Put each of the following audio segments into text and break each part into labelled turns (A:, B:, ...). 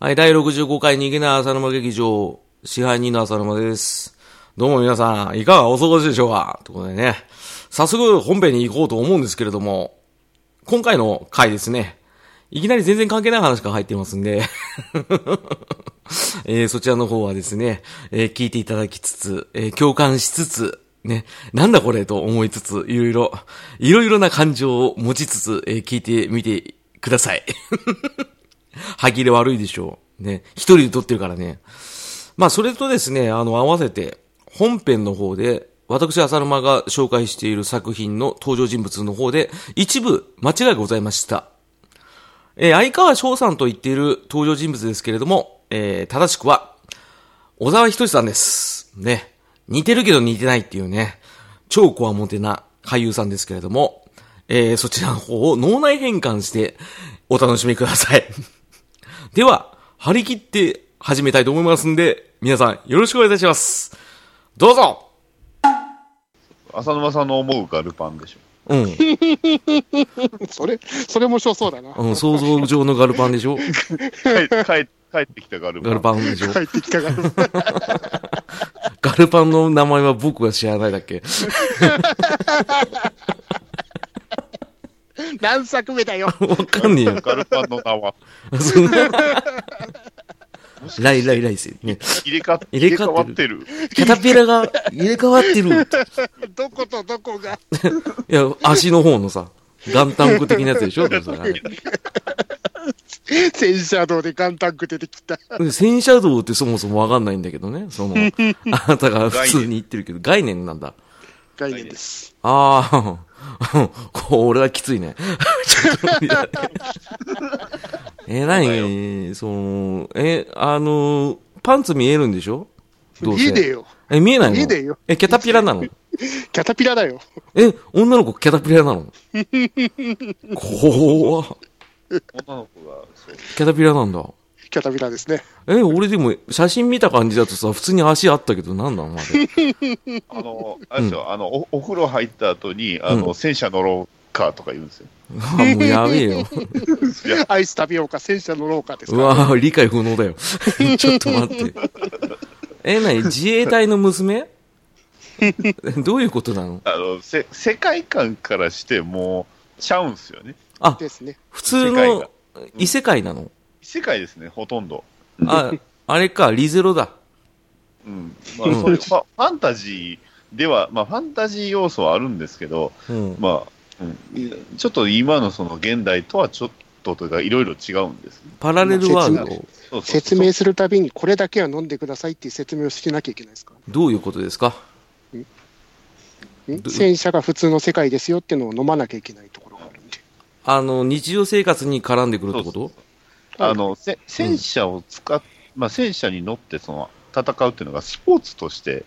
A: はい、第65回逃げない浅沼劇場、支配人の浅沼です。どうも皆さん、いかがお過ごしでしょうかということでね、早速本編に行こうと思うんですけれども、今回の回ですね、いきなり全然関係ない話が入ってますんで、 えーそちらの方はですね、えー聞いていただきつつ、えー共感しつつ、ね、なんだこれと思いつつ、いろいろ、いろいろな感情を持ちつつ、えー聞いてみてください。歯切れ悪いでしょう。ね。一人で撮ってるからね。まあ、それとですね、あの、合わせて、本編の方で、私、浅沼が紹介している作品の登場人物の方で、一部、間違いがございました。えー相川翔さんと言っている登場人物ですけれども、えー正しくは、小沢仁志さんです。ね。似てるけど似てないっていうね、超コアモテな俳優さんですけれども、えーそちらの方を脳内変換して、お楽しみください。では、張り切って始めたいと思いますんで、皆さんよろしくお願いいたします。どうぞ
B: 浅沼さんの思うがルパンで しょ。
A: うん。
C: それ、それもしょそうだな。
A: うん、想像上のガルパンでし ょ
B: 帰帰帰ってきたがルパン。
A: ガルパンでしょ
C: 帰ってきたから。
A: ガルパンの名前は僕は知らないだっけ
C: 何作目だよ。
A: わかんねえ よ。
B: ガルパンの名は
A: ライライライセね。
B: 入れか
A: 入
B: 入
A: れ
B: れ
A: 替
B: 替
A: わ
B: わ
A: っ
B: っててる。
A: キャタピラが入れ替わってる。
C: どことどこが。
A: いや、足の方のさ、元旦具的なやつでし ょだからね
C: 戦車道でガンタンク出てきた。
A: 戦車道ってそもそもわかんないんだけどね。その、あなたが普通に言ってるけど、概念なんだ。
C: 概念です。
A: ああ、 これはきついね。 ちょっと待ってえ、なに、その、え、あの、パンツ見えるんでしょどうせ。
C: 見えねえよ。
A: え、見えないの
C: 見えねえよ
A: え、キャタピラなの
C: キャタピラだよ。
A: え、女の子キャタピラな の怖っ
B: 女の子が、そう。
A: キャタピラなんだ。
C: キャタピラですね。
A: え、俺でも、写真見た感じだとさ、普通に足あったけど、なんなのあれ。
B: あの、あれですよ、あのお、お風呂入った後に、あの、戦車乗ろうかとか言うんですよ。
A: あもうやべえよ。
C: アイス食べようか、戦車乗ろうかです
A: う
C: から。
A: わぁ、理解不能だよ。 ちょっと待って。え、なに、自衛隊の 娘どういうことなの
B: あの、せ、世界観からしてもう、ちゃうんすよね。
A: あ、
C: ですね。
A: 普通
B: 世界が
A: の異世界なの
B: 世界ですね、ほとんど。
A: あ、あれか、リゼロだ。
B: うん。まあ、そういう、まあ、ファンタジーでは、まあ、ファンタジー要素はあるんですけど、
A: うん。
B: まあ、うん、ちょっと今のその現代とはちょっとというか、いろいろ違うんですね。
A: パラレルワールド。
B: そうそうそう
C: 説明するたびに、これだけは飲んでくださいっていう説明をしなきゃいけないですか。
A: どういうことですから
C: ん戦車が普通の世界ですよっていうのを飲まなきゃいけないところがあるんで。
A: あの、日常生活に絡んでくるってこと
B: あのせ戦車を使っ、まあ、戦車に乗ってその戦うっていうのがスポーツとして、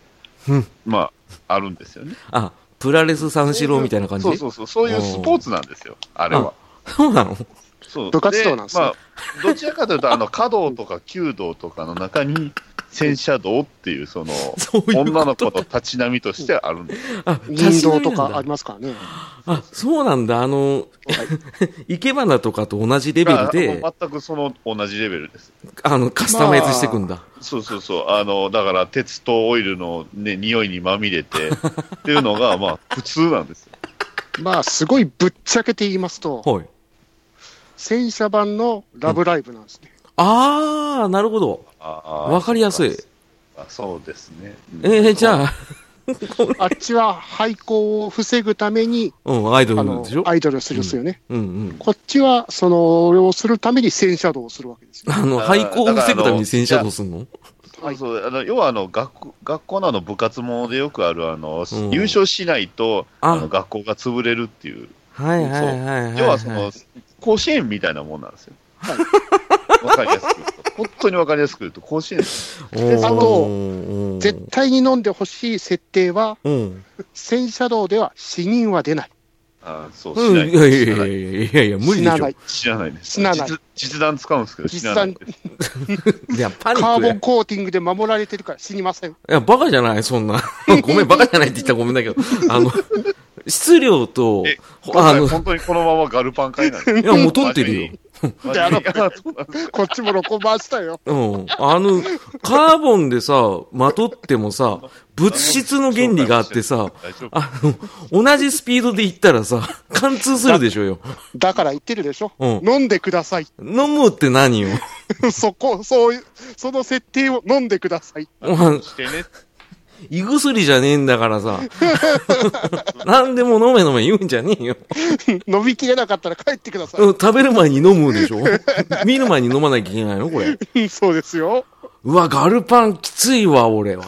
A: うん
B: まあ、あるんですよね。
A: あ、プラレス三四郎みたいな感じ
B: そうそうそう、そういうスポーツなんですよ、あれは。
A: そうなの
B: そう
C: 部活動なんですね
B: まあ、どちらかというと、あの華道とか弓道とかの中に、戦車道っていう、その
A: そういうこと
B: 女の子の立ち並みとしてあるんです。
A: あ、
C: 人道と
A: 立ち並み
C: か
A: な
C: あ
A: ん
C: り
A: だ
C: ますからね。
A: あ、そうなんだ。あの、いけばなとかと同じレベルで、
B: まあ全くその同じレベルです。
A: あの、カスタマイズしていくんだ。
B: そうそうそう、あのだから鉄とオイルの、ね、匂いにまみ れてっていうのが、まあ、普通なんですよ。
C: まあ、すごいぶっちゃけて言いますと、
A: はい。
C: 戦車版のラブライブなんですね。
A: あー、なるほど。わ
B: わ
A: かりやすい。
B: あそうですね。
A: えー、じゃあ、
C: あっちは廃校を防ぐために、
A: うん、アイド
C: あ
A: ルなん
C: の
A: でしょ
C: アイドルをするんですよね、
A: うんうん。
C: こっちはそのをするために戦車道をするわけですよ。
A: あの、
B: あー
A: 廃校を防ぐため
B: だからあ
A: に
B: の
A: 戦車道すんの
B: そうそうあの要はあの学学校のあの部活もでよくあるあの、
A: うん
B: 優勝しないと
A: あ
B: あの学校が潰れるっていう、
A: はいはいはいはいはい。
B: 要はその甲子園みたいなもんなんですよ。わ、かりやすく言う と本当にわかりやすく言うと甲子園です
A: おー、
C: あと
A: と
C: 絶対に飲んでほしい設定は、
A: うん。
C: 戦車道では死人は出ない。
B: あそう
A: うん、
B: 知ら
A: いやい
B: ない
A: やい
B: 知らな
A: や
B: い
A: いやいやいや、無理
C: 死
A: で
C: な
A: しょ
C: ない。。
B: 知らないです
C: 知らない
B: 実実弾使うんですけど知らないです
A: いや、パニック
C: カー
A: だ
C: ボ
A: よ
C: ン。コーティングで守られてるから死にま せん。
A: いや、バカじゃない、そんな。 ごめん、バカじゃないって言ったらごめんだけど。あの、質量と
B: え、今
A: あ
B: 回
A: の、
B: 本当にこのままガルパン会なんで す
A: いや、もう撮ってるよ。
B: じゃあ、あの、そうなんです
C: こっちも録音回したよ。
A: うん。あの、カーボンでさ、まとってもさ、物質の原理があってさ、
B: 大丈夫。
A: あの、同じスピードで行ったらさ、貫通するでしょうよ。
C: だから言ってるでしょ。
A: うん
C: 飲んでください。
A: 飲むって何よ。
C: そこ、そういう、その設定を飲んでください。
A: お前
B: してね。
A: 胃薬じゃねえんだからさ。何でも飲め飲め言うんじゃねえよ。
C: 飲みきれなかったら帰ってくださ
A: うん食べる前に飲むでしょ見る前に飲まなきゃいけないのこれ。
C: い。 そうですよ。
A: うわ、ガルパンきついわ、俺は。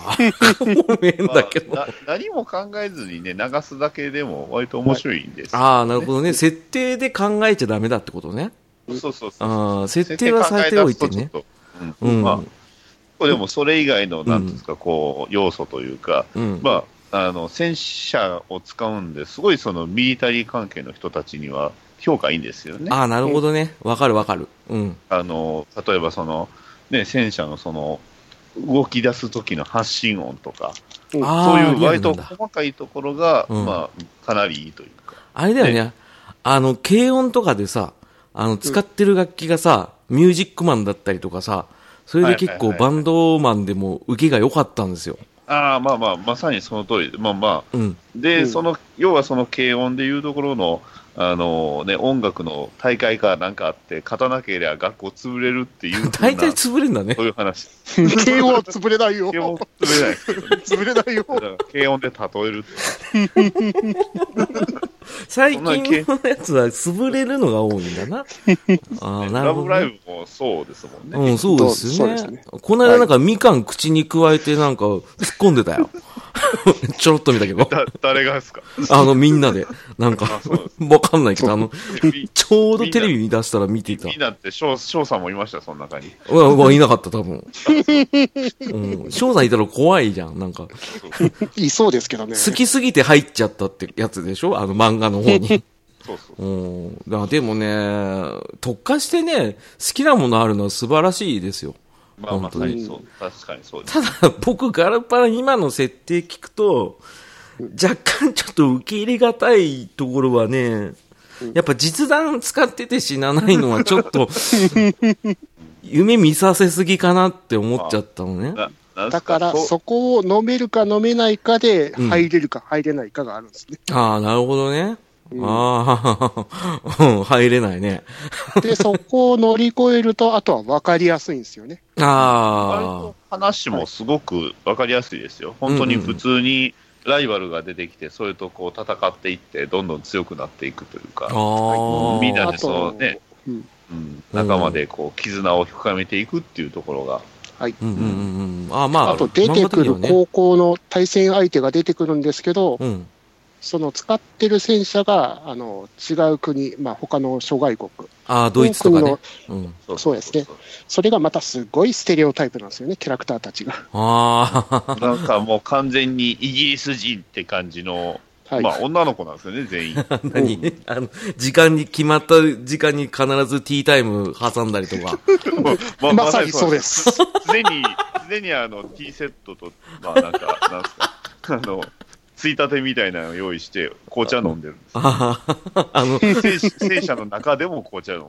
A: ごめんだけど。
B: まあな何も考えずにね、流すだけでも割と面白いんです。
A: ああ、なるほどね。設定で考えちゃダメだってことね。
B: そうそうそう。
A: ああ、設定はされておいてね。
B: 設定考え出すとちょっと。
A: う
B: うんん。まあ、でもそれ以外の、なんですか、こう、要素というか、
A: うん。
B: まあ、あの、戦車を使うんで、すごいそのミリタリー関係の人たちには評価いいんですよね。
A: ああ、なるほどね。わかるわかる。うん。
B: あの、例えばその、ね、戦車のその、動き出す時の発信音とか、
A: あ
B: そう
A: あ、
B: いう
A: リアル
B: 割
A: な
B: と
A: んだ
B: 細かいところが、
A: うん
B: まあ、かなりいいというか。
A: あれだよね。あの、軽音とかでさ、あの、使ってる楽器がさ、ミュージックマンだったりとかさ、それで結構
B: はいはいは
A: バンドマンでも受けが良かったんですよ。
B: ああ、まあまあ、まさにその通りで、まあまあ、
A: うん。
B: で、
C: うん
B: その、要はその軽音でいうところの、あのね、音楽の大会かなんかあって、勝たなければ学校潰れるっていう
A: 大体
B: そ
A: 潰れんだね
B: う。いう話。
C: 慶応潰れないよ。
B: 軽音潰れないですけどね、
C: 潰れないよ。
B: だから軽音で例えるって
A: 最近のやつは潰れるのが多いんだ な。あ あ、なる
B: ラ
A: ほど、
B: ブラ
A: ね。
B: イブもそうですもんね。
A: うん、そうですよね。
C: そうですね
A: この間なんかみかん口にくわえてなんか突っ込んでた よ。ちょろっと見たけど。
B: だ誰がですか
A: あの、みんなで。なんか
B: あそう で、
A: わかんないけど、あの、
B: み
A: ちょうどテレビに出したら見ていた
B: み。んなって翔、翔さんもいました、その中に。
A: うわ、うわ、いなかった、多分。うん。翔さんいたら怖いじゃん。なんか、
B: そう
C: いそうですけどね。
A: 好きすぎて入っちゃったってやつでしょあの漫画の方に。
B: そうそう。
A: うん。だからでもね、特化してね、好きなものあるのは素晴らしいですよ。
B: まあま
A: 本当
B: さ
A: に
B: にそう。確かにそうです。
A: ただ、 僕、ガルパラ今の設定聞くと、若干ちょっと受け入れがたいところはね、やっぱ実弾使ってて死なないのはちょっと、夢見させすぎかなって思っちゃったのね。
B: ななんす
C: だから、
B: こう
C: そこを飲めるか飲めないかで、入れるか入れないかがあるんですね。
A: ああ、なるほどね。ああ、 うん入れないね。
C: で、そこを乗り越えると、あとは分かりやすいんですよね。
B: 割
A: あ
B: と話もすごく分かりやすいですよ、本当に普通にライバルが出てきて、それとこう戦っていって、どんどん強くなっていくという
A: あ。
B: か、
A: ああ。
B: みんな
C: あ
B: で
C: と
B: そうね、
C: うん
B: うん、仲間でこう絆を深めていくっていうところが、
C: はい。
A: うんうんうんうん。ああ、まあ、
C: あと出てくる
A: 漫画的にはね
C: 高校の対戦相手が出てくるんですけど、
A: うん。
C: その使ってる戦車があの違う国、まあ他の諸外国、
A: ああ、ドイツとかね
C: 多く。
A: うん。
C: そうですねそれがまたすごいステレオタイプなんですよね、キャラクターたちが。
A: ああ。
B: なんかもう完全にイギリス人って感じの、
C: はい、
B: まあ女の子なんですよね、全員。
A: 何、あの、時間に、決まった時間に必ずティータイム挟んだりとか。
B: もうま
C: まさにそうで。す。
B: すでに、すでにあの、ティーセットと、まあなんか、なんですか、あの、ついたてみたいなのを用意して、紅茶飲んでるんですよ。
A: ああ、あの、
B: 戦戦車の中でも紅茶飲むん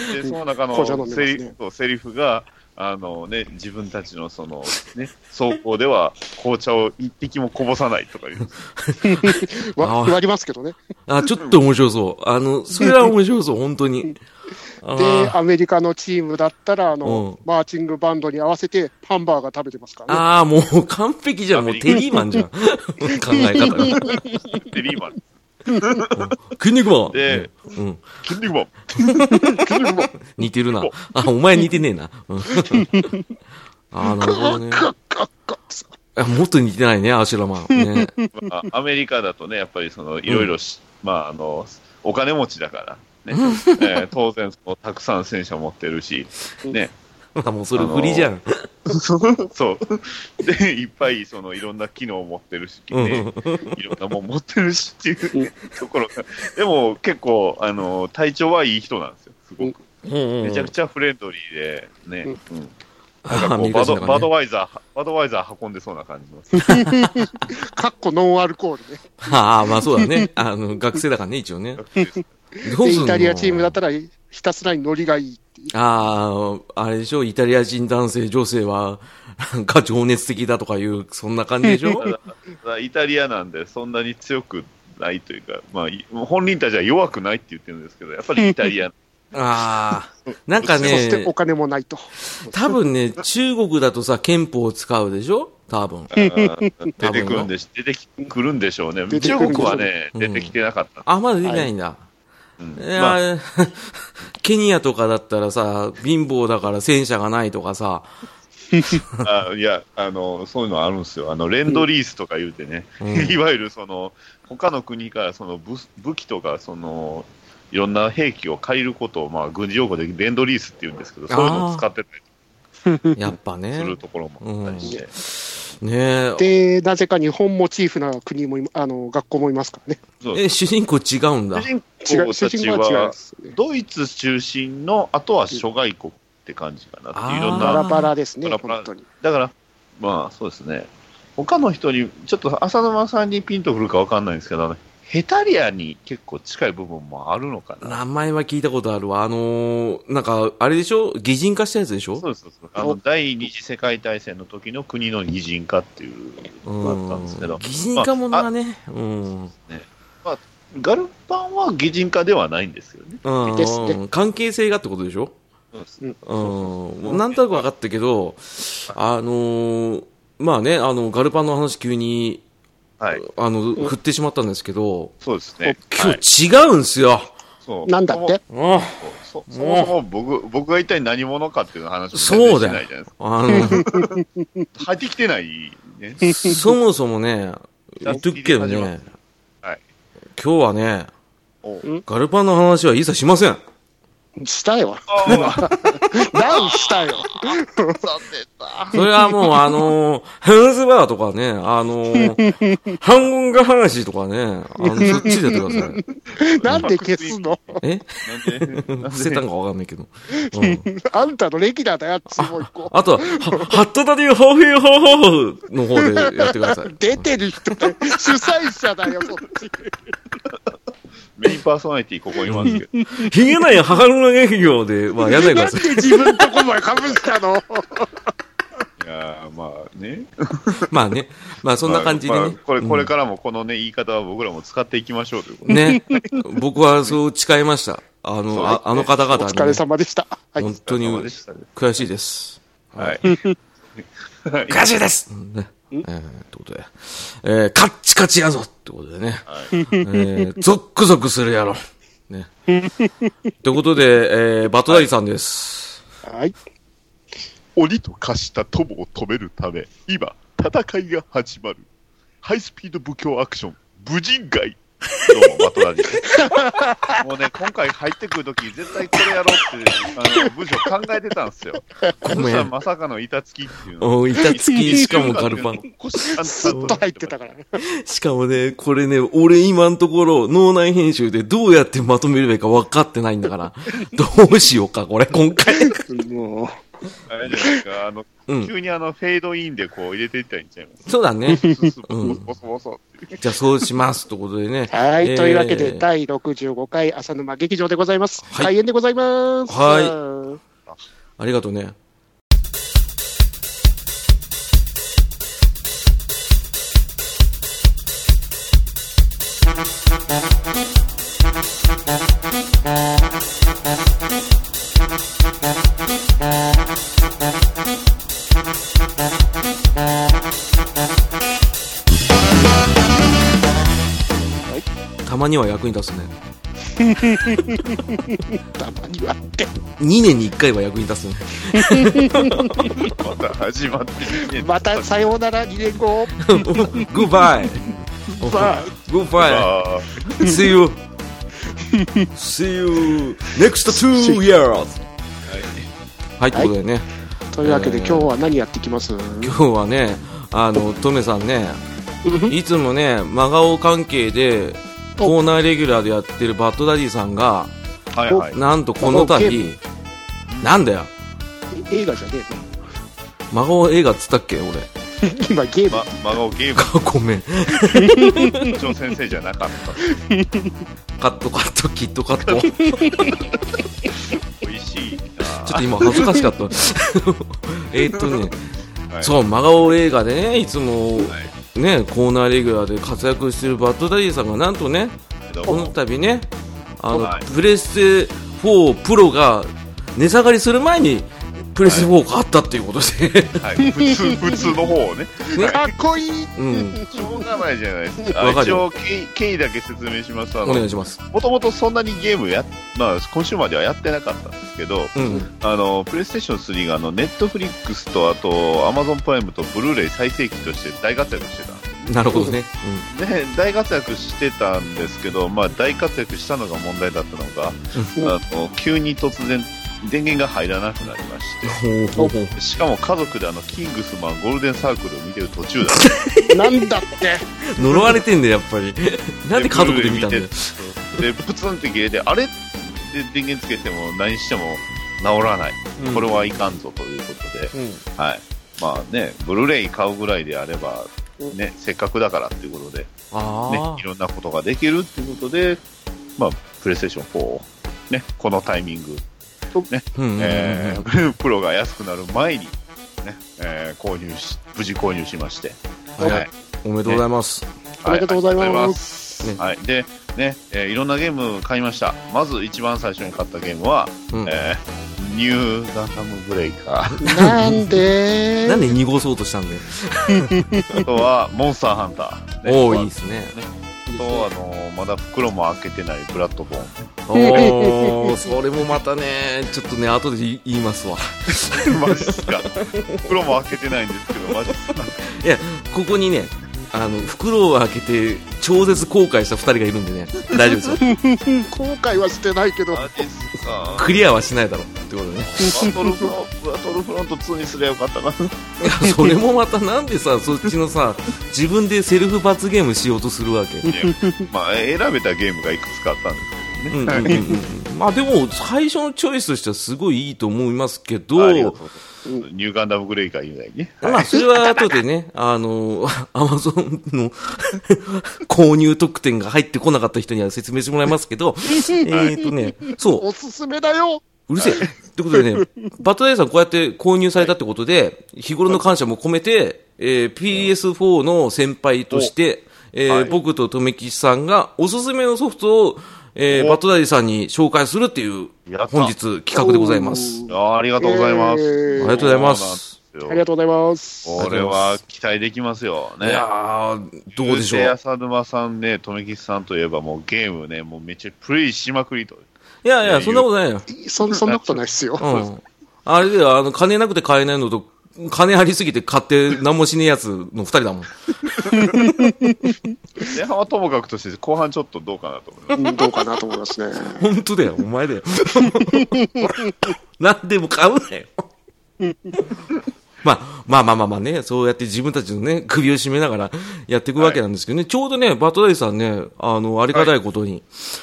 B: ですよ。で、その中
C: 紅茶飲ん
B: の
C: でます
B: セ
C: ね
B: リ,、そうセリフが、あのね、自分たちのその、ね、走行では紅茶を一滴もこぼさないとかいう。
A: あ
C: わ割りますけどね。
A: あちょっと面白そう。あの、それは面白そう、本当に。あ
C: で、
A: ー
C: アメリカのチームだったら、あの、
A: う
C: マーチングバンドに合わせてハンバーガー食べてますからね。
A: あー、もう完璧じゃん。もうテリーマ ンじゃん。考え方が。
B: で、リーマン、
A: 筋肉マン
B: で
A: うんうん。
B: 筋肉マン、
A: 似てるな。あ、お前似てねえな。うんあー、なるほどね。あもっと似てないね、アシュラマン。ね。
B: まあ、アメリカだとね、やっぱりそのいろいろし、まああのお金持ちだから、ねえー当然そのたくさん戦車持ってるし、ね、
A: あもうそれ振りじゃん。
B: そうでいっぱいそのいろんな機能を持ってるし、ね、いろんなもん持ってるしっていう、ね、ところが、でも結構あの体調はいい人なんですよ、すごく。め
A: め
B: ちゃくちゃフレンドリーで、ね、うんなん
A: あ
B: か
A: ア
B: こ
A: メ
B: う
A: リカ
B: バ
A: 人だ
B: ド
A: からね
B: バドワイザー、バドワイザー運んでそうな感じの。
C: かっこノンアルコールね。
A: ああ、まあそうだね。あの、学生だからね、一応ね。どうすん
C: で、
A: の
C: イタリアチームだったら、イひたすらにノリがいいっていう。
A: ああ、あれでしょ、イタリア人男性、女性は、なんか情熱的だとかいう、そんな感じでしょ
B: ただただイタリアなんで、そんなに強くないというか、まあ、い本人たちは弱くないって言ってるんですけど、やっぱりイタ リア、
A: ああ、なんか
C: そして
A: ね
C: お、金もないと。
A: 多分ね、中国だとさ、憲法を使うでしょ多分。
B: あー出てくるんでし、出てくるんでしょうね。
C: 出てく
B: 中
C: るんでしょう
B: 国はね、
A: うん
B: 出てきてなかった。
A: あ、まだできないんだ。
B: うん
A: いや
B: まあ、
A: ー ケニアとかだったらさ、貧乏だから戦車がないとかさ、
B: あいや、あの、そういうのあるんですよ。あの、レンドリースとか言うてね、
A: うん
B: いわゆるその、他の国からその武武器とか、その、いろんな兵器を借りることを、まあ、軍事用語でレンドリースって言うんですけど、そういうのを使ってたり
A: やっぱ
B: す
A: ね
B: る。ところもあったりして。
A: ねえ。
C: で、なぜか日本モチーフな国もい、あの、学校もいますからね。
B: そう
A: え、主人公違うんだ
B: 主。人
C: 違
B: 公
C: う、主
B: た
C: 人
B: ち
C: 公は違いま
B: は、
C: すね。
B: ドイツ中心の、あとは諸外国って感じかなって
A: う
B: い
A: ん
B: う、いろん
A: あ
C: バ
A: ー
B: な、
C: ラバラですね、
B: バラバラ
C: 本当に。
B: だから、まあそうですね、他の人に、ちょっと浅沼さんにピンとくるかわかんないんですけど、あのヘタリアに結構近い部分もあるのかな。
A: 名前は聞いたことあるわ。あのー、なんか、あれでしょ擬人化したやつでし
B: そ
A: ょ
B: うですそうですあの第二次世界大戦の時の国の擬人化っていうのだったんですけど、
A: 擬人化もの
B: ま
A: が
B: あ
A: ね、うん。うん
B: あガルパンは擬人化ではないんですよね。
C: ですね
A: うん関係性がってことでしょ
B: そうです
C: うん
A: うん。もうなんとなく分かったけど、あのー、まあね、あの、ガルパンの話急に、
B: はい、
A: あの、振ってしまったんですけど、
B: そうですね。
A: 今
B: はい
A: 日違うんすよ。
B: そう
C: なんだって
A: うん
B: そそもそも僕僕が一体何者かっていう話も
A: そう
B: 全然して
A: だ
B: ない
A: よ
B: じゃないで
A: あ
B: す。
A: の、
B: か。入ってきてないね。
A: そもそもね、言っとくけどね、
B: はい。
A: 今日はね、
B: お
A: ガルパンの話は一切しません。
C: したよ。
B: あー
C: ダウンし たよ。
B: 残念だ。
A: それはもう、あのー、ハンズバーとかね、あのー、ハンゴンガ話とかね、あの、そっちでやってください。
C: なんで消す の
A: え
B: なんでなん
A: 伏せたん
B: で
A: かわかんないけど。うん、
C: あんたのレギュラーだよ、つもう一個。
A: あとは、はハットダディホーフィーホーホーの方でやってください。
C: 出てる人だよ主催者だよ、そっち。
B: メインパーソナリティここいますけど。
A: ひげない母の劇業ではやらないでく
C: な
A: だ
C: ん
A: さ
C: で
A: い。
C: 自分とこまでかぶったの
B: いやーまあね。
A: まあね。まあそんな感じで
B: まあ
A: ね
B: まあ。これ、これからもこのね、言い方は僕らも使っていきましょうということで。
A: ね。僕はそう誓いました。あ
B: そ
A: の、
B: うですね
A: ああの方
C: お
A: 々にね、
C: 疲れ様でした。はい。
A: 本当に
B: お疲れ様でしたね
A: 悔しいです。
B: はい。
A: 悔しいですね。えー、ってことで。えー、カッチカチやぞってことでね。えー、ゾックゾクするやろ。ね。ってことで、えー、バトダイさんです。
C: はい。
D: 鬼と化した友を止めるため、今、戦いが始まる。ハイスピード武教アクション、無人街。
B: どうも、バトラジです。 もうね、今回入ってくるとき、絶対これやろうって、あの、部署考えてたんですよ。
A: ご
B: そし
A: め
B: たら
A: ん。
B: まさかの板付きっていうの。
A: お板付き、しかもガルパン。。
C: スッと入ってたからね。
A: しかもね、これね、俺今のところ、脳内編集でどうやってまとめればいいか分かってないんだから、どうしようか、これ、今回。
C: もう、
B: あれじゃないですか、あの、
A: うん
B: 急にあの、フェードインでこう入れていったらいいんちゃいます
A: そうだね。
B: ボソ
A: うん
B: ボソボソっていう
A: じゃあそうします、ということでね。
C: はい、というわけ
A: え
C: で、
A: ー
C: 第65回浅沼劇場でございます。
A: はい
C: 開演でございます。
A: はい
C: い。
A: ありがとうね。たまには役に立つね
C: たまにはって。
A: 2年に1回は役に立つね
B: また始まってるね
C: またさようなら、2年後。
A: グッバイ
C: バ
A: グッバ
B: ああ
A: イ See you See you next two years はい、ということでね、
C: というわけで、
A: えー
C: 今日は何やってきます
A: 今日はねあのトメさんねいつもね真顔関係でコーナーレギュラーでやってるバッドダディさんが
B: はいはい。
A: なんとこの
C: おゲ
A: 度なんだよ
C: 映画じゃね
A: 真顔映画っつったっけ俺
C: えの。今、ゲーム
B: ま、真顔ゲーム
A: ごめん
B: の長先生じゃなかった。
A: カットカットキットカット ちょっと今恥ずかしかったえーっとね、
B: はい
A: そう真顔映画でねいつも、
B: はい
A: ねコーナーレギュラーで活躍してるバッドダディさんがなんとね
B: どう
A: こ
B: も
A: の度ねあの、
B: はい
A: プレステ4プロが値下がりする前にプレステ4買ったっていうことで、
B: はい、普通、普通の方をね。
A: ね
B: はい
C: かっこいい
A: うん
B: しょうがないじゃないです
A: わ
B: か。
A: かる
B: 一応経緯、経緯だけ説明しますと、あ
A: お願
B: の
A: いします
B: もともとそんなにゲームや、まあ、今週まではやってなかったんですけど、
A: うん
B: あの、プレイステーション3が、あの、ネットフリックスと、あと、アマゾンプライムと、ブルーレイ最盛期として大活躍してたんです
A: なるほどね、
B: ね、 大活躍してたんですけど、まあ、大活躍したのが問題だったのが、あの急に突然電源が入らなくなりまし
A: うん、ほうほうほう
B: てしかも家族であのキングスマンゴールデンサークルを見てる途 中だっ
C: なんだって
A: 呪われてんだよやっぱ り
B: た
A: なんで家族で見たんだよ
B: でブルーレイ見てでプツンって切れてあれで電源つけても何しても治らない、
A: うん
B: これはいかんぞということで、はいまあね、ブルーレイ買うぐらいであれば、ね、せっかくだからということで、
A: あ
B: ね、いろんなことができるっていうことで、まあ、プレイステーション4を、ね、このタイミング、
A: あ、うんうんうんうん
B: えー プロが安くなる前に、ねえー購入し、無事購入しまして、
A: はい
B: はい
A: おめでとうございます、
C: おめでとうございます
B: は
A: ね
B: はい、で、ねえーいろんなゲーム買いました。まず一番最初に買ったゲームは、
A: うん
B: えーニューガンダムブレイカ ー、
C: なんで
A: なんで濁そうとしたんだよ、
B: あとはモンスターハンター、ね
A: おおいいですね
B: あと、あのーまだ袋も開けてないプラットフォーム。
A: おお それもまたねちょっとね後で言いますわ
B: マジっすか。袋も開けてないんですけど、マジっすか。
A: いや ここにねあの袋を開けて超絶後悔した2人がいるん でね大丈夫ですよ
C: 後悔はしてないけど
B: マジっすか。
A: クリアはしないだろうってことで ね
B: バトルフロント、バトルフロント2にすればよかったな。
A: いやそれもまたなんでさそっちのさ自分でセルフ罰ゲームしようとするわ け
B: まあ、選べたゲームがいくつかあったんですけど
A: うん
B: ね。
A: うんうんうんまあでも最初のチョイスとしてはすごいいいと思いますけど
B: ありがとうございますニューガンダムグレイカー以外にね。
A: まあ、それは後でね、 あの、アマゾンの 購入特典が入ってこなかった人には説明してもらいますけど、えっとね、そう、
C: おすすめだよ
A: うるせえ。ってこと でね、バットダイヤさんこうやって購入されたってことで、日頃の感謝も込めて、えー PS4 の先輩として、えー
B: はい
A: 僕ととめきさんがおすすめのソフトを、えー
B: お
A: バットダイヤさんに紹介するっていう
B: やった、
A: 本日企画でございます。
B: あーありがとうございま
A: あ
B: す。
A: り
C: え
A: が
C: ー
A: とうございます。
B: そう
C: あ
B: なん
C: り
B: で
C: がとうございます
B: すよこれは期待できますよ
A: い
B: ね。
A: やー、どうでしょう。
B: 浅沼さんね、留吉さんといえばもうゲームね、もうめっちゃプレイしまくりと。
A: いやいや、そんなことないよ。
C: そそんなことないっすよ
A: うん。あれだよ、あの、金なくて買えないのと、金ありすぎて買って何もしねえやつの二人だもん。
B: 前半はともかくとして、後半ちょっとどうかなと思います。
C: うんどうかなと思いますね
A: 本当だよ、お前だよ。 何でも買うなよ。まあ、まあまあまあまあね、そうやって自分たちのね、首を絞めながらやっていくわけなんですけどね、ちょうどね、バトダイさんね、あの、ありがたいことに、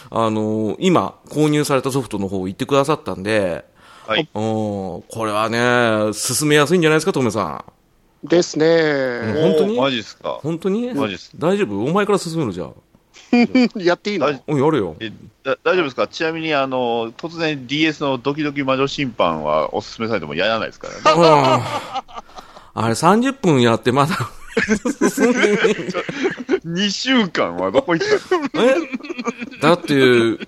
A: あの、今、購入されたソフトの方行ってくださったんで、
B: はい。
A: うん、これはね、進めやすいんじゃないですか、トメさん。
C: ですね
A: 本当に
B: おーマジっすか。
A: 本当に
B: マジっす
A: 大丈夫お前から進めるじゃあ。
C: やっていいの
B: 大丈
A: うん、やるよ。
B: えだ大丈夫ですかちなみに、あの、突然 DS のドキドキ魔女審判はおすすめされてもやらないですからね。
A: うん あれ30分やってまだ進んでね
B: 2週間はどこ行った の
A: えだって、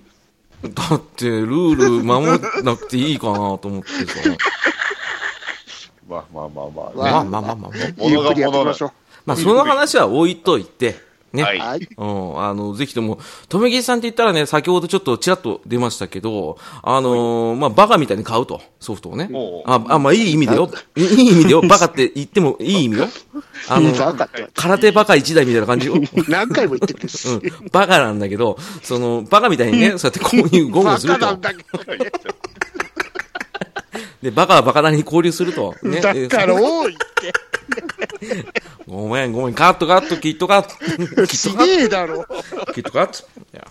A: だってルール守らなくていいかなと思ってさ。
B: まあまあまあまあ、ね。
A: まあまあまあまあまあ。
C: ゆっくりやってみましょ
A: まあその話は置いといて、ね。
B: は
C: う
B: い。
C: はい
A: うん、あの、ぜひとも、とめぎさんって言ったらね、先ほどちょっとちらっと出ましたけど、あのーまあ、バカみたいに買うと、ソフトをね
B: おう。
A: あ、あまあ、いい意味でよ。いい意味でよ。バカって言ってもいい意味よ。あ の、
C: バカって
A: 空手バカ一台みたいな 感じよ。う
C: 何回も言ってるんです
A: ん、バカなんだけど、その、バカみたいにね、そうやって購入、ゴンゴ
C: バ
A: ンする
C: カな
A: と
C: ん。だけど
A: で、バカはバカなりに交流すると。ね。
C: だから多いって
A: えーごめん、ごめん、カットカット、キット カット、キット
C: す
A: カッ
C: げえだろ
A: ト、キットカット。いや、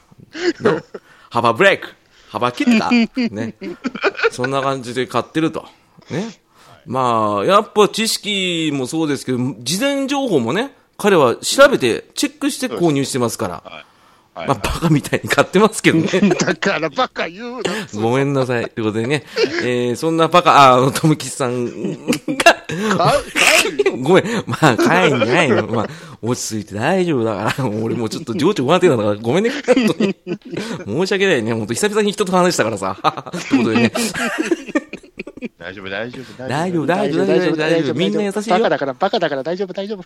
A: no 幅ブレイク、幅切った。ね。そんな感じで買ってると。ね。まあ、やっぱ知識もそうですけど、事前情報もね、彼は調べて、チェックして購入してますから。
B: はい
A: まあ、バカみたいに買ってますけどね。
C: だからバカ言うな。
A: ごめんなさい。ということでね、 えー、そんなバカ、ああの、とむきさんが、
D: か帰るよ
A: ごめん。まあ、帰んないの。まあ、落ち着いて大丈夫だから。俺もうちょっと情緒不安定なんだから、ごめんね。本当に申し訳ないね。本当久々に人と話したからさ。 ということでね。
B: 大丈夫、大丈夫、
A: 大丈夫、大丈夫、大丈夫、大丈夫。みんな優しい
C: バカ
A: よ。
C: だから、バカだから大丈夫、大丈夫。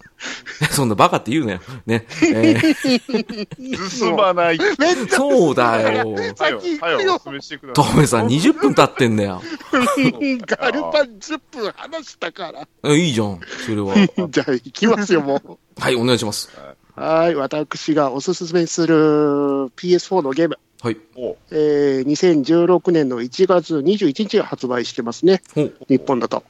A: そんなバカって言うなよ。ね。えー
B: 進まない。
C: めっちゃ
A: そうだよ。
C: 先行く
B: 早
C: よ
B: お。勧めしてくだ
A: ト
B: さ
A: メさん、20分経ってんだよ。
B: い。
C: ガルパン10分話したから。
A: えいいじゃん。それは。
C: じゃあ行きますよ、もう。
A: はい、お願いします。
C: はい、私がおすすめする PS4 のゲーム、
A: はい。
B: お
C: えー、2016年の1月21日が発売してますね、
A: ほう
C: 日本だと。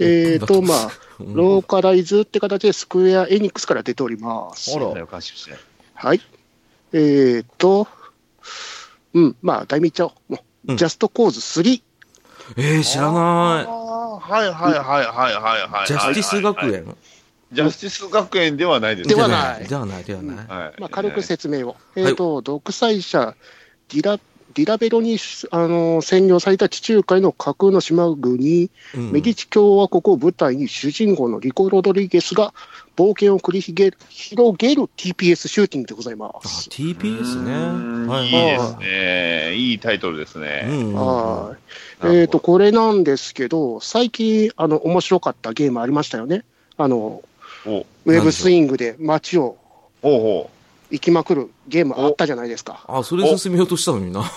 C: えっ、と、まあ、ローカライズって形でスクエア・エニックスから出ております。
A: あら
B: だよ、感心しない。
C: はい。えっ、と、うん、まあ、題名言っちゃおう。もう
A: うん
C: ジャストコーズ3。
A: えー、知らな。
B: はいはいはいはいはいはい
A: ジャスティス学園、
B: ジャスティス学園ではないです
C: ではない
A: ではない、ではない。
B: はい。
C: まあ、軽く説明を。
A: い
C: えっ、と、独裁者、ディラ、ディラベロに、あの占領された地中海の架空の島国、
A: うん
C: メディチ共和国を舞台に主人公のリコ・ロドリゲスが冒険を繰りひげ広げる TPS シューティングでございま
A: あ、
C: す。
A: TPS ね。
B: うん
A: はい
B: いですね。いいタイトルです
A: う
B: ね。
A: んうん。
C: はいえっと、これなんですけど、最近、あの、面白かったゲームありましたよね。あの、
B: お
C: ウェブスイングで街を
B: ほうほ
C: 行きまくるゲームあったじゃないですか。
A: あ、それで進めようとしたのにな。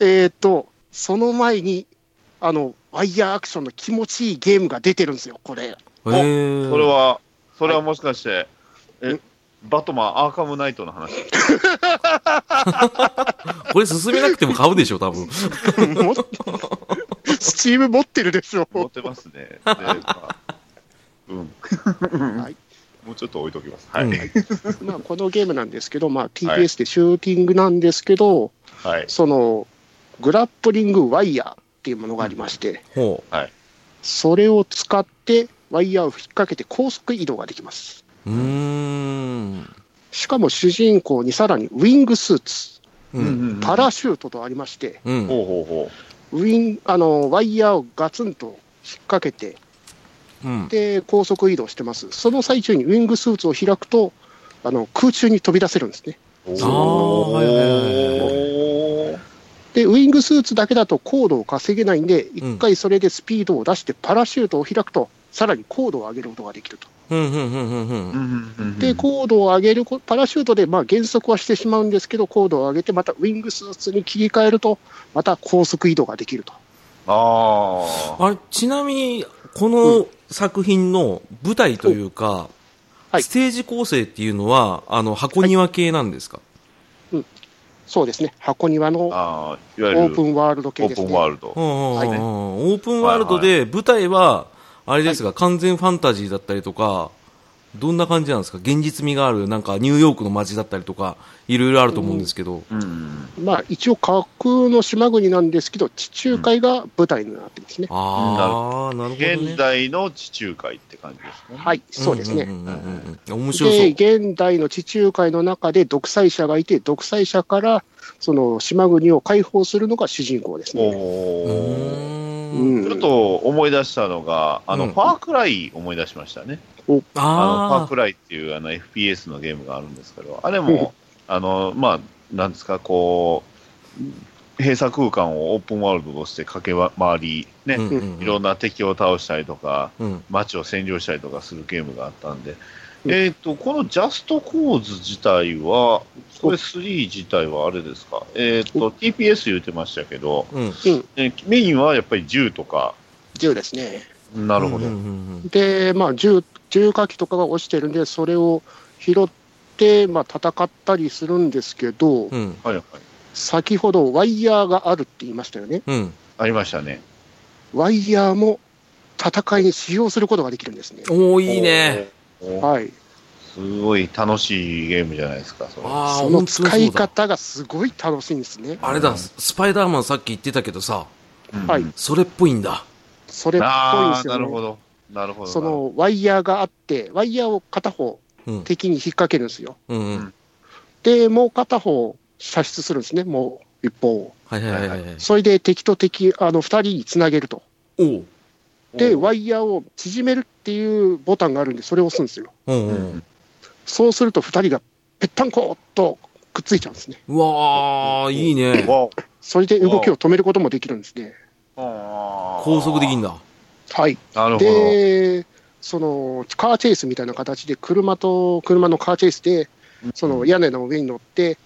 C: えっと、その前に、あの、ワイヤーアクションの気持ちいいゲームが出てるんですよ、これ。
A: え
B: おう。
A: ー。
B: それは、それはもしかして、
C: う
B: え、バトマンアーカムナイトの話。
A: これ進めなくても買うでしょ、多分。
C: もっとスチーム持ってるでしょ。
B: 持ってますね。でまあうん。
C: はい
B: もうちょっと置いときます。はい。
A: うん
C: まあ、このゲームなんですけど、まあ、TPS でシューティングなんですけど、
B: はい。
C: そのグラップリングワイヤーっていうものがありまして、
A: ほ
C: それを使ってワイヤーを引っ掛けて高速移動ができます。
A: う。うーん。
C: しかも主人公にさらにウィングスーツ、
A: う
B: うん
A: ん。
B: うん
C: パラシュートとありまして、
A: うん。
B: ほうほうほ
C: ウィンあのワイヤーをガツンと引っ掛けて、
A: うん。
C: で高速移動してます。その最中にウィングスーツを開くと、あの空中に飛び出せるんですね。
B: う。
A: あーはいはいはいはい
B: おー
C: で、ウィングスーツだけだと高度を稼げないんで、一回それでスピードを出して、パラシュートを開くと、さらに高度を上げることができると。
A: うん。うん。うん。うんうん
B: う。んうんうん
C: で、高度を上げるこ、パラシュートでまあ減速はしてしまうんですけど、高度を上げて、またウィングスーツに切り替えると、また高速移動ができると。
B: ああ。
A: あれ、ちなみに、この作品の舞台というか、
C: はい
A: ステージ構成っていうのは、あの、箱庭系なんですか、
C: そうですね、箱庭のオ
B: ああ、いわゆるオ
C: ープンワールド系
B: ー
C: で
B: プ
C: す
B: ン
C: ね。
B: ワールド。
A: うんうんうん
C: は
A: うんオープンワールドで、舞台は、あれですが、完全ファンタジーだったりとか、どんな感じなんですか現実味がある、なんかニューヨークの街だったりとか、いろいろあると思うんですけど。
B: うん。
C: まあ、一応、架空の島国なんですけど、地中海が舞台になってますね。
A: ああ、なるほどね。
B: 現代の地中海って感じですね。
C: はい、そうですね。
A: んうんうんうん面白そう
C: で、。現代の地中海の中で独裁者がいて、独裁者からその島国を解放するのが主人公です
B: お
C: ね。
A: う
B: お。
A: ーん
C: うん、
B: ちょっと思い出したのが、あの、
A: うん
B: ファークライ思い出しましたね。あの、ファー
A: あ
B: クライっていうあの FPS のゲームがあるんですけど、あれも、あの、まあ、なんですか、こう、閉鎖空間をオープンワールドとして駆け回り、ね、
A: あ、うんうん
B: いろんな敵を倒したりとか、
A: うん
B: 街を占領したりとかするゲームがあったんで、えっ、と、このジャストコーズ自体は、これ3自体はあれですか、えっ、と、TPS 言ってましたけど、
A: うん。
B: えーメインはやっぱり銃とか、
C: 銃ですね。
B: なるほど。
A: うんうんうんうん
C: で、まあ、銃、銃火器とかが落ちてるんで、それを拾って、まあ、戦ったりするんですけど、
A: うん。
B: はいはい。
C: 先ほどワイヤーがあるって言いましたよね。
A: うん。
B: ありましたね。
C: ワイヤーも戦いに使用することができるんですね。
A: おー、いいね。
B: おー。おー
C: はい。
B: すごい楽しいゲームじゃないですか、それ。
A: ああ、
C: そ
A: 本
C: の
A: 当にそうだ
C: 使い方がすごい楽しいんですね。
A: あれだ、スパイダーマンさっき言ってたけどさ、
B: うん
C: はい
A: それっぽいんだ。
C: それっぽいんで
B: あ
C: す
B: あ、
C: よ
B: な
C: ね
B: る。ほど。なるほど。
C: そのワイヤーがあって、ワイヤーを片方
A: うん。
C: 敵に引っ掛けるんですよ。
A: うんうん。
C: で、もう片方射出するんですね、もう一方を。
A: はいはいはいはい。はい、
C: それで敵と敵、あの、二人につなげると。
A: おう。
C: で、
B: おう
C: ワイヤーを縮めるっていうボタンがあるんで、それを押すんですよ。
A: うんうん。
C: そうすると二人がぺったんこっとくっついちゃうんですね。
A: うわー、いいね。
B: わ
C: それで動きを止めることもできるんですね。
B: あ
A: 高速できんだ。
C: はい。
B: なるほど。
C: で、そのカーチェイスみたいな形で、車と車のカーチェイスで、その屋根の上に乗って、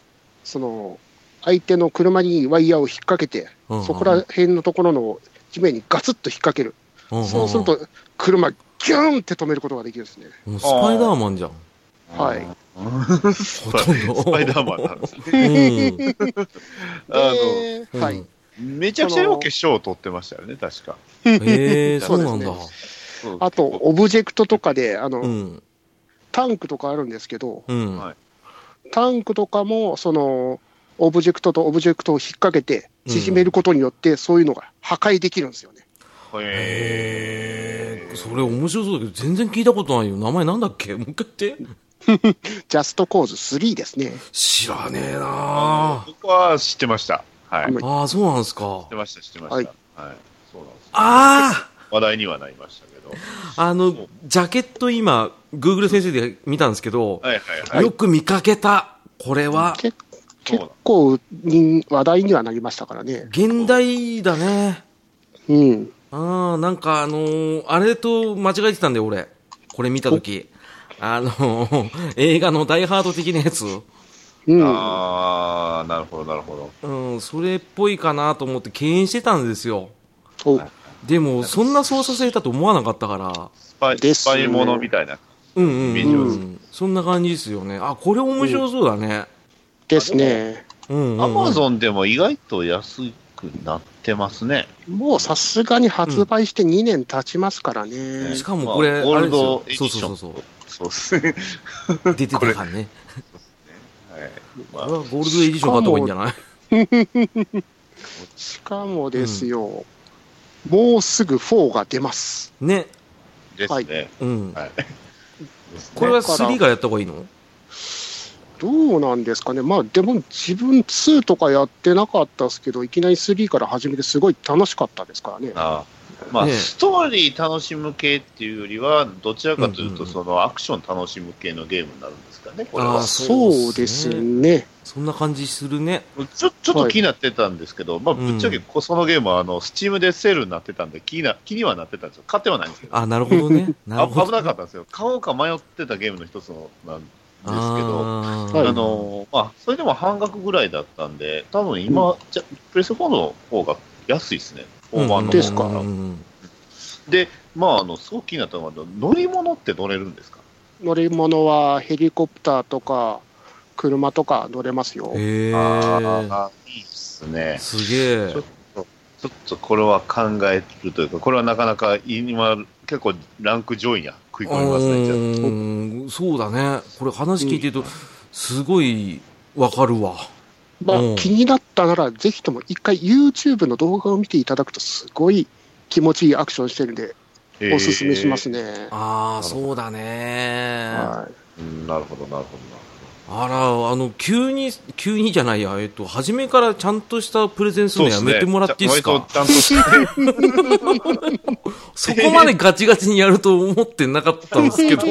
C: その相手の車にワイヤーを引っ掛けて、
A: うんうん
C: そこら辺のところの地面にガツッと引っ掛ける、
A: うんんん
C: そうする、と、車、ギューンって止めることができるんですね。
A: もうスパイダーマンじゃん。
C: はい。
A: ほとんど。
B: スパイダーマンなんですね。
A: うん
B: あ
C: で
A: うん
C: はい、
B: の、めちゃくちゃよく賞を取ってましたよね、確か。
A: へえ、そうなんだ。
C: あと、オブジェクトとかであの、
A: うん。
C: タンクとかあるんですけど、
A: うん。
B: はい
C: タンクとかもそのオブジェクトとオブジェクトを引っ掛けて、縮めることによって、そういうのが破壊できるんですよね。
A: へ
B: へえ
A: え、それ面白そうだけど、全然聞いたことないよ。名前なんだっけもう一回言って。
C: ジャストコーズ3ですね。
A: 知らねえなー
B: 僕は知ってました。はい。知っ
C: うん
A: ああ、そうなんすか
B: て。ました、知ってました。
C: は
B: はいい。そうなんです。
A: あ
B: 話題にはなりましたけど。
A: ああの、ジャケット今、Google 先生で見たんですけど、
B: はいはいはい。
A: よく見かけた。これは、
C: け
B: そう
C: 結
B: だ
C: 構人話題にはなりましたからね。
A: 現代だね。
C: うん。
A: ああ、なんかあのーあれと間違えてたんだよ、俺。これ見たとき。あのー 映画のダイハード的なやつ。
C: うん。
B: ああ、なるほど、なるほど。
A: うん、それっぽいかなと思って敬遠してたんですよ。
C: お
A: でも、そんな操作性だと思わなかったから。
B: スパイ、
C: です
B: ス
C: よね
B: パイものみたいな。
A: うんうん、
B: イメージ
A: う
B: はつ
A: ん。そんな感じですよね。あ、これ面白そうだね。
C: ですね。
A: うんうんうん。
B: アマゾンでも意外と安くなってますね。
C: もうさすがに発売して2年経ちますから
B: う
C: ね
B: ん。
A: しかもこれ、
B: まあゴ
A: あ
B: ー
A: れ
B: ルド
A: ですよ。そうそうそう
B: そうですね。
A: そう。出てたから ね。
B: はい。
A: こ
B: ま
A: れはゴールドエディション買った方がいいんじゃない
C: しかもですよ、もうすぐ4が出ます。
A: ね。
B: あ、ですね。
A: うん。
B: はい。
A: これは3からやった方がいいの
C: どうなんですかね。まあでも自分2とかやってなかったですけど、いきなり3から始めてすごい楽しかったですからね。
B: あーまあ、
A: ね
B: ストーリー楽しむ系っていうよりは、どちらかという
A: うんうんう
B: と、
A: ん
B: そのアクション楽しむ系のゲームになるんですかね、これ
A: あー
B: は。
C: そうですね。
A: そんな感じするね。
B: ちょちょっと気になってたんですけど、まあ、ぶっちゃけ
A: う
B: こそのゲームは、あの、スチームでセールになってたんで、気にな、気にはなってたんですよ。買ってはないんですけど。
A: あ、なるほど ね。なる
B: あ
A: ほど。
B: 危なかったんですよ。買おうか迷ってたゲームの一つのなんですけど、
A: あ
C: はい
B: あのーまあ、それでも半額ぐらいだったんで、多分今、じゃプレステ4の方が安いですね、大盤の
C: で
B: 方
C: すか
B: が。
A: うん
B: で、まあ、あの、すごく気になったのは、乗り物って乗れるんですか
C: 乗り物はヘリコプターとか車とか乗れますよ。
A: へえ。
B: あーいいっすね。
A: すげえ
B: ちょ。っと、ちょっとこれは考えるというか、これはなかなか今、結構ランク上位には食い込みますね、じゃあ
A: うん、そうだね。これ話聞いてると、すごいわかるわ。
C: まあ
A: うん、
C: 気になったなら、ぜひとも一回 YouTube の動画を見ていただくと、すごい気持ちいいアクションしてるんで、
B: えー
C: おすすめしますね。
A: ああ、そうだね。
C: はい
B: うんなるほど、なるほどなる
A: あら、あの、急に、急にじゃないや、えっと、初めからちゃんとしたプレゼンす
B: ほど。
A: るのやめてもらっていいです
B: 割
A: か
B: とちゃんとして
A: そ,、こまでガチガチにやると思ってなかったんです けど。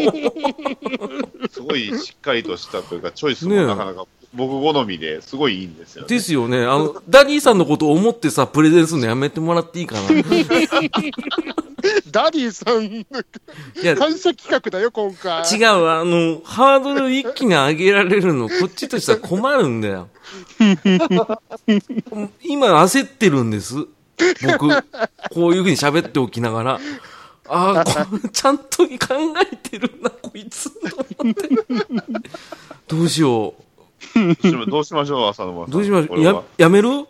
B: すごいしっかりとしたというか、チョイスもなかなか僕好みですごいいいんですよね。
A: ですよね。あの、ダニーさんのことを思ってさ、プレゼンするのやめてもらっていいかな。い
C: ダディさん、
A: や、
C: 感謝企画だよ、今回。
A: 違うわ、あの、ハードル一気に上げられるの、こっちとしては困るんだよ。今焦ってるんです。僕、こういうふうに喋っておきながら。ああ、こちゃんと考えてるな、こいつ。と思ってどうしよ
B: どうしましょう、浅沼さ
A: う。
B: ん。
A: どうしまし
B: こ
A: ょう。
B: れは
A: や、やめる
C: や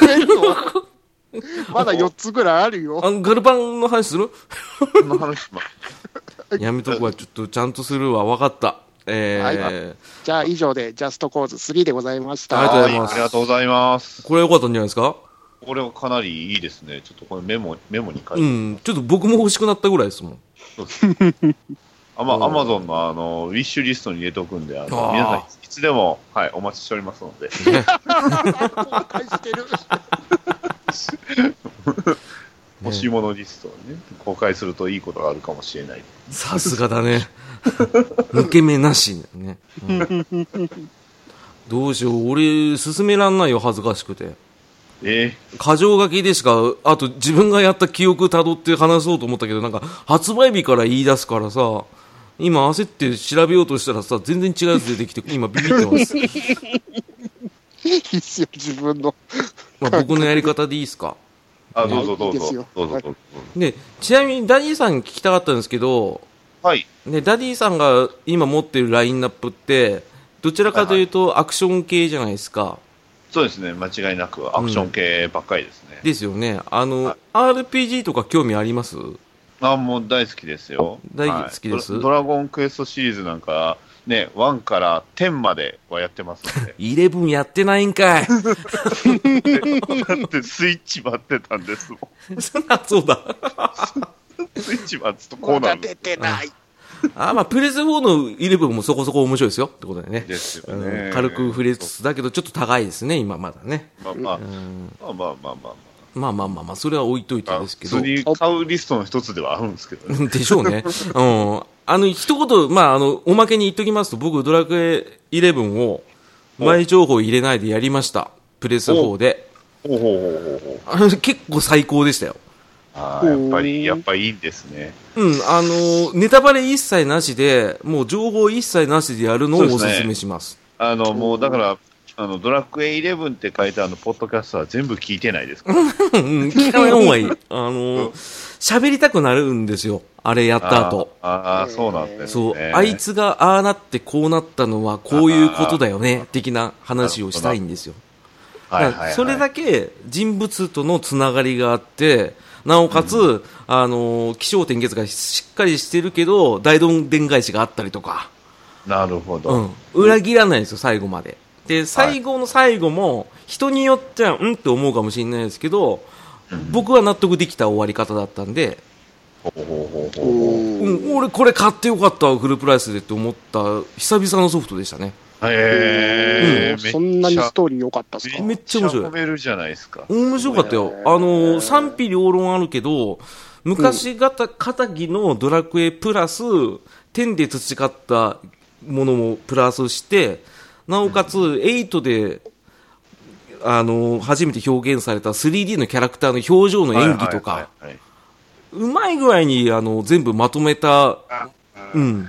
C: めるのまだ4つぐらいあるよ。
A: あガルパンの話する
B: この話ま
A: やめとくわ、ちょっとちゃんとするわ、わかった。えー
C: はいじゃあ、以上で、ジャストコーズ3でございまし
A: ありがとうござ
B: は
C: た。
B: いい
A: ます
B: ありがとうございます。
A: これは良かったんじゃないですか
B: これはかなりいいですね。ちょっとこれメモ、メモに書いうて。
A: ん、ちょっと僕も欲しくなったぐらいですもん。
B: そうですアマ
A: うん
B: アマゾンのあのウィッシュリストに入れておくんで、あ
A: あー
B: の皆さんいついつでも、はい、お待ちしておりま すので、
C: 後悔してる。
B: 欲しいものリストをね、公開するといいことがあるかもしれない。
A: さすがだね。 抜け目なしだね。うんどうしよう、俺、進めらんないよ、恥ずかしくて。
B: え
A: 過剰書きでしか、あと自分がやった記憶辿って話そうと思ったけど、なんか、発売日から言い出すからさ、今焦って調べようとしたらさ、全然違うやつ出てきて、今ビビってます。
C: いいっすよ、自分の。
A: まあ、僕のやり方でいいですか。
B: ー、あ、どうぞどう
C: いいですよ
B: ぞ。どうぞ
C: はい
B: どうぞ。
A: で、ちなみにダディさんに聞きたかったんですけど、
B: はい。
A: ね、ダディさんが今持ってるラインナップって、どちらかというとアクション系じゃないですか。
B: そうですね、間違いなくアクション系ばっかりですね。
A: ですよね。あの、
B: は
A: RPG とか興味あります
B: あもう大好きですよ。
A: 大好きです
B: はいドラドラゴンクエストシリーズなんか、ね、1から10まではやってますの で、
A: ?11 やってないんかい。
B: だってスイッチ待ってたんですもん。
A: そんなそうだ。
B: スイッチ待つとこ
C: ま
B: うな
C: だ
B: るんで
C: 出てない。
A: あ、まあ、プレス4の11もそこそこ面白いですよ。ってことでね。
B: ですよ
A: う
B: ね
A: ん。軽く触れつつだけど、ちょっと高いですね、今まだね。
B: まあまあ、
A: うん
B: まあまあまあまあ
A: まあまあまあまあ、それは置いとい
B: ま
A: て
B: あ。
A: です
B: 普
A: けど
B: 通。に買うリストの一つではあるんですけどね。
A: でしょうね。うん。あの、一言、まあ、あの、おまけに言っときますと、僕、ドラクエ11を、前情報入れないでやりました。プレス4で。
B: ほうほうほうほうほう。
A: あの結構最高でしたよ。
B: ああ、やっぱり、やっぱいいんですね。
A: うん、あの、ネタバレ一切なしで、もう情報一切なしでやるのをおすすめします。
B: あの、もうだから、あの、ドラクエ11って書いたあの、ポッドキャストは全部聞いてないですから。
A: うんうん、聞かない方がい い。あの、喋りたくなるんですよ。あれやった後。
B: あああ、そうなんですね。
A: そう、あいつがああなってこうなったのはこういうことだよね、的な話をしたいんですよ。
B: はいはいはい、
A: それだけ人物とのつながりがあって、なおかつ、あの、気象転結がしっかりしてるけど、大どんでん返しがあったりとか、
B: なるほど。
A: うん、裏切らないんですよ、最後まで。で、最後の最後も、人によっては、うんって思うかもしれないですけど、僕は納得できた終わり方だったんで、
B: ほうほうほう
C: お
B: ほう
A: うん、俺これ買ってよかった、フルプライスでって思った、久々のソフトでしたね。
B: へえ、
C: そんなに
B: めっちゃ
C: ストーリー良かったっすか
A: めっちゃ面白い
B: めっちゃ褒めるじゃないですか。
A: 面白かったよ。あの、賛否両論あるけど、昔がた、片木のドラクエプラス、天で培ったものもプラスして、なおかつ、8で、あの、初めて表現された 3D のキャラクターの表情の演技とか、
B: はいはいはいはい。
A: うまい具合に、あの、全部まとめた、うん、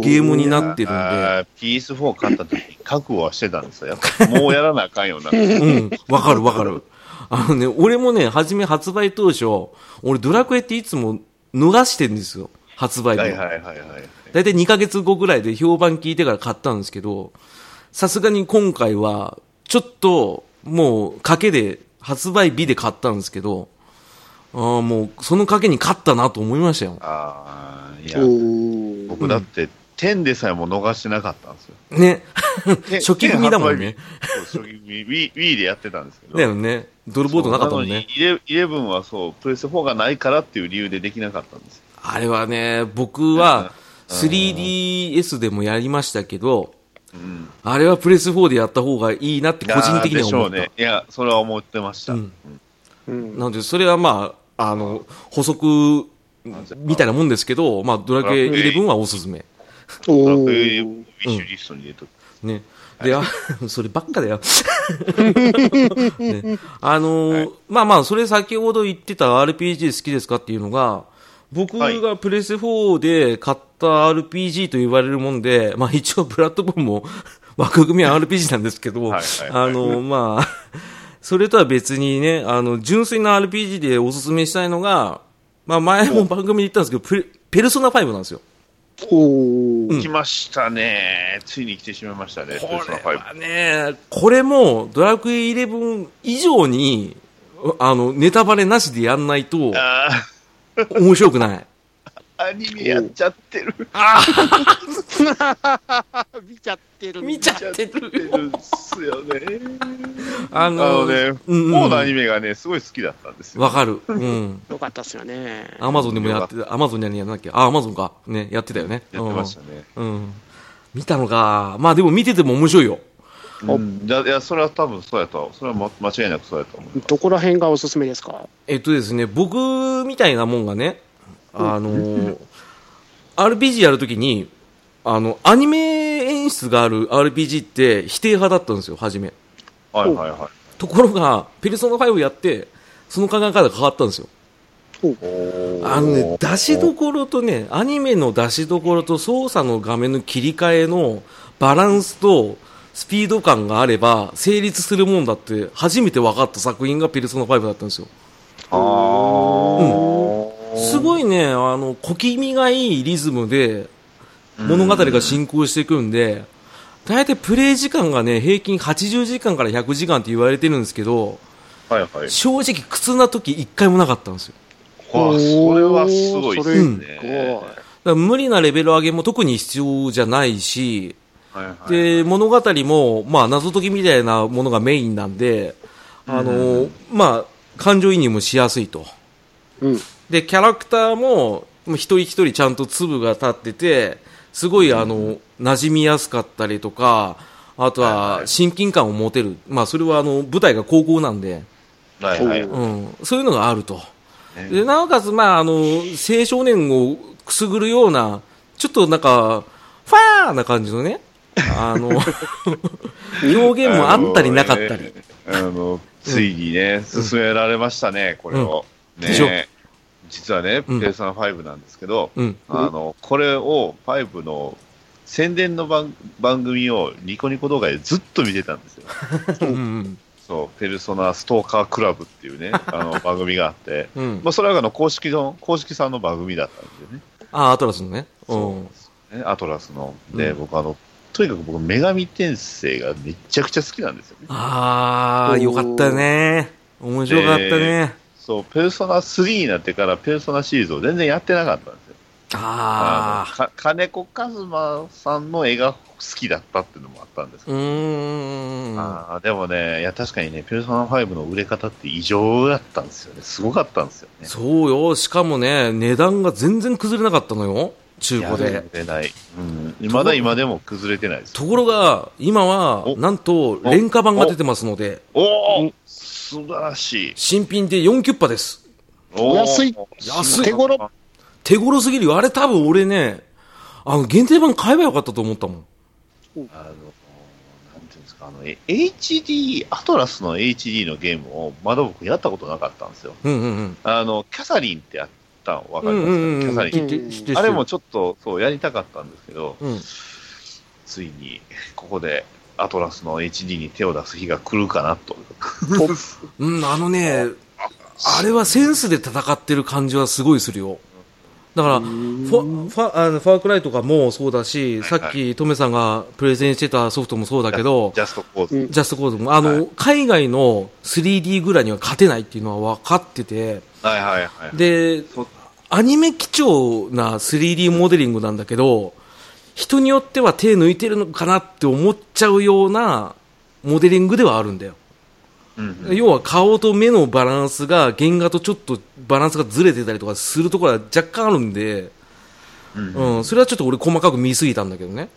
A: ゲームになってるんで、
B: あーピース4買った時に覚悟はしてたんですよ。やっぱもうやらなあかんよな。
A: うん、わかるわかる。あのね、俺もね、初め発売当初、俺ドラクエっていつも逃してんですよ。発売日を
B: はいはいはいはい。
A: だいたい2ヶ月後ぐらいで評判聞いてから買ったんですけど、さすがに今回は、ちょっと、もう、賭けで、発売日で買ったんですけど、あーもう、その賭けに勝ったなと思いましたよ。
B: ああ、いや、
C: お
B: 僕だって、天でさえも逃してなかったんですよ。
A: ね。
B: 天
A: 初期組だもんね。
B: 天発売日そう初期組、Wii Wii でやってたんですけど。
A: だよね。ドルボードなかったもん
B: なの
A: ね
B: に。イレイレブンはそう、プレステ4がないからっていう理由でできなかったんですよ。
A: あれはね、僕は、3DS でもやりましたけど、
B: うん。
A: あれはプレス4でやった方がいいなって個人的には思っ
B: いやーでしょう
A: た
B: ね。。いや、それは思ってました。
A: うん
C: うん
A: なので、それはまあ、あの、補足みたいなもんですけど、まあ、ドラクエ11はおすすめ。
B: ドラ
C: お
B: クエウィ
C: ー
B: ッシュリストに入れとく。
A: ね。で、あ そればっか だよ。ね、あのーまあまあ、それ先ほど言ってた RPG 好きですかっていうのが、僕
B: はい
A: がプレス4で買った RPG と言われるもんで、まあ一応プラットフォームも 枠組みは RPG なんですけど、
B: はいはいは
A: あ
B: い
A: のーまあ、それとは別にね、あの、純粋な RPG でおすすめしたいのが、まあ前も番組で言ったんですけど、プレペルソナ5なんですよ。
C: おー
B: 来ましたね。ついに来てしまいましたね。
A: こ
B: ペルソナ
A: れ
B: 5
A: はね、これもドラクエ11以上に、 あの、ネタバレなしでやんないと
B: あ
A: 面白くない。
B: アニメやっちゃってる。
A: あ
C: 見ちゃってる。
A: あ見ちゃってる。
B: 見ちゃってるっすよね。
A: あ
B: あ
A: の
B: のね、
A: うんうん
B: もうのアニメがね、すごい好きだったんですよ。
A: わかる。 うん。
C: よかったっすよね。
A: アマゾンでもやってた、アマゾンじゃねえやなんだっけあ、アマゾンか。ね、やってたよね。
B: やってましたね。
A: うん。うん。見たのか。まあでも見てても面白いよ。
B: うん、いや、いやそれは多分そうやとは、それはま間違いなくそうやと思う。
C: どこら辺がおすすめですか
A: えっとですね、僕みたいなもんがね、あのー、RPG やるときに、あの、アニメ演出がある RPG って否定派だったんですよ、初め。
B: はいはいはい。
A: ところが、ペルソナ5やって、その考え方が変わったんですよ。あのね、出しどころとね、アニメの出しどころと操作の画面の切り替えのバランスとスピード感があれば成立するもんだって初めて分かった作品がペルソナ5だったんですよ。
B: あー
A: すごいね、あの、小気味がいいリズムで物語が進行していくんで、大体プレイ時間がね、平均80時間から100時間って言われてるんですけど、
B: はいはい。
A: 正直苦痛な時一回もなかったんですよ。
B: わあ、それはすごいです
C: それす
B: ね。
A: だから無理なレベル上げも特に必要じゃないし、
B: はいはい、
A: で、物語も、まあ、謎解きみたいなものがメインなんで、あの、まあ、感情移入もしやすいと。
C: ごい。うん。
A: で、キャラクターも、まあ一人一人ちゃんと粒が立ってて、すごい、あの、馴染みやすかったりとか、あとは、親近感を持てる。まあ、それは、あの、舞台が高校なんで、
B: はいはいはい。
A: うん、そういうのがあると。
B: ね
A: でなおかつ、まあ、あの、青少年をくすぐるような、ちょっとなんか、ファーな感じのね、あの、表現もあったりなかったり。
B: あの、ついにね、進められましたね、これを。
A: でしょ
B: ね実はね、
A: うん
B: ペルソナ5なんですけど、
A: うん。
B: あの、これを5の宣伝の番番組をニコニコ動画でずっと見てたんですよ。
A: うんうん。
B: そう、ペルソナストーカークラブっ ていうね、あの、番組があって、
A: うん
B: ま。あ、それはあの、公式の、公式さんの番組だったんでね。
A: あ、アトラスのね。うん。
B: そうね、アトラスの。で、
A: うん
B: 僕あの、とにかく僕、女神転生がめちゃくちゃ好きなんですよね。
A: あー、よかったね。面白かったね。
B: そう、ペルソナ3になってから、ペルソナシリーズを全然やってなかったんですよ。
A: あ
B: のか金子和馬さんの絵が好きだったっていうのもあったんですけ
A: ー。う
B: ど、
A: ーん。あ
B: あーでもね、いや、確かにね、ペルソナ5の売れ方って異常だったんですよね。すごかったんですよね。
A: そうよ。しかもね、値段が全然崩れなかったのよ。中古
B: いや
A: で。
B: 売れない。うん。まだ今でも崩れてないです。
A: ところが、今は、
B: お
A: なんと、廉価版が出てますので、
B: おお素晴らしい。
A: 新品で4キュッパです。
B: おー
C: 安い
A: 安い
C: 手頃
A: 手頃すぎるよ。あれ多分俺ね、あの、限定版買えばよかったと思ったもん。
B: あの、なんていうんですか、あの、え HD、アトラスの HD のゲームを、まだ僕やったことなかったんですよ。
A: うんうんうん。
B: あの、キャサリンってあったのわか
A: う
B: り
A: ん
B: ます
A: う
B: か、
A: ん
B: キ
A: う
B: ャ
A: ん。知
B: サリ
A: って
B: ン。
A: る知ってる
B: あれも、ちょっと、そう、やりたかったんですけど、
A: うん。
B: ついに、ここで、アトラスの HD に手を出す日が来るかなと。
A: うん、あのね、あれはセンスで戦ってる感じはすごいするよ。だから、ファ、ファ、あの、ファークライとかもそうだし、
B: はいはい
A: さっきトメさんがプレゼンしてたソフトもそうだけど、
B: ジャストコー
C: う
B: ズ
C: ん。
A: ジャストコードも、あの、
B: は
A: 海外の 3D ぐらいには勝てないっていうのは分かってて、
B: はいはいはい。
A: で
B: そう、
A: アニメ基調な 3D モデリングなんだけど、人によっては手抜いてるのかなって思っちゃうようなモデリングではあるんだよ。
B: うんうん
A: 要は顔と目のバランスが原画とちょっとバランスがずれてたりとかするところは若干あるんで、
B: うん
A: うん、それはちょっと俺細かく見すぎたんだけどね。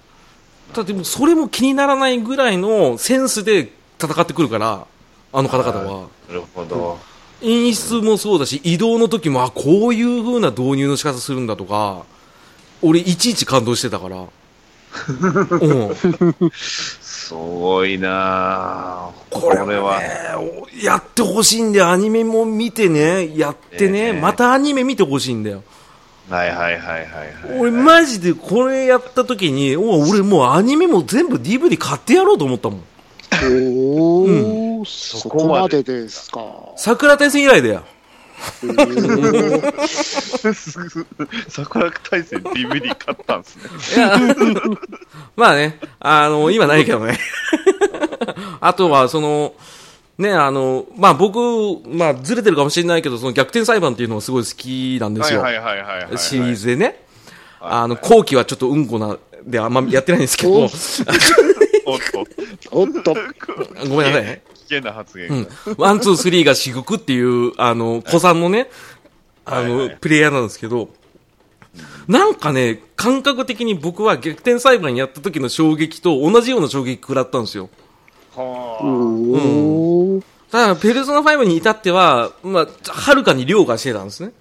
A: ただでもそれも気にならないぐらいのセンスで戦ってくるから、あの方々は。
B: なるほど。
A: 演出もそうだし、移動の時も、あ、こういう風な導入の仕方するんだとか、俺いちいち感動してた から。うん、
B: すごいなぁ
A: これは、ね、おやってほしいんだよ。アニメも見てね、やってね、
B: ええ
A: またアニメ見てほしいんだよ。
B: はいはいはいはいはい。
A: 俺マジでこれやった時に、お俺もうアニメも全部 DVD 買ってやろうと思ったもん。
C: おー、そ
B: こ
C: こ
B: ま
C: ま
B: で
C: でですか。
A: 桜大戦以来だよ。
B: 桜大戦 DVD 買ったんですね。
A: いや、 まあね、あの、今ないけどね。あとは、その、ね、あの、まあ、僕、まあ、ずれてるかもしれないけど、その逆転裁判っていうのはすごい好きなんです
B: はい
A: よ。
B: はいはいはいはい。
A: シリーズでね。
B: いはい
A: あの、後期はちょっとうんこな、であんまやってないんですけ
C: お
A: ど
C: う、
B: おっと。
C: おっと、
A: ごめんなさい。
B: 危険な発言。
A: うん。ワン、ツー、スリーが至極っていう、あの、子さんのね、あ
B: はい
A: の
B: はい、
A: プレイヤーなんですけど、なんかね、感覚的に僕は逆転裁判やった時の衝撃と同じような衝撃食らったんですよ。
C: う
B: は
C: ーん、
A: ただ、ペルソナ5に至っては、まあ、はるかに凌駕してたんですね。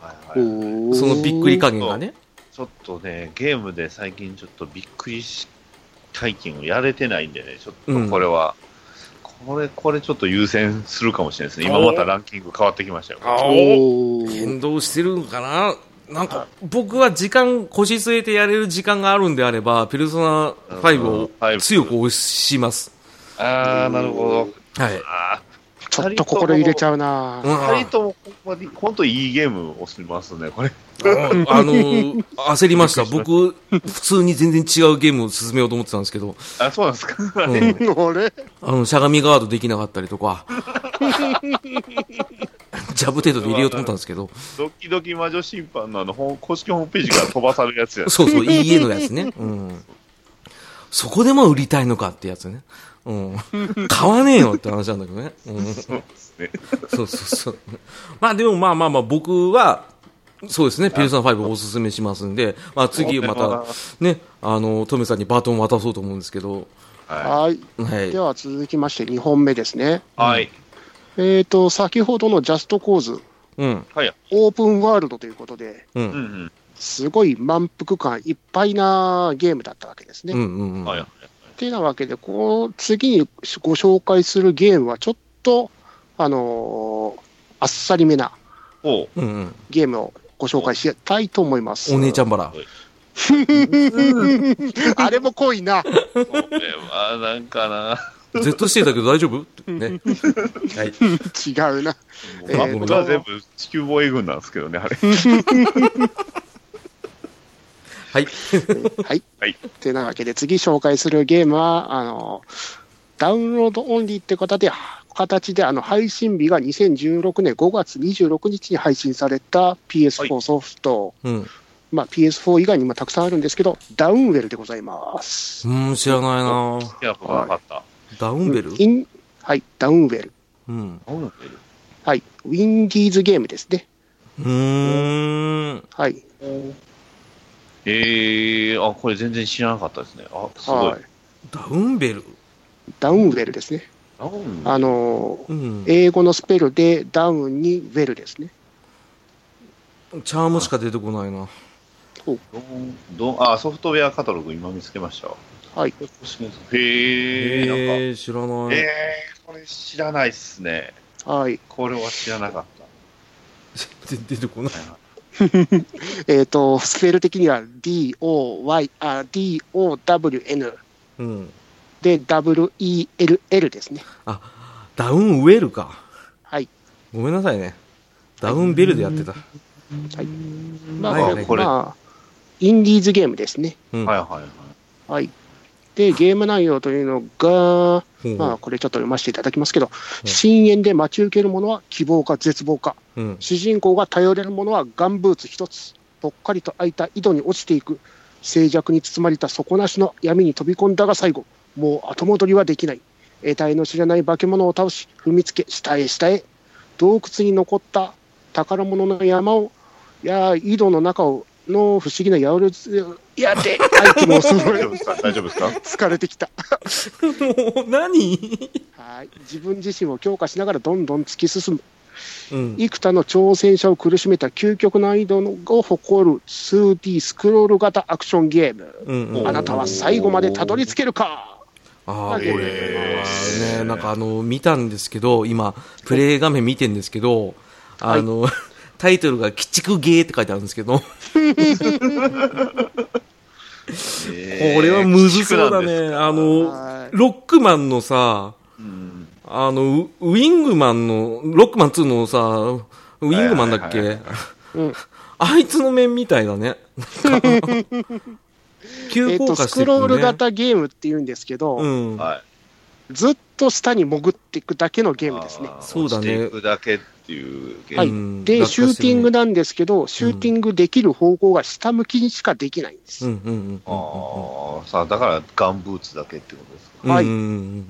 B: あ。はいはい
C: そ
A: そのびっくり加減がね。
B: ちょっとね、ゲームで最近ちょっとびっくりし体験をやれてないんでね、ちょっとこれは、これ、これちょっと優先するかもしれないですね。今またランキング変わってきましたよ。
C: おー
A: 変動してるのかななんか、僕は時間、腰据えてやれる時間があるんであれば、ペルソナ5を強く押します。
B: あー、なるほど。
A: はい。
B: あ
C: ちょっと心入れちゃうな
A: う、ん
B: ー、二人ともほんまに、ほんといいゲームをしますね、これ。
A: あの ー、焦りました。僕、普通に全然違うゲームを進めようと思ってたんですけ ど、
B: あ、そうなんですか。あ
A: う
B: れ
A: ん、
C: あれ
A: あの、しゃがみガードできなかったりとか、 ジャブ程度で入れようと思ったんですけど、。
B: ドキドキ魔女審判のあの、ほん公式ホームページから飛ばされるやつや
A: そうそう、いい家のやつね。うん。そこでも売りたいのかってやつね。うん。買わねえよって話なんだけどね。うん。
B: そうですね。
A: そうそうそう。まあでもまあまあまあ僕は、そうですね、ペルソナ5をおすすめしますんで、まあ次ま た、ね、あの、トメさんにバトンを渡そうと思うんですけど、
B: は
C: はい、
A: はい
C: で。は続きまして2本目ですね。
B: い。はい。
C: えっ、と、先ほどのジャストコーズ、
A: うん。
B: はい。
C: オープンワールドということで、
A: う。
B: うんん
C: すごい満腹感いっぱいなゲームだったわけですね。
A: うんうんう。
B: うんん。はい。
C: てなわけで、この次にご紹介するゲームは、ちょっと、あのーあっさりめな
B: ほう。
A: うんうん。
C: ゲームをご紹介したいと思います。
A: お姉ちゃんバラ。
C: あれも濃いな。
B: これはなんかな、
A: Z してたけど大丈夫ってね。はい。
C: 違うな。え
A: ー
B: 僕は全部地球防衛軍なんですけどね、あれ。
A: はい。
C: はい。
B: はい
C: てなわけで、次紹介するゲームは、あのーダウンロードオンリーって形で、形であの配信日が2016年5月26日に配信された PS4 ソフト、
A: うん。
C: まあ、PS4 以外にもたくさんあるんですけど、ダウンウェルでございます。
A: うん、知らないなぁ
B: 好きなことなかった。
A: ダウンベル
C: インはい、ダウンウェル。
A: うん。
B: ダウンベ
C: はい、ウィンディーズゲームですね。
A: うーん。
C: はい。
B: ルえー、あ、これ全然知らなかったですね。あ、すごい
C: は。い、
A: ダウンベル
C: ダウンウェルですね。
B: ダウン
C: あのー
A: うん。
C: 英語のスペルでダウンにウェルですね。
A: チャームしか出てこないな。
B: どんどんあ、ソフトウェアカタログ今見つけました。
C: はい。
B: へー、なんか。
A: えー、知らない。
B: えー、これ知らないっすね。
C: はい。
B: これは知らなかっ
A: 全然出てこない。
C: えっ、と、スペル的には DOY、あ、DOWN
A: うん。
C: で WELL ですね。
A: あ、ダウンウェルか。
C: はい。
A: ごめんなさいね。ダウンベルでやってた。
C: はい。まあ、
A: はい
C: これ、
B: これ
C: まあ、インディーズゲームですね。
A: うん。
B: た。はいはいはい。
C: はい。で、ゲーム内容というのが、
A: ほうほう
C: まあ、これちょっと読ませていただきますけど、
A: うん
C: 深淵で待ち受けるものは希望か絶望か、
A: うん。
C: 主人公が頼れるものはガンブーツ一つ、ぽっかりと開いた井戸に落ちていく、静寂に包まれた底なしの闇に飛び込んだが最後、もう後戻りはできない、得体の知れない化け物を倒し、踏みつけ、下へ下へ、洞窟に残った宝物の山を、いやー井戸の中を、の不思議なやおるず、やで、アイテムを揃
B: 大
C: え
B: 丈夫ですか大丈夫ですか
C: 疲れてきた。
A: もう、何
C: はい自分自身を強化しながらどんどん突き進む
A: うん。
C: 幾多の挑戦者を苦しめた究極難易度を誇る 2D スクロール型アクションゲーム
A: うんうん
B: おー
C: あなたは最後までたどり着けるか
A: ああ、こ
C: へー
A: れはね、なんかあの、見たんですけど、今、プレイ画面見てんですけど、あの、 タイトルが、鬼畜ゲーって書いてあるんですけど、こ
B: こ
A: れはむずそうだね。あ
C: は
A: の、
C: い
A: ロックマンのさ、
B: うん
A: あの、ウウィングマンの、ロックマン2のさ、ウィングマンだっ
B: はいは
A: け
C: うん
A: あいつの面みたいだね。急
C: えっ
A: 降
C: と
A: 下
C: ス
A: して
C: ク
A: るね。
C: ロール型ゲームっていうんですけど、
A: うん。
B: はい。
C: ずっと下に潜っていくだけのゲームですね。
B: あー
A: そうだね
B: 落ちていくだけっていうゲーム。
C: はい
A: うん
C: で、
A: 落
C: シ
A: 下
C: ュ
A: して
C: ーテ
A: るね
C: ィングなんですけど、シューティングできる方向が下向きにしかできないんです。
A: うんうんうんうんうん
B: ああ、さあ、だからガンブーツだけってことですか。
A: うん。
C: はい
A: うんう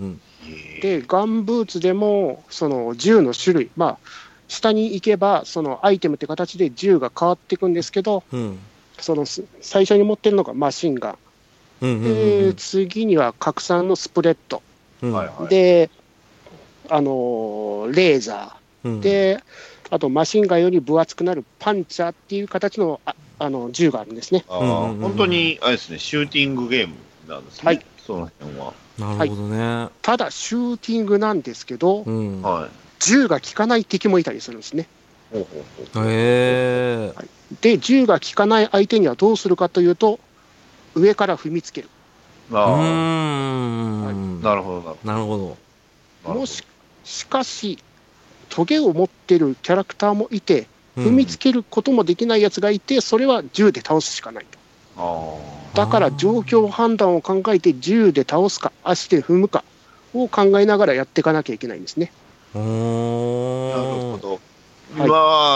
A: ん
B: へえ
C: で、ガンブーツでも、その銃の種類、まあ、下に行けば、そのアイテムって形で銃が変わっていくんですけど、
A: うんうん。
C: そのす最初に持ってるのがマシンガ
A: うん
C: ン、
A: うんうん
C: で次には拡散のスプレッド、
A: うん。
B: はいはい。
C: で、あのーレーザ
A: うん
C: ー、、で、あとマシンガンより分厚くなるパンチャーっていう形のああの銃があるんですね。
B: ああ
A: うんうんうん
B: 本当に、あれですね、シューティングゲームなんですね。
C: はい。
B: その辺は。
A: なるほどね。
C: ただ、シューティングなんですけど、
A: うん。へ
B: はい。
C: 銃が効かない敵もいたりするんですね。
B: ほうほうほう。
A: え。
C: で、銃が効かない相手にはどうするかというと、上から踏みつける。
A: う
B: あ
A: ー
B: あ、
A: ん。
B: なるほど、な
A: な
B: る
A: るほど。
B: ほど。
C: もししかし、トゲを持ってるキャラクターもいて、
A: うん
C: 踏みつけることもできないやつがいて、それは銃で倒すしかないと。
B: ああ。
C: だから状況判断を考えて、銃で倒すか、足で踏むかを考えながらやっていかなきゃいけないんですね。
A: お
B: なるほ
A: ー。
B: ど。
C: はい
B: ま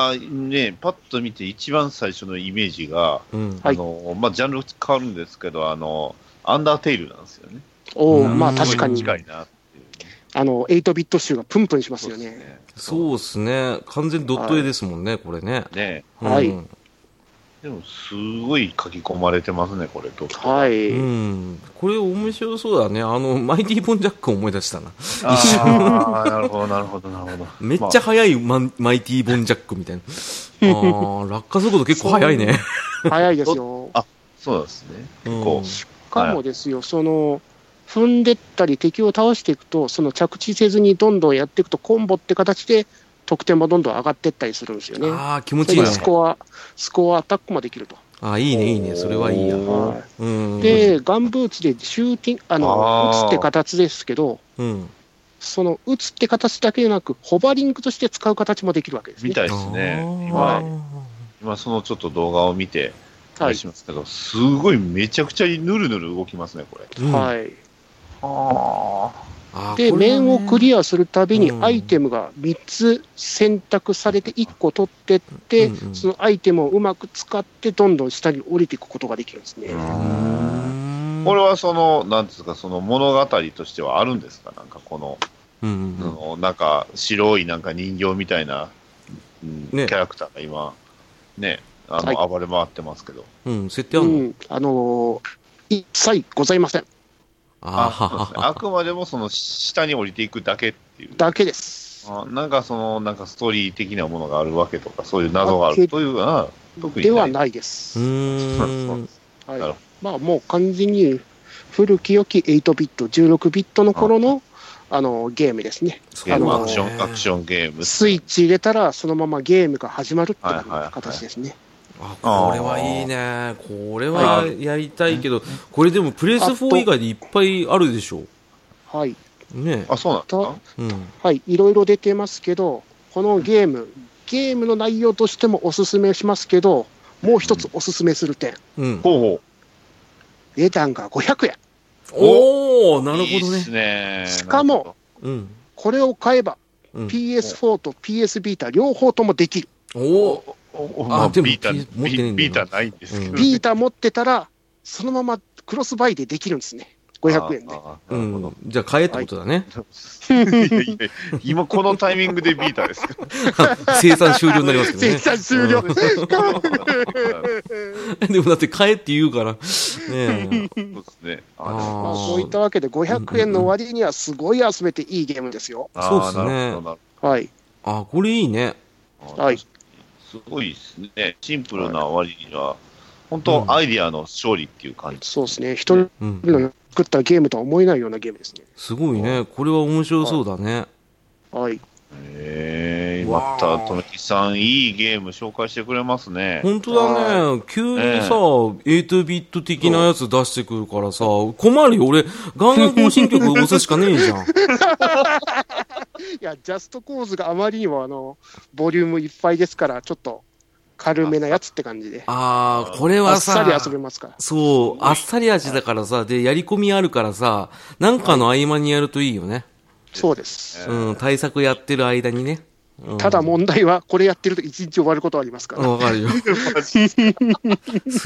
B: あね、パッと見て一番最初のイメージが、
A: うん。
C: はい
B: あのまあ、ジャンル変わるんですけど、あのアンダーテイルなんですよね。
C: おお、
A: うん
C: まあ確かに
B: す、ごい近いなっていうね
C: あの、8ビット集がプンプンします
B: そ
C: よ
B: うです
C: ね。
B: ね。
A: そうですね。完全にドット絵ですもんね、これね。
B: ね
C: はい
A: うん
B: でも、すごい書き込まれてますね、これと。
C: は
A: う
C: い。
A: ん。これ面白そうだね。あの、マイティボンジャックを思い出したな。
B: ああ、なるほど、なるほど、なるほど。
A: めっちゃ速いマ,、マイティボンジャックみたいな。ああ、落下速度結構速いね。
C: 早いですよ。
B: そうなんですね。
A: 結
B: 構
C: しかもですよ、その、踏んでったり敵を倒していくと、その着地せずにどんどんやっていくと、コンボって形で得点もどんどん上がっていったりするんですよね。
A: ああ、気持ち
C: そ
A: い
C: れ
A: い
C: で
A: な。
C: スコア、スコアアタックもできると。
A: ああ、いいね、いいね。それはいいや。
B: おー
C: はい
A: うん。、
C: で、ガンブーツでシューティング、あの、
B: あー
C: 撃つって形ですけど、
A: うん。
C: その撃つって形だけでなく、ホバリングとして使う形もできるわけです
B: み
C: ね。
B: たいですね。
A: あ
B: 今、
A: ー
B: 今そのちょっと動画を見て、
C: は
B: はいい、しますけど、すごいめちゃくちゃぬるぬる動きますね、これ。
A: うん
C: はい。
B: ああ。
A: あー
C: で、
A: これはね
C: 面をクリアするたびに
A: うん
C: アイテムが3つ選択されて1個取ってって、
A: うんうん
C: そのアイテムをうまく使って、どんどん下に降りていくことができるんですね。
A: うん
B: これはその、なんですか、その物語としてはあるんですかなんかこの、
A: うん
B: そのなんか白いなんか人形みたいな、うん
A: ね
B: キャラクターが今、ね、あの、
C: は
B: 暴れ回ってますけど。
A: うん、うん、設定あ
C: うん
A: の、
C: ん、あのー一切ございません。
A: あ
B: あ
A: ー
B: そうですねあくまでもその下に降りていくだけっていう。
C: だけです。
B: あなんかその、なんかストーリー的なものがあるわけとか、そういう謎があるというのは、特に。
C: ではいないです。
A: うーん。
C: は
B: なる
C: い
B: ほ、
C: まあもう完全に古き良き8ビット、16ビットの頃のあのゲームですね。
A: そ
B: ゲーム
C: あの
B: アクション、アクションゲーム。
C: スイッチ入れたら、そのままゲームが始まるって
B: はいはいはい
C: いう形ですね。
A: あ、これはいいね。これは
B: は
A: やりたいけど、これでもプレイス
C: あと
A: 4以外でいっぱいあるでしょ。
C: はい、
A: ね
B: あ、そうなんですか
C: と
A: うん。
C: はい、いろいろ出てますけど、このゲーム、ゲームの内容としてもおすすめしますけど、もう一つおすすめする点、
A: うん。
B: ほうほう。
C: 値段が500円。
A: おおなるほど
B: いいっ
A: ね
B: す。ね。
C: しかも
A: うん。
C: これを買えば
A: うん
C: PS4 と PS ビータ両方ともできる。
A: おお
B: なるほど、お
A: あ
B: まあ、
A: でも
B: ビータ、
A: ビ持ってないんだよ
B: ビ
A: な
B: ビータないんですけど、
A: うん
B: ね。
C: ビータ持ってたら、そのままクロスバイでできるんですね。500円で。
B: あー
A: う
B: なるほど
A: ん。じゃあ買えってことだね。
B: いやいや今このタイミングでビータです か
A: 生産終了になりますけど
C: 生
A: ね。
C: 産終了。
A: でもだって買えって言うから。ねえ。
B: そうですね。
A: あー
C: まあ、そういったわけで、500円の割にはすごい集めていいゲームですよ。
B: あー
A: そうっすね
B: なるほどなる
C: はい。
A: あ、これいいね。
B: ほど
C: はい。
B: すごいですね。シンプルな割には、本当アイディアの勝利っていう感じ。
C: そうですね。一人
A: うん。
C: の作ったゲームとは思えないようなゲームですね。
A: すごいね。これは面白そうだね。
C: はい。
B: えー、
A: わ
B: ま
A: ー
B: た、とめきさん、いいゲーム紹介してくれますね。
A: 本当だね。急にさ、8ビット的なやつ出してくるからさ、困るよ。俺、ガンガン更新曲押すしかねえじゃ ん。
C: いや、ジャストコーズがあまりにも、あの、ボリュームいっぱいですから、ちょっと、軽めなやつって感じで。
A: ああ、これ
C: あ
A: は
C: っ
A: さ
C: さり遊べますから。
A: そう、あっさり味だからさ、で、やり込みあるからさ、なんかの合間にやるといいよね。
C: そうです。
A: うん、対策やってる間にね。うん
C: ただ問題は、これやってると一日終わることはありますから。
A: わか るよ。ス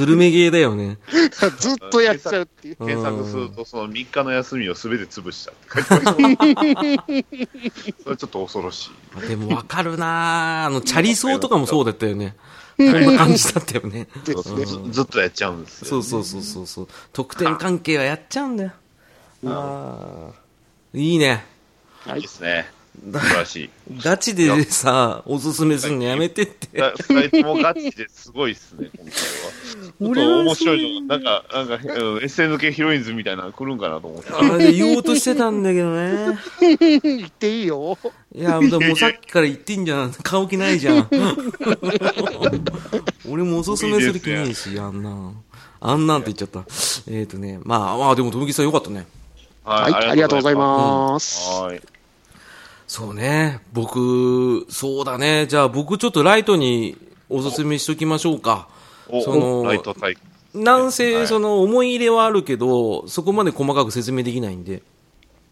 A: ルメゲーだよね。
C: ずっとやっちゃうっていう。
B: 検索すると、その3日の休みをすべて潰したって書いてます。それちょっと恐ろしい。
A: でもわかるなぁあの、チャリソーとかもそうだったよね。そんな感じだったよね。
C: ですね。
B: ずずっとやっちゃうんですよ。
A: そうそうそうそうそう。得点関係はやっちゃうんだよ。ああ。いいね。
C: はい
B: いいですね。素晴らしい。
A: ガチでさ、おすすめするのやめてって。
B: 2人ともガチですごいっすね、今回は。ちょっと面白いのが、なんか、なんか、うん SNK ヒロインズみたいなの来るんかなと思って。
A: あれ言おうとしてたんだけどね。
C: 言っていいよ。
A: いや、でももうさっきから言ってんじゃん。買う気ないじゃ ん。俺もおすすめする気ねえし、あんな。あんなんって言っちゃった。えっ、ー、とね、まあまあ、でも、ともきさんよかったね。
B: は
C: はい、ありがとうございますす。
B: はい。
A: そうね。僕、そうだね。じゃあ僕ちょっとライトにおすすめしときましょうか。
B: お、
A: その
B: ライト対
A: なん
B: は
A: せ、
B: い
A: その思い入れはあるけど、そこまで細かく説明できないんで。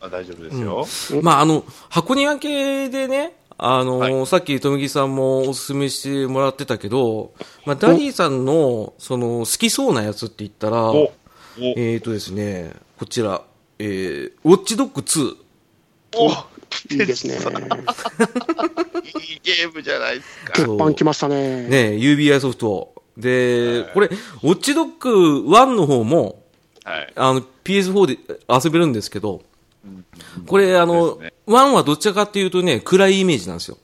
B: あ大丈夫ですよ。
A: まあ、あの、箱庭系でね、あの
B: は
A: さっき、富木さんもおすすめしてもらってたけど、まあ、ダディさんの、その、好きそうなやつって言ったら、
B: お、お、
A: えっ、ー、とですね、こちら、えー、ウォッチドッグ2。
B: お、
C: いいです
B: い
C: ね。
B: いゲームじゃないですか。
C: 鉄板来ましたね。
A: ね、UBI ソフト。で、これ、ウォッチドッグ1の方も、
B: はい。
A: あの、PS4 で遊べるんですけど、これ、あ
B: そう
A: の、
B: ですね
A: 1はどちらかっていうとね、暗いイメージなんですよ。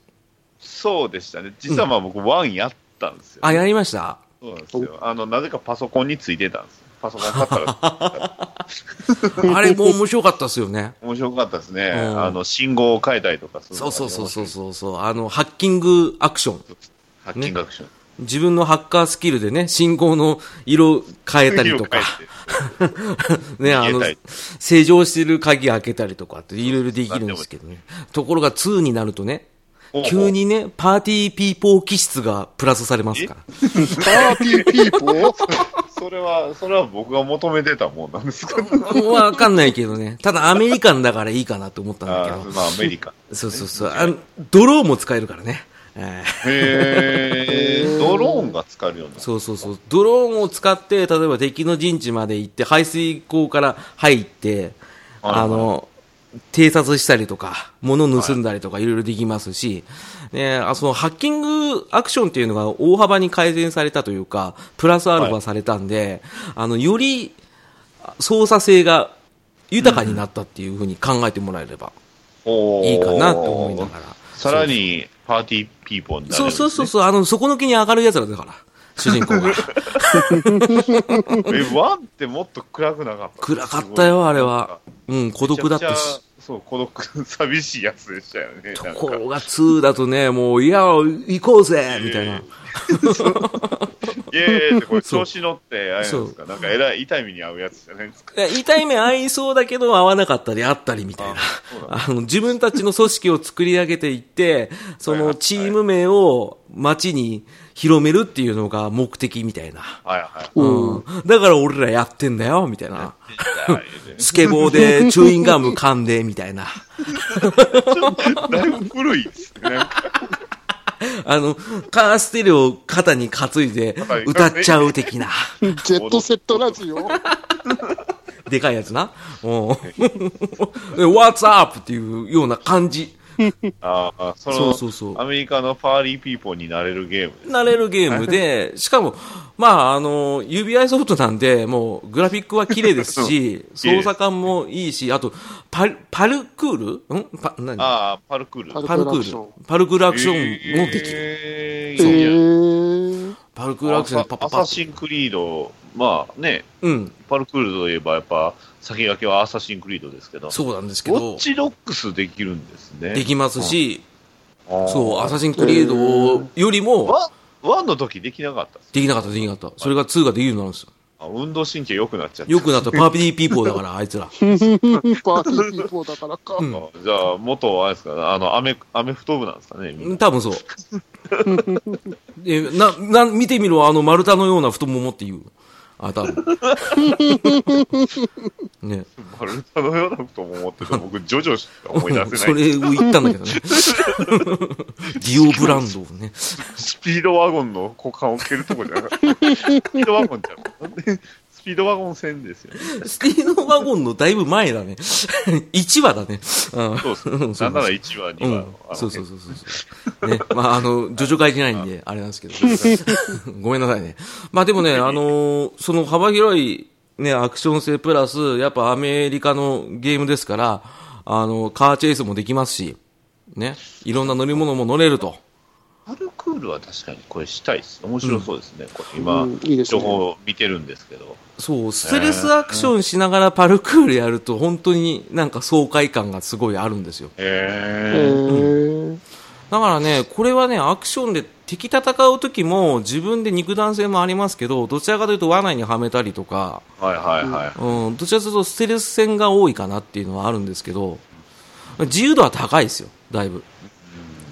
B: そうでしたね。実はまあ僕、ワンやったんですよ。
A: あ、やりました
B: そうなんですよ。あの、なぜかパソコンについてたんですよ。パソコン買ったら
A: あれも面白かったですよね。
B: 面白かったですね。
A: うん
B: あの、信号を変えたりとかするの
A: そ
B: が
A: うそうそうそう
B: 面白い。
A: そうそう。あの、ハッキングアクション。
B: ハッキングアクション。
A: 自分のハッカースキルでね、信号の色変えたりとか、ね、あの
B: 消えたり、
A: 正常してる鍵開けたりとかっていろいろできるんですけどね。ところが2になるとね、
B: おうおう
A: 急にね、パーティーピーポー気質がプラスされますから。
C: パーティーピーポー
B: それは、それは僕が求めてたもんなんですけど。
A: わかんないけどね。ただアメリカンだからいいかなと思ったんだけ
B: あー
A: ど。
B: まあ、アメリカ。
A: そうそうそう。あのドローも使えるからね。えー
B: へードローンが使えるようにな
A: そうそうそう。ドローンを使って、例えば敵の陣地まで行って、排水溝から入って、
B: はいはい
A: あの、偵察したりとか、物を盗んだりとか、いろいろできますし、ね、あそのハッキングアクションっていうのが大幅に改善されたというか、プラスアルファされたんで、あの、より操作性が豊かになったっていうふうに考えてもらえれば
B: おー
A: いいかなと思いながら。
B: さらに、パーティーピーポーになれる、
A: そうそうそうそう、あの、底抜けに上がる奴らだから、主人 公が。
B: う。え、ワンってもっと暗くなかった
A: 暗かったよ、あれは。。うん、孤
B: 孤
A: 独だったし。。
B: そう、孤独、寂しいやつでしたよね。なん
A: こ
B: か
A: こが2だとね、もう、いや、行こうぜみたいな。
B: イエーイってこれ調子乗って、あれなんですか、なんか偉い、痛い目に遭うやつじゃないですか。
A: いや痛い目合いそうだけど、合わなかったり、あったりみたいな。あの、自分たちの組織を作り上げていって、そ
B: はいは
A: の
B: い
A: チーム名を街に広めるっていうのが目的みたいな。
B: はいはい。
A: うん。だから俺らやってんだよ、みたいな。
B: だ
A: スケボーでチューインガム噛んで、みたいな。
B: いぶ古いですね。なんか
A: あの、カーステレオを肩に担いで歌っちゃう的な。
C: ジェットセットラジオ
A: でかいやつな。うん。 で What's up? っていうような感じ。
B: ああ、その
A: そうそうそう
B: アメリカのパーリーピーポーになれるゲームです。
A: なれるゲームで、しかも、まあ、あの、UBI ソフトなんで、もう、グラフィックは綺麗ですし、
B: 綺麗
A: 操作感もいいし、あと、パル、パルクールんパ、何パ
B: ああ、パルクール。
C: パル
A: ルク
C: パルクールアクショ
A: ール。パルクールアクションもできる。
B: え
C: え
B: ーいいね
C: ー、
A: パルクールアクションパパ
B: ア
A: パ
B: サ。シンクリード、まあね、
A: うん。
B: パルクールといえばやっぱ先駆けはアサシンクリードですけど、
A: そうなんですけ
B: ウォ
A: ど
B: ッ、チドックスできるんですね。
A: できますし、
B: ああ
A: そう、アサシンクリードよりも、
B: ワンワンの時できなかったっす
A: できなかった、できなかった。それが2ができるようになるんですよ。
B: あ運動神経良くなっちゃった。
A: よくなった。パーピーピーポーだから、あいつら。
C: パーティーピーポーだからか。
A: うん
B: あじゃあ、元はあれですかね、あの、アメ、アメフト部なんですかね、みんな。
A: 多分そう。え、な、な、見てみろ、あの丸太のような太ももって言う。あ、多分。ね。
B: 丸太のようなことも思っ てて、僕、ジョジョしか思い出せ
A: そ
B: ない。
A: れを言ったんだけどね。ディオブランドをね。
B: スピードワゴンの股間を蹴るとこじゃな かった。スピードワゴンじゃなくて、スピードワゴン戦ですよね。
A: スピードワゴンのだいぶ前 だね。1話だね。
B: そうです。
A: う
B: なん
A: そう
B: ん
A: そう
B: なら1話、
A: う
B: 2
A: ん。う
B: 話
A: ん。。
B: あの
A: そうそうそうそうそう。ね。まあ、あの、ジョジョ会じゃないんで、あれなんですけど。 ごめんなさいね。まあでも ね、あのーその幅広い、ね、アクション性プラス、やっぱアメリカのゲームですから、あの、カーチェイスもできますし、ね。いろんな乗り物も乗れると。
B: パルクールは確かにこれしたいです。面白そうですね。これ今、
C: うんいいです
B: 情
C: ね
B: 報見てるんですけど。
A: そう、ストレスアクションしながらパルクールやると、本当になんか爽快感がすごいあるんですよ。
C: へ
B: へ
C: ー
A: だからね、これはね、アクションで敵戦う時も自分で肉弾性もありますけど、どちらかというと罠にはめたりとか、
B: ー。はいはいはい。
A: うん、どちらかというとステレス戦が多いかなっていうのはあるんですけど、自由度は高いですよ、だいぶ。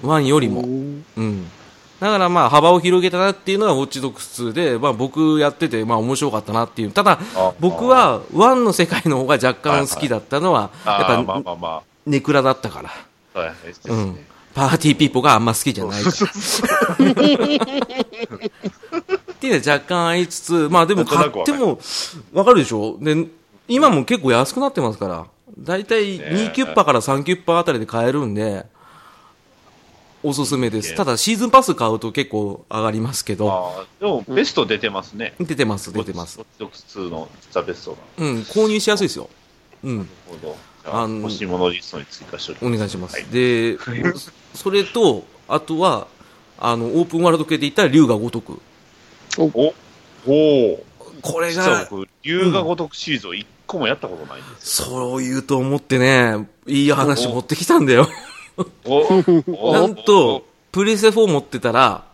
A: ワンより
C: う
A: も。
C: ん
A: うん。だからまあ幅を広げたなっていうのはウォッチドックス2で、まあ僕やっててまあ面白かったなっていう。ただ
B: あ
A: 僕はワンの世界の方が若干好きだったのは、やっ
B: ああ、まあ
A: ぱ
B: まあま
A: ネクラだったから。
B: あ。はい、です
A: う
B: ね
A: ん。。パーティーピーポーがあんま好きじゃないから。っていうのは若干ありつつ、まあでも買ってもわかるでしょで、今も結構安くなってますから、だいたい2キュッパから3キュッパあたりで買えるんで、おすすめで
B: いい
A: す。
B: ね
A: ただシーズンパス買うと結構上がりますけど、
B: ああ、でもベスト出てますね。
A: 出てます、出てます
B: ウォ。ッチドックス2のザベストが。
A: うん、購入しやすいですよ。うん、
B: なるほど。じゃ
A: あ
B: あ、
A: の
B: 欲しいものリストに追加しておき
A: お
B: ます。
A: 願いします。
B: はい
A: で、それと、あとは、あの、オープンワールド系で言ったら竜が如く。
B: おおお
A: これ
B: 実は
A: が、
B: 僕、龍が如くシリーズを一個もやったことないんです
A: そう言うと思ってね、いい話持ってきたんだよ。
B: よ。お
A: なんと、、プレセ4持ってたら、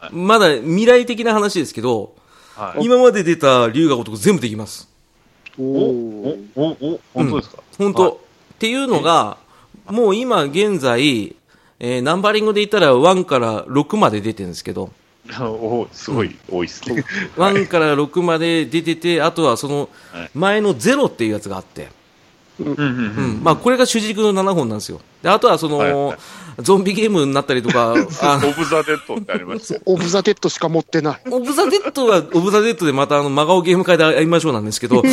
B: はい
A: まだ未来的な話ですけど、
B: おはい
A: 今まで出た龍が如く全部できます。
C: お
B: おお
C: ー
B: おお本当ですか
A: 本当、っていうのが、もう今現在、えーナンバリングで言ったら1から6まで出てるんですけど、
B: はい おおすごい多いですね。
A: 1から6まで出てて、あとはその
B: はい
A: 前の0っていうやつがあって、
B: うんうん
A: う
B: うん
A: んまあ、これが主軸の7本なんですよ。であとはその、
B: はいはい
A: ゾンビゲームになったりと か、あの
B: オブザ・デッドってありましたよ
C: オブザ・テッドしか持ってない。
A: オブザ・デッドは、オブザ・デッドでまたあの、真顔ゲーム会で会いましょうなんです けど、ね、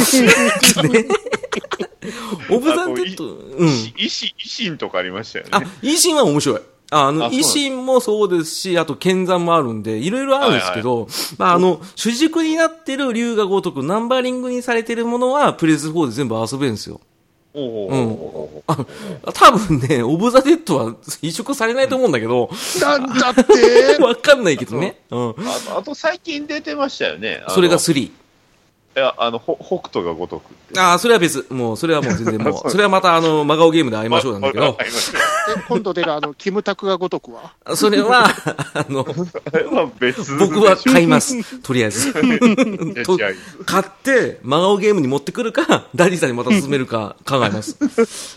A: オブザ・デッド、うん。
B: 維新、維新とかありましたよ
A: あ
B: ね。、
A: 維新は面白い。ああの、
B: あそう
A: 維新もそうですし、あと、剣山もあるんで、いろいろあるんですけど、まあ、あの、主軸になってる竜が如く、ナンバリングにされてるものは、プレス4で全部遊べるんですよ。
B: おおおお
A: あ多分ね、オブザ・デッドは移植されないと思うんだけど、
C: なんだっ て
A: わかんないけどね。うん。
B: あと、あと最近出てましたよね。あの
A: それが3。
B: いや、あの、ほ北斗が如くって。
A: ああ、それは別。もう、それはもう全然もう、それはま たあの、真顔ゲームで会いましょうなんだけ
B: わ
A: ど
B: か、りました
C: え今度出るあの、キムタクがごとくは
A: それは、あの、
B: あれは別でしょ
A: 僕は買い ます。とりあえず。と
B: いや違う
A: 買って、真顔ゲームに持ってくるか、ダディさんにまた勧めるか考えます。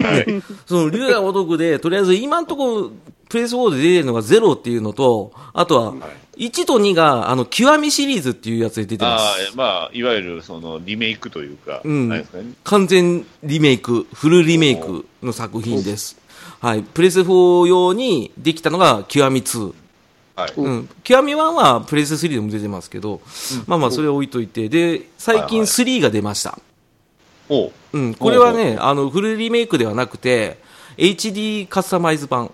B: はい。
A: その、竜がお得で、とりあえず今んとこ、プレイス4で出てるのが0っていうのと、あとは、1と2が、あの、極みシリーズっていうやつで出てま
B: あ
A: す。
B: あ、まあ、いわゆる、その、リメイクというか、
A: うん
B: あれですかね。
A: 完全リメイク、フルリメイクの作品です。はい。プレス4用にできたのが極み2。
B: はい。
A: うん。極み1はプレス3でも出てますけど、まあまあそれは置いといて、で、最近
B: はい
A: 3が出ました。
B: おう
A: うん。これは
B: ほう
A: ね、あの、フルリメイクではなくて、HD カスタマイズ版。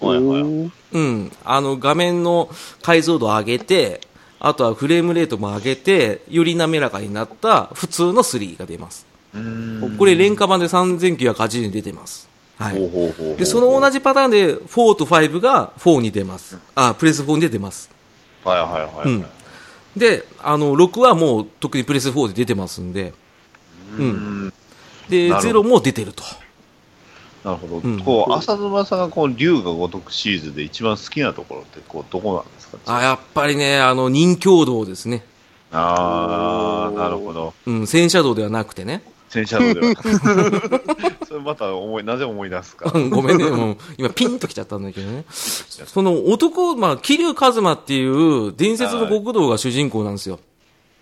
B: はいはい
C: おー
A: うん。あの、画面の解像度を上げて、あとはフレームレートも上げて、より滑らかになった普通の3が出ます。
B: うーん
A: これ、廉価版で3980円で出てます。はい。
B: ほうほうほうほう
A: で、その同じパターンで、4と5が4に出ます。あ、プレス4で出ます。
B: はいはいはいはい。
A: うんで、あの、6はもう、特にプレス4で出てますんで、
B: うん
A: で、
B: なるほど
A: 0も出てると。
B: なるほど。
A: うん
B: こう、浅沼さんが、こう、竜が如くシリーズで一番好きなところって、こう、どこなんですか
A: あ、やっぱりね、あの、任侠道ですね。
B: ああ、なるほど。
A: うん、戦車道ではなくてね。
B: 戦車道では。 それまた思い、なぜ思い出すか。
A: ごめん ね、もう、今ピンときちゃったんだけどね。その男、まあ、桐生一馬っていう伝説の極道が主人公なんですよ。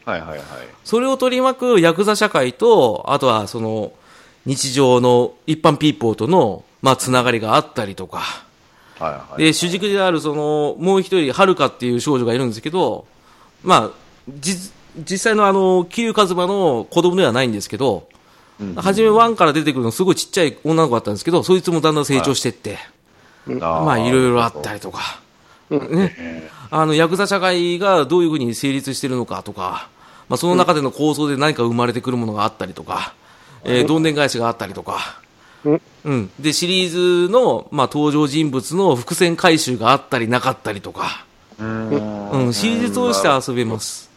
B: はいはいはい。
A: それを取り巻くヤクザ社会と、あとはその、日常の一般ピーポーとの、まあ、つながりがあったりとか。
B: はいはい。
A: で、主軸である、その、もう一人、はるかっていう少女がいるんですけど、まあ、実実際のあの、桐生一馬の子供ではないんですけど、初めワンから出てくるのすごいちっちゃい女の子だったんですけど、そいつもだんだん成長してって、
B: あー
A: まあ、いろいろあったりとか、ね、あの、ヤクザ社会がどういうふうに成立してるのかとか、まあ、その中での構想で何か生まれてくるものがあったりとか、えーどんでん返しがあったりとか、うん。で、シリーズの、まあ、登場人物の伏線回収があったりなかったりとか、
B: うーん
A: うん、シリーズ通して遊べます。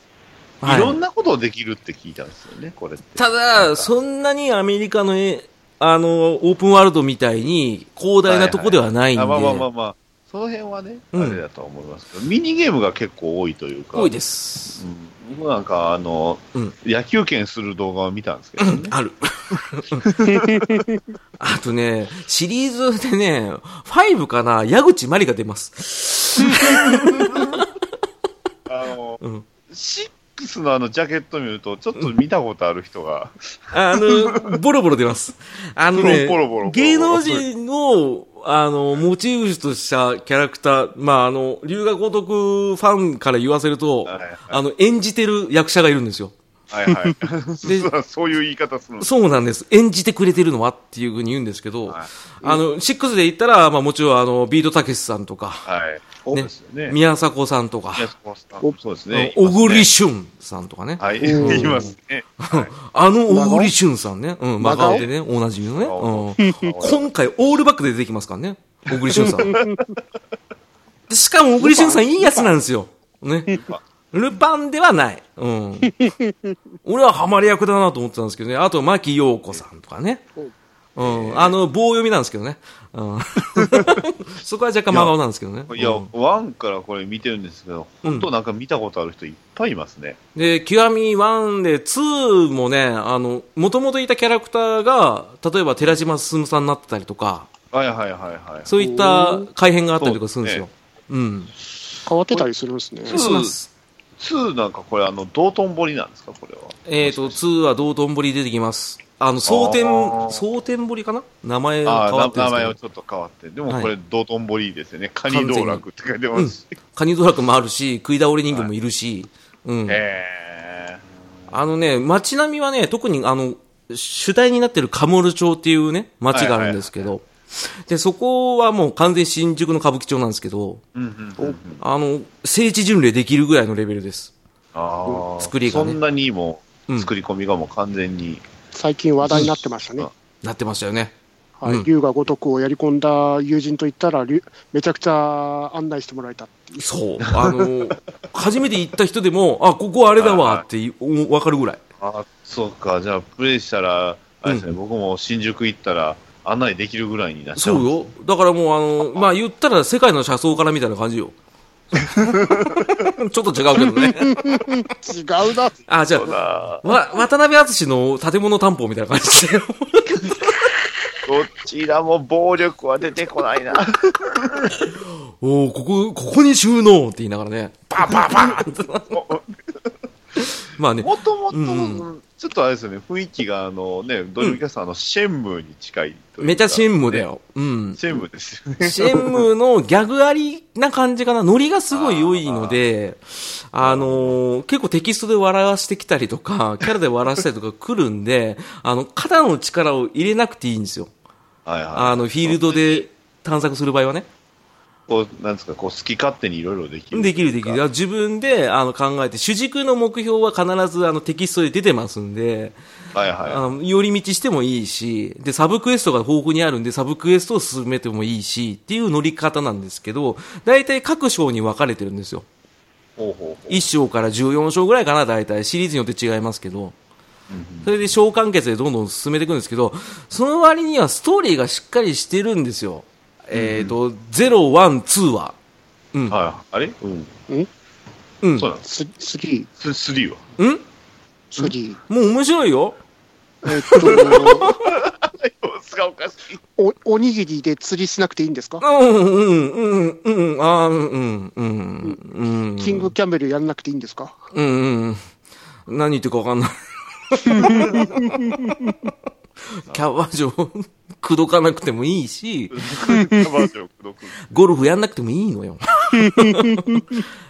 A: はい
B: ろんなことできるって聞いたんですよね、これって。
A: ただ、そんなにアメリカのえ、あの、オープンワールドみたいに広大なとこではないんで、
B: あまあまあまあまあ、その辺はね、
A: うん
B: あれだと思いますけど、ミニゲームが結構多いというか、
A: 多いです。
B: うん、なんかあの、
A: うん
B: 野球拳する動画を見たんですけどね、
A: ある。あとね、シリーズでね、5かな、矢口まりが出ます。
B: あの、
A: うん
B: シックスのあのジャケット見ると、ちょっと見たことある 人が、
A: あ の、ボロボロ出ます。あのね
B: ボロボロボロボロ、
A: 芸能人を、あの、モチーフとしたキャラクター、まあ、あの、龍河如くファンから言わせると
B: はいはい、
A: あの、演じてる役者がいるんですよ。
B: はいはい、そう そういう言い方するんです
A: そうなんです。演じてくれてるのはっていうふうに言うんですけど、
B: はい
A: あの、6で言ったら、まあもちろんあの、ビートたけしさんとか、
B: はい、そうですよね。
A: 宮迫さんとか、
B: 宮迫さんそうですね。
A: 小
B: い
A: 栗
B: ますね
A: 旬さんとかね。
B: はい、
C: うん
B: 言います ね。
A: あの小栗旬さんね。うん、真
C: 真顔
A: 顔でね、おなじみのね。 うん、
B: 顔
A: 今回オールバックで出てきますからね、小栗旬さ ん。でしかも小栗旬さんいいやつなんですよ。ね。ルパンではない。 うん。俺はハマり役だなと思ってたんですけどね。あと、牧陽子さんとかね。うん。あの、棒読みなんですけどね。 うん。そこは若干真顔なんですけどね。
B: いや、
A: うん
B: ワンからこれ見てるんですけど、本当なんか見たことある人いっぱいいますね。
A: で、極み1で2もね、あの、もともといたキャラクターが、例えば寺島進さんになってたりとか、
B: はいはいはいはい。
A: そういった改変があったりとかするんですよ。うん。
C: 変わってたりするんですね。
B: そう
A: します。
B: 2なんかこれ、あの、道頓堀なんですか、これは。
A: えっ、と、2は道頓堀出てきます。あの、蒼天
B: あー、
A: 蒼天堀かな名前が
B: あ
A: 変わっ
B: あ、
A: てる
B: 名
A: んで
B: 前
A: す
B: を
A: けど。
B: ちょっと変わって。でも
A: はい
B: これ、道頓堀ですよね。カニ道楽って書いてますし。
A: カニドラクもあるし、食い倒れ人形もいるし、うん。
B: え
A: あのね、街並みはね、特にあの、主体になってるカモル町っていうね、街があるんですけど、で、そこはもう完全に新宿の歌舞伎町なんですけど、
B: えー。うんうんうん。
A: あの、聖地巡礼できるぐらいのレベルです。
B: ああ。
A: 作りがね
B: そんなにも
A: うん、
B: 作り込みがもう完全に。
C: 最近話題になってましたね。
A: なってましたよね。
C: は
A: うん
C: い、龍が如くをやり込んだ友人と言ったら、龍めちゃくちゃ案内してもらえた。
A: そう。あの、初めて行った人でも、あ、ここあれだわっていおわかるぐらい。
B: ああ、そうか。じゃあ、プレイしたら、あれですね、僕も新宿行ったら、案内できるぐらいになっちゃ
A: そう
B: う。
A: よ。だからもう、あの、まあ、言ったら世界の車窓からみたいな感じよ。 ちょっと違うけど ね。
C: 違うな。
A: あ、じゃ
B: そう
A: あ、
B: だ。
A: わ、渡辺淳の建物担保みたいな感じ だよ。
B: どちらも暴力は出て こないな。
A: おおここ、ここに収納って言いながら ね、パーパーパーって。まあね、
B: もともと
A: うん、
B: ちょっとあれですよね、雰囲気が、あのね、ドリルキャスターのシェンムーに近いというか。
A: めちゃシェンムだよ。うん
B: ね。。シェンムーですよね。
A: シェンムのギャグありな感じかな。ノリがすごい良いので、あのー結構テキストで笑わしてきたりと か、キャラで笑わせたりとか来るんで、あの、肩の力を入れなくていいんですよ。
B: はいはい。
A: あの、フィールドで探索する場合はね。
B: こう、なんですか、こう、好き勝手にいろいろできる。
A: できるできる。自分であの考えて、主軸の目標は必ずあのテキストで出てますんで、
B: はいは
A: あの寄り道してもいいし、で、サブクエストが豊富にあるんで、サブクエストを進めてもいいし、っていう乗り方なんですけど、大体各章に分かれてるんですよ。
B: い。ほうほうほ
A: 1章から14章ぐらいかな、大体。シリーズによって違いますけど。それで章完結でどんどん進めていくんですけど、その割にはストーリーがしっかりしてるんですよ。えっ、と、0、1、2は。
B: う。はい。あれうん。
A: うん。
B: そうなんです。
C: ススリ
B: ス3は。
A: うん
C: ー、スリー。
A: もう面白いよ。
C: えっと、
B: 様子がおかしい。
C: お、おにぎりで釣りしなくていいんですか
A: うん、うん、うん、うん、あーうん、うん、うん。
C: キングキャメルやらなくていいんですか
A: うんうん。何言ってるかわか んない。キャバ嬢、口説かなくてもいいし、
B: カバージョンくどくん
A: ゴルフやんなくてもいいのよ。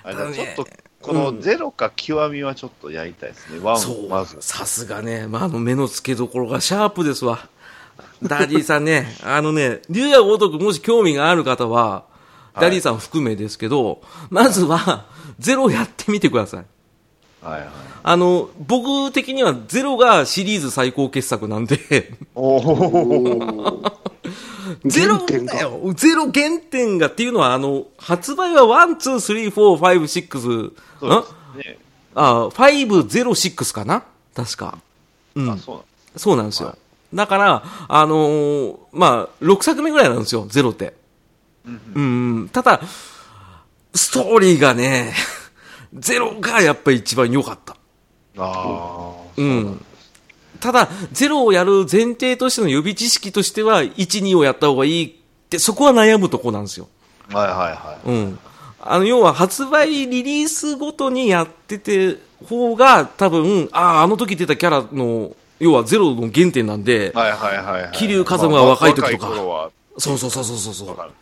B: あじゃあちょっと、このゼロか極みはちょっとやりたいですね。ワン
A: そ
B: を
A: う
B: まず。。
A: さすがね、まあ、あの、目の付けどころがシャープですわ。ダディさんね、あのね、竜也ごとくもし興味がある方は、ダディさん含めですけど、まずは、ゼロやってみてください。
B: はいはい。
A: あの、僕的にはゼロがシリーズ最高傑作なんで、
B: おお。
A: ゼロ
C: 原点が
A: だよ。ゼロ原点がっていうのは、あの、発売はワン、ツー、スリー、フォー、ファイブ、シックス、ん
B: そうですね。
A: あ、ファイブ、ゼロ、シックスかな確か。うん
B: あ、そうなん
A: そうなんですよ。だから、あのーまあ、6作目ぐらいなんですよ、ゼロって。うん、うん。ただ、ストーリーがね、 ゼロがやっぱり一番良かった。
B: ああ。
A: うん。ただ、ゼロをやる前提としての予備知識としては、1、2をやった方がいいって、そこは悩むとこなんですよ。
B: はいはいはい。
A: うん。あの、要は発売リリースごとにやってて方が、多分、ああ、あの時出たキャラの、要はゼロの原点なんで、
B: はいはいはいはい。
A: 桐生一馬は若い時とか
B: まあ若い頃は、
A: そうそうそうそうそうそ
B: わか
A: う
B: る。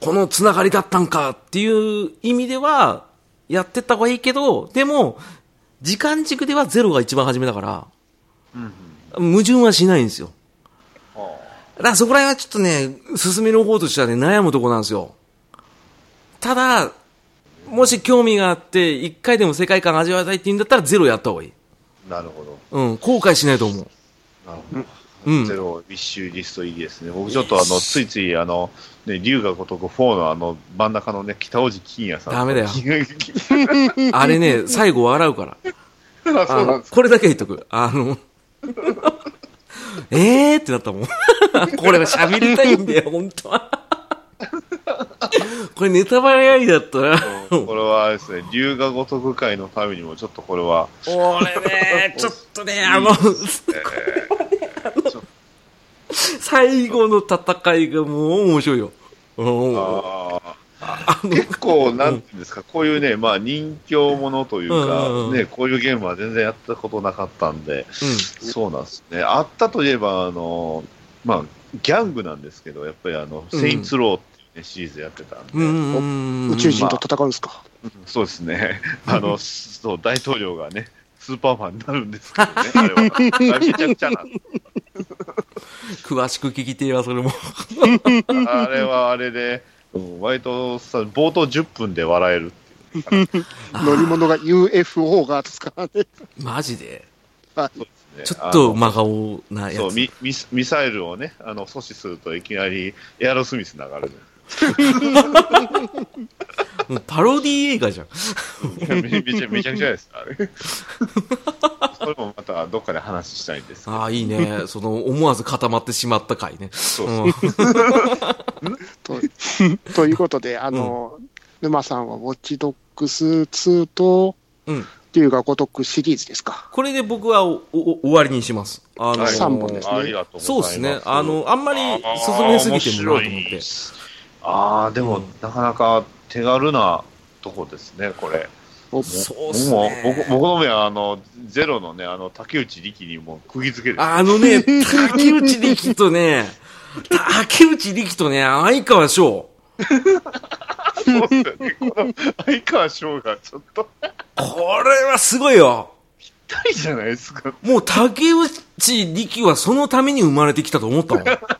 A: このつながりだったんかっていう意味では、やってった方がいいけど、でも、時間軸ではゼロが一番初めだから、矛盾はしないんですよ。だからそこら辺はちょっとね、進める方としてはね、悩むとこなんですよ。ただ、もし興味があって、一回でも世界観味わいたいって言うんだったら、ゼロやった方がいい。
B: なるほど。
A: うん、後悔しないと思う。
B: なるほど。
A: うん
B: ゼロ、一周リストいいですね。僕ちょっとあの、ついついあの、ね、竜が如く4のあの、真ん中のね、北大路金也さん。
A: ダ メだよ
B: あ
A: あれね、最後笑うから。
B: そうなんです
A: これだけ言っとく。あの、 えーってなったもん。 これは喋りたいんだよ、本当は。 これネタバレありだったら、
B: うんこれはあれですね、龍が如く会のためにも、ちょっとこれは、
A: 俺ね、ちょっとね、あの、
B: ちょっ
A: 最後の戦いがもう面白いよ。うん
B: とあー結構、なんていうんですか、こういうね、まあ、人形ものという
A: うんうん
B: か、
A: うん
B: ね、こういうゲームは全然やったことなかったんで、
A: うん
B: そうなんですね。あったといえば、あの、まあ、ギャングなんですけど、やっぱりあの、
A: うん
B: セインツローっていうね、シリーズやってたんで、
A: うんうん。
C: 宇宙人と戦うんですか
B: そうです ね。あの、そう、大統領がね、スーパーマンになるんですけどね、あれ は。めちゃくちゃなんです
A: 詳しく聞きてえわ、それも。
B: あれはあれで、うん割とさ、冒頭10分で笑える。
C: 乗り物が UFO がですからね。
A: マジで。
B: ね
A: ちょっと真顔な
B: あの
A: や
B: そう
A: つ。
B: ミミスミサイルをね、あの阻止するといきなりエアロスミス流れる。
A: もうパロディ映画じゃん。
B: めめちゃめちゃくちゃです。あれ。 それもまたどっかで話したいんですけど。
A: ああ、いいね。その、思わず固まってしまった回ね。
B: そうそう
A: うん
C: とということで、あの、沼さんはウォッチドッグス2と、
A: うん
C: 龍が如くシリーズですか。
A: これで僕はおおお終わりにします。あの
B: はい
C: 三本ですね
B: ありがとうございます。
A: そうですね。あの、あんまり進めすぎてもなと思って
B: 面白い。ああ、でも、なかなか手軽なとこですね、これ。
C: お
A: そうっ
B: 僕
A: す
B: も
A: ね
B: 僕。僕の目はあのゼロのね、あの竹内力にもう釘付けです。
A: あのね、竹内力とね、竹内力とね、相川翔。
B: そうですよね。この相川翔がちょっと
A: これはすごいよ。
B: 痛いじゃないですか。
A: もう竹内力はそのために生まれてきたと思 ったもん。これは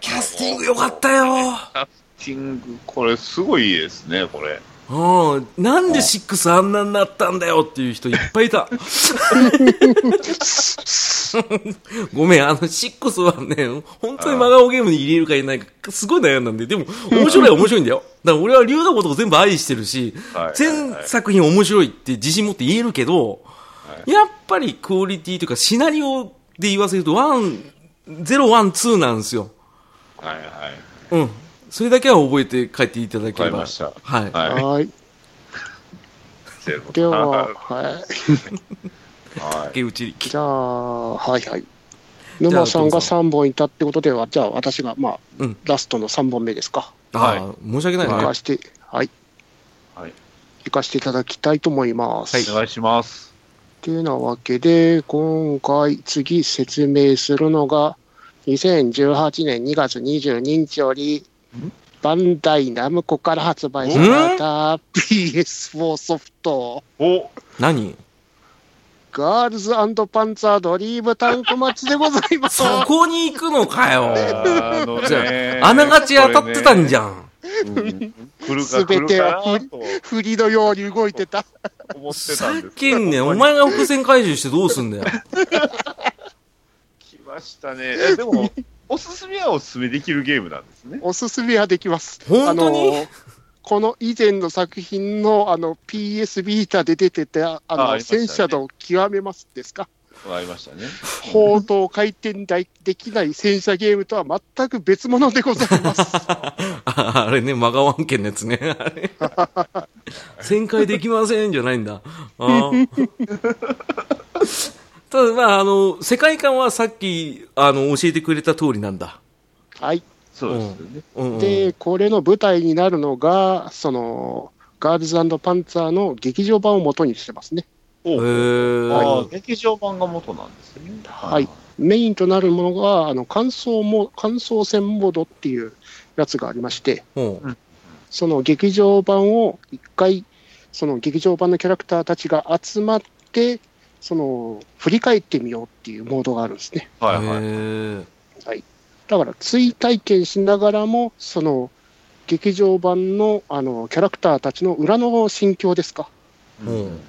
A: キャスティング良かったよ。
B: キャスティング、これすごいですね、これ。
A: うん、なんでシックスあんなになったんだよっていう人いっぱいいた。 ごめん、あのシックスはね、本当に真顔ゲームに入れるか入れないか、すごい悩んだんで、でも面白いは面白いんだよ。だから俺は竜のことを全部愛してるし
B: はい、
A: 全作品面白いって自信持って言えるけど、やっぱりクオリティというかシナリオで言わせると、ワン、ゼロ、ワン、ツーなんですよ。
B: はいはい。
A: うん。それだけは覚えて帰っていただければ。
B: わかりました
A: はい。
B: は
C: はい。
B: い。で
C: では、はい。
B: はい。
A: 竹内力
C: じゃあ、はいはい。沼さんが3本いたってことでは、じゃあ私が、まあ、
A: うん
C: ラストの3本目ですか。
A: ああ、申し訳ない
C: 行
A: ね
C: か。して、はい。
B: はい。
C: 行かしていただきたいと思います。
B: お願いします。
C: というなわけで、今回、次説明するのが、2018年2月22日より、バンダイナムコから発売された PS4 ソフト、
B: お
A: 何
C: ガールズパンツァードリームタンクマッチでござ います。
A: そこに行くのかよ。
B: あの
A: じ
B: ね
A: あながち当たってたんじ
B: ゃ。
A: ゃん。
B: 来るか来る
C: 全て
B: か
C: は
B: なと
C: 振りのように動いてた。
B: 思ってた
A: さ
B: ん
A: っ
B: ですけ
A: き
B: ど
A: ね、お前が伏線回収してどうすんだよ。
B: 来ましたね。えでも、おすすめはおすすめできるゲームなんですね。
C: おすすめはできます。
A: 本当に
C: あのこの以前の作品のあの PS ビータで出てた、あ
B: ああ
C: の、
B: りましたね
C: 戦車道極めますですか
B: わかりましたね。
C: 砲塔回転台できない戦車ゲームとは全く別物でございます。
A: ああれね、マガワン県のやつね。あれ。旋回できませんじゃないんだ。あー ただ、まあ、あの、世界観はさっき、あの、教えてくれた通りなんだ。
C: はい。
B: そうですよね。
A: うん、うん。
C: で、これの舞台になるのが、その、ガールズパンツァーの劇場版を元にしてますね。
A: え
B: お
A: ー
B: ああ、劇場版が元なんですね。
C: はい。メインとなるものが、あの、感想も、感想戦モードっていうやつがありまして、
A: ほう
C: その劇場版を一回、その劇場版のキャラクターたちが集まって、その、振り返ってみようっていうモードがあるんですね。
B: はい
A: へ
B: はい。
A: ー
C: だから追体験しながらも、その劇場版のあのキャラクターたちの裏の心境ですか、
A: うん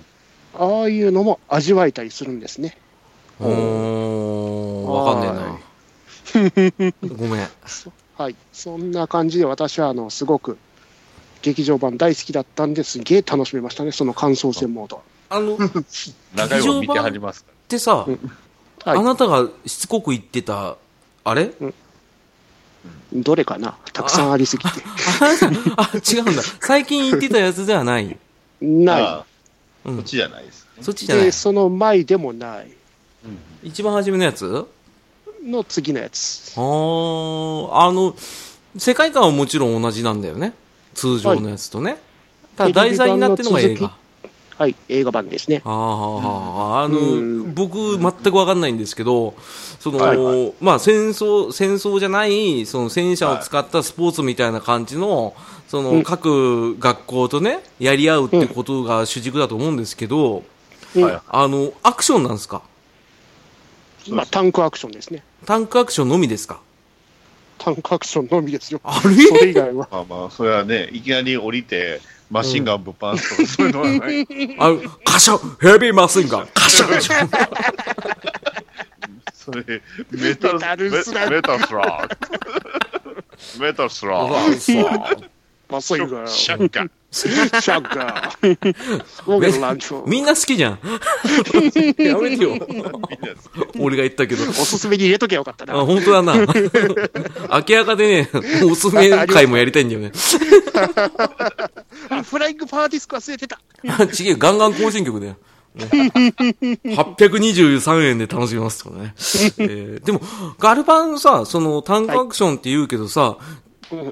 C: ああいうのも味わえたりするんですね。
A: おーわかんねえ な。ごめん。
C: そはい、そんな感じで私はあのすごく劇場版大好きだったんですげえ楽しめましたね、その感想戦モード。
A: あの、っ
B: 長いもん見てはりますか
A: てさ、
C: うん
A: あ
C: は
A: なたがしつこく言ってた、あれ
C: い、どれかな、たくさんありすぎて。
A: あ、違うんだ。最近言ってたやつではない。
B: ら。
C: な
B: あ
A: う
B: あこっ
A: ん。
B: ちじゃないですね。
A: そっち
C: い。
A: じゃない
C: で、。その前でもない
B: うん
A: 一番初めのやつ
C: の次のやつ。
A: ああ、あの、世界観はもちろん同じなんだよね。通常のやつとね。ただ
C: テレ
A: 題
C: ビ
A: 材に
C: 版
A: なっ
C: の
A: てるのが映画。
C: はい、映画版ですね。
A: ああ、あ
C: う
A: の、僕、全くわかんないんですけど、その、
B: はいは
A: まあ、戦争、戦争じゃない、その戦車を使ったスポーツみたいな感じの、そうの、
C: ん
A: 各学校とね、やり合うってことが主軸だと思うんですけど、
C: うん
B: はい
A: あの、アクションなんですか
C: まあ、タンクアクションですね。
A: タンクアクションのみですか
C: タンクアクションのみですよ。
A: あ
C: そ
A: れ
C: れ以外は。
B: まあまあ、それはね、いきなり降りて、マシンガンぶっ放すとか、そういうのはない。
A: あの、カシャヘビーマシンガンカシャ
B: それ、メタル、
C: メタルスラッグ
B: メメタルスラッグ。メタルスラッグ。
C: まあ、そういうが。
B: シャッカン。
C: シャッ ガー。僕のランチョ
A: みんな好きじ ゃん。やめてよ。俺が言ったけど。
C: おすすめに入れときゃよかったな。
A: あ、本当だ な。明らかでね、おすすめ会もやりたいんだよね。
C: あフライングパーディスク忘れてた。
A: ちげえ、ガンガン更新曲だよ。823円で楽しめますとかね。 えーでも、ガルパンのさ、その単価アクションって言うけどさ、
C: うん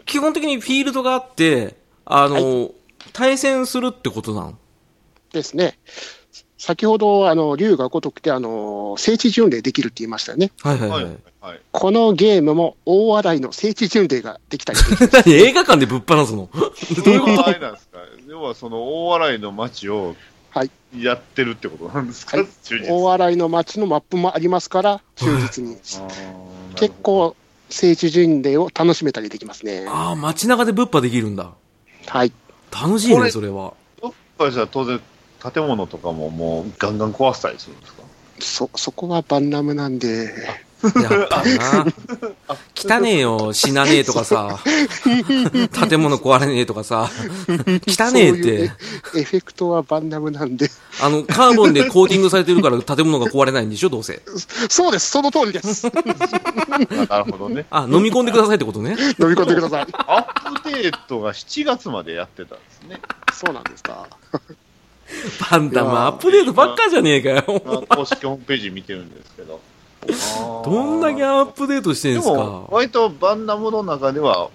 A: 基本的にフィールドがあって、あの、対戦するってことなの
C: ですね。先ほど、あの、竜が如くて、あの、聖地巡礼できるって言いましたよね。
A: はいはいは。
B: はいい。はい。
C: このゲームも大洗の聖地巡礼ができたり できる
A: 何映画館でぶっ放 すの
B: どういうことあれなんですか要はその大洗の町を
C: はい
B: やってるってことなんですか、
C: はい
B: 忠実
C: 大洗の街のマップもありますから、忠実に。
B: あー
C: 結構、聖地巡礼を楽しめたりできますね。
A: ああ、街中でぶっぱできるんだ。
C: はい。
A: 楽しい
B: こ
A: ね、
B: れ
A: それは。
B: やっぱりじゃあ当然 建物とかももうガンガン壊したりするんですか
C: そ、そこはバンナムなんで、
A: やっぱ な。汚ねえよ、死なねえとか さ、建物壊れねえとかさ、汚ねえっ
C: そういう
A: て
C: ね。エフェクトはバンダムなんで。
A: あの、カーボンでコーティングされてるから建物が壊れないんでしょ、どうせ。
C: そうです、その通りです。飲
B: あなるほどね。
A: あ、飲み込んでくださいってことね。
C: み込んでください。
B: アップデートが7月までやってたんですね。
C: そうなんですか。
A: パンダムアップデートばっかじゃねえかよ。
B: まあ公式ホームページ見てるんですけど。
A: どんだけアップデートして
B: で
A: んすか
B: も、。割とバンダムの中では、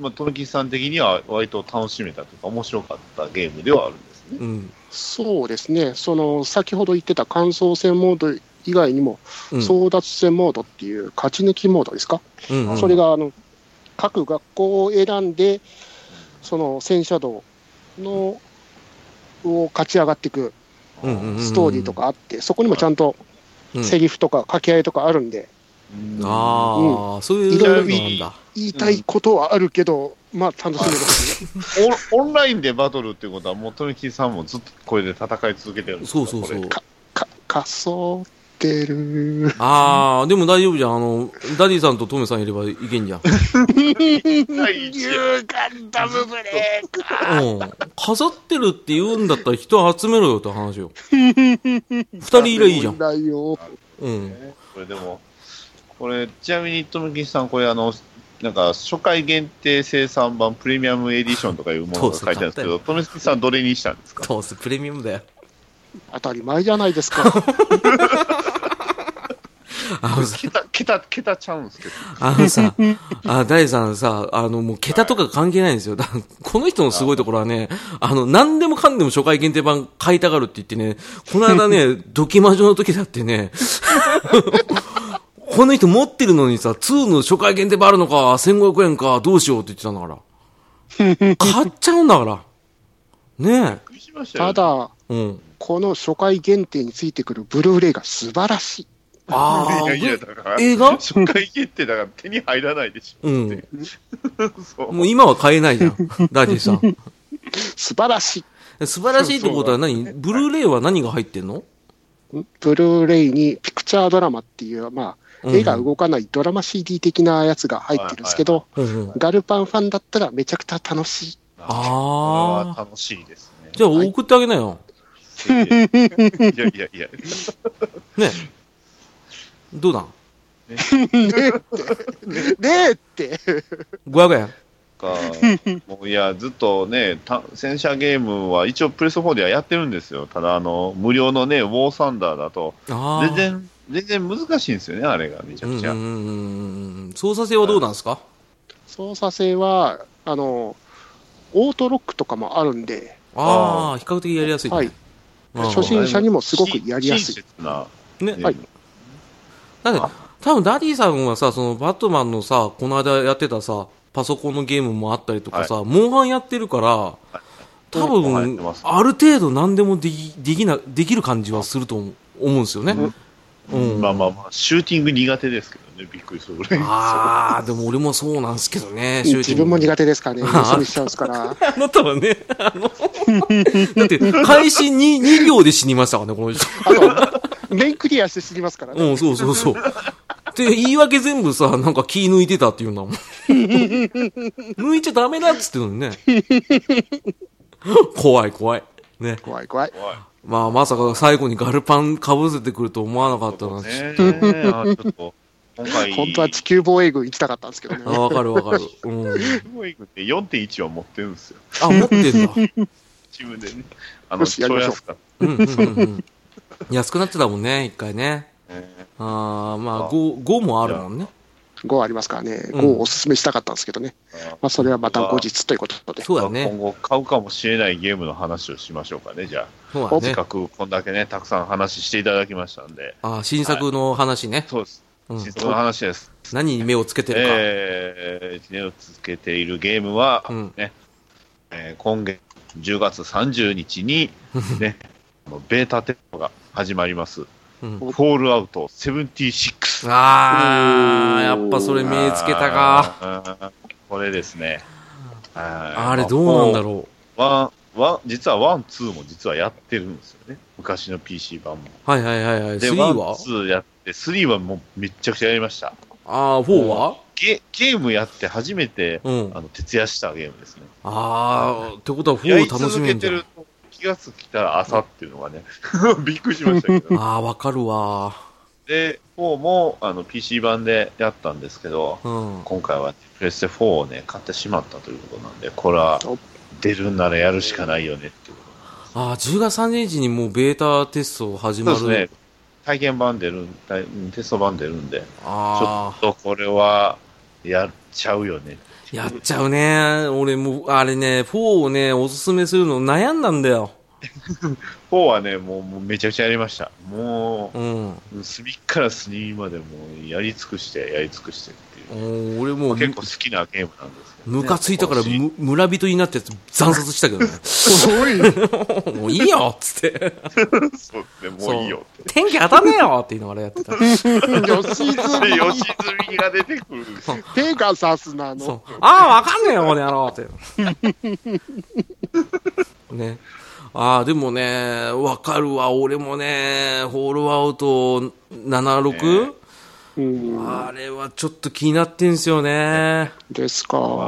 B: まあ、トノキさん的には割と楽しめたというか、面白かったゲームではあるんですね。
A: うん。
C: そうですね、その先ほど言ってた感想戦モード以外にも、
A: うん
C: 争奪戦モードっていう勝ち抜きモードですか、
A: うんうん
C: それがあの各学校を選んで、その戦車道のを勝ち上がっていく
A: うんうんうん
C: ストーリーとかあって、そこにもちゃんと
A: うん
C: セリフとか掛け合いとかあるんで、
B: うん
A: ああ、そういう
C: いろいろ
A: のなんだ。
C: 言いたいことはあるけど、まあ楽しみ ですね。
B: オンオンラインでバトルっていうことは、もうトノキさんもずっとこれで戦い続けてるんですか
A: そうそうそ
B: これ
A: う。
C: か、かそってる。
A: ああ、でも大丈夫じゃん。あの、ダディさんとトメさんいればいけんじゃん。
B: 第一
C: ガンダムブレーク
A: うん。飾ってるって言うんだったら人集めろよって話よ。二人いればいいじゃん。
C: だよ。
A: うん。
B: これでも、これ、ちなみに、とむきさん、これ、あの、なんか、初回限定生産版プレミアムエディションとかいうものが書いてあるんですけ
A: ど
B: ど、とむきさん、どれにしたんですか
A: どうせプレミアムだよ。
C: 当たり前じゃないですか。
A: あのさ、
B: 桁、桁、桁ちゃうんですけど。
A: あのさ、あダディさんさ、あの、もう桁とか関係ないんですよ。だこの人のすごいところはね、あの、何でもかんでも初回限定版買いたがるって言ってね、この間 ね、ドキマジョの時だってね、 この人持ってるのにさ、2の初回限定版あるのか、1500円か、どうしようって言ってたんだから。買っちゃうんだから。ね
B: びっくりしましたよ
C: ただ、
A: え。うん。
C: この初回限定についてくるブルーレイが素晴らしい。
A: あ
B: い
A: あ、
B: やいや、だから、
A: 映画
B: 初回限定だから手に入らないでしょ。
A: うん。
B: そう。
A: もう今は買えないじゃん。ダディさ ん。
C: 素晴らしい。
A: 素晴らしいってことは何ブルーレイは何が入ってんの
C: ブルーレイにピクチャードラマっていう、まあ、
A: うん
C: 絵が動かないドラマ CD 的なやつが入ってるんですけど、
A: うんうん。
C: ガルパンファンだったらめちゃくちゃ楽しい。
B: これ
A: あ
B: は
A: あ。
B: 楽しいですね。
A: じゃあ送ってあげなよ。
B: いやいやいや。
A: ね。どうだ
C: ねえって。
A: ?500 円。
B: か、もういや、ずっとね、た戦車ゲームは一応プレス4ではやってるんですよ。ただ、あの、無料のね、ウォーサンダーだと、
A: ああ。
B: 全然、全然難しいんですよね、あれが、めちゃ
A: うん
B: く
A: うん
B: ちゃ。
A: うんうんうん。操作性はどうなんですか
C: 操作性は、あの、オートロックとかもあるんで、
A: ああ、比較的やりやすいね。
C: はい。
A: うん
C: 初心者にもすごくやりやすい
B: 親切なゲーム
A: ね。
C: はい
A: だって、多分ダディさんはさ、そのバットマンのさ、この間やってたさ、パソコンのゲームもあったりとかさ、モンハンやってるから、多
B: モンハンやっ
A: 分
B: てま、す
A: ある程度何でもでき、できな、できる感じはすると思う思うんですよね。うん。
B: まあまあまあ、シューティング苦手ですけどね、びっくりするぐらい。
A: ああ、でも俺もそうなんですけどね、シューティ
C: 自
A: ング
C: 分も苦手です からね、盗みしちゃうんですから。
A: あなたはね、あの、だって、開始に2秒で死にましたからね、この人。
C: あと、面クリアして死にますからね。
A: うん、そうそうそう。で、言い訳全部さ、なんか気抜いてたっていうんだもん。抜いちゃダメだっつってんのにね。怖い怖い。ね。
C: 怖い怖い。
B: 怖い
A: まあ、まさか最後にガルパン被せてくると思わなかったな。
B: ねえあちょっと今回、
C: 本当は地球防衛軍行きたかったんですけどね
A: あ、。わかるわかる。うん。
B: 教育って4.1は持ってるんですよ。
A: あ、持ってんだ。
B: 自分でね。あ
C: よ
B: の、
C: しやりましょ
B: 超
C: う
B: 安かっ
A: うんうんうんうん。安くなってたもんね、一回ね。
B: たね
A: ああ、まあ、
B: あ
A: 5、5もあるもんね。
C: 5ありますからね、
A: うん
C: 5をおすすめしたかったんですけどね、まあ、それはまた後日ということで、
A: そうだね
B: 今。後買うかもしれないゲームの話をしましょうかね、じゃ
A: そう
B: あ。
A: だ
B: せっ
A: ね。
B: かくこんだけね、たくさん話していただきましたんで。
A: あ新作の話ね。
B: そうです。
A: うん
B: 新作の話です。
A: 何に目をつけてるか。
B: えー、目をつけているゲームは、
A: うん
B: ね、えー今月10月30日に、ね、あのベータテストが始まります。
A: うん
B: フォールアウト76。
A: ああ、やっぱそれ目つけたか。
B: あー。これですね。
A: あ
B: あ
A: れどうなんだろ
B: ワワン実はワン、ツーも実はやってるんですよね。昔の PC 版も。
A: はいはいはいはい。
B: で、
A: 3
B: ワン、
A: は
B: ツーやって、スリーはもうめっちゃくちゃやりました。
A: ああ、4は
B: ゲゲームやって初めて、
A: うん。
B: あ
A: あ
B: の、徹夜したゲームですね。
A: あー、ってことは
B: やり
A: 4を楽し
B: 続
A: め
B: け
A: んじ
B: て
A: ゃん。
B: ると気がつきたら朝っていうのがね、 びっくりしましたけど。
A: ああ、わかるわ。
B: で、4もあの PC 版でやったんですけど、
A: うん。
B: 今回はプレステ4をね、買ってしまったということなんで、これは出るんならやるしかないよねっていうこ
A: ああ、10月30日にもうベータテスト始
B: と。
A: まる。
B: そうですね。体験版出る、体テスト版出るんで、ちょ
A: あ
B: っ
A: あ、
B: とこれはやっちゃうよね。
A: やっちゃうね。俺もう、あれね、4をね、おすすめするの悩んだんだよ。
B: 4はね、もうもうめちゃくちゃやりました。も
A: うん。
B: う、隅から隅までもうやり尽くして、やり尽くしてっていう。
A: うん俺もう、
B: 結構好きなゲームなんですけどね、
A: ムカついたから、
B: このシリーズ
A: む村人になって惨殺したけどね。
C: お い
A: もういいよっつって。
B: そうですね、もういいよって。
A: 天気当たんねえよって言いながらやって た。
C: 良純
B: で、吉住が出てくる。
C: ペガサスな
A: そ
C: の
A: う。ああ、わかんねえよ、この野郎って。 ね。ああ、でもね、わかるわ。俺もね、ホールアウト 76?、
C: うん
A: あれはちょっと気になってんすよね。
C: ですか
B: ちょ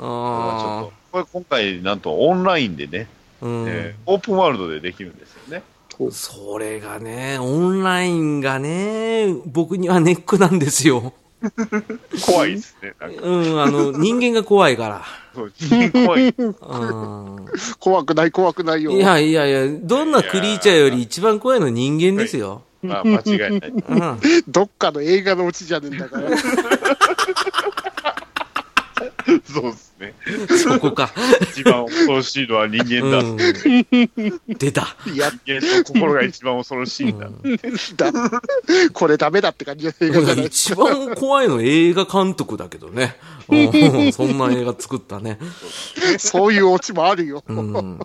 A: あ
B: っとこれ今回、なんとオンラインでね、
A: あ。うん、
B: えーオープンワールドでできるんですよね。
A: それがね、オンラインがね、僕にはネックなんですよ。
B: 怖いですね。なんか、
A: うん、あの、人間が怖いから。
B: そう人間怖い。
A: うん。
C: 怖くない怖くないよ
A: いやいやいや、どんなクリーチャーより一番怖いのは人間ですよ。
B: まあ、間違いな
A: う
B: い。
A: ん。
C: どっかの映画のうちじゃねえんだから
B: そうですね。
A: そこか。
B: 一番恐ろしいのは人間だ。
A: うん。出た。
C: や
B: 人間の心が一番恐ろしいんだ。
C: だこれダメだって感じの映画じゃない
A: 一番怖いの映画監督だけどね。うんそんな映画作ったね。
C: そういうオチもあるよ、
A: うん。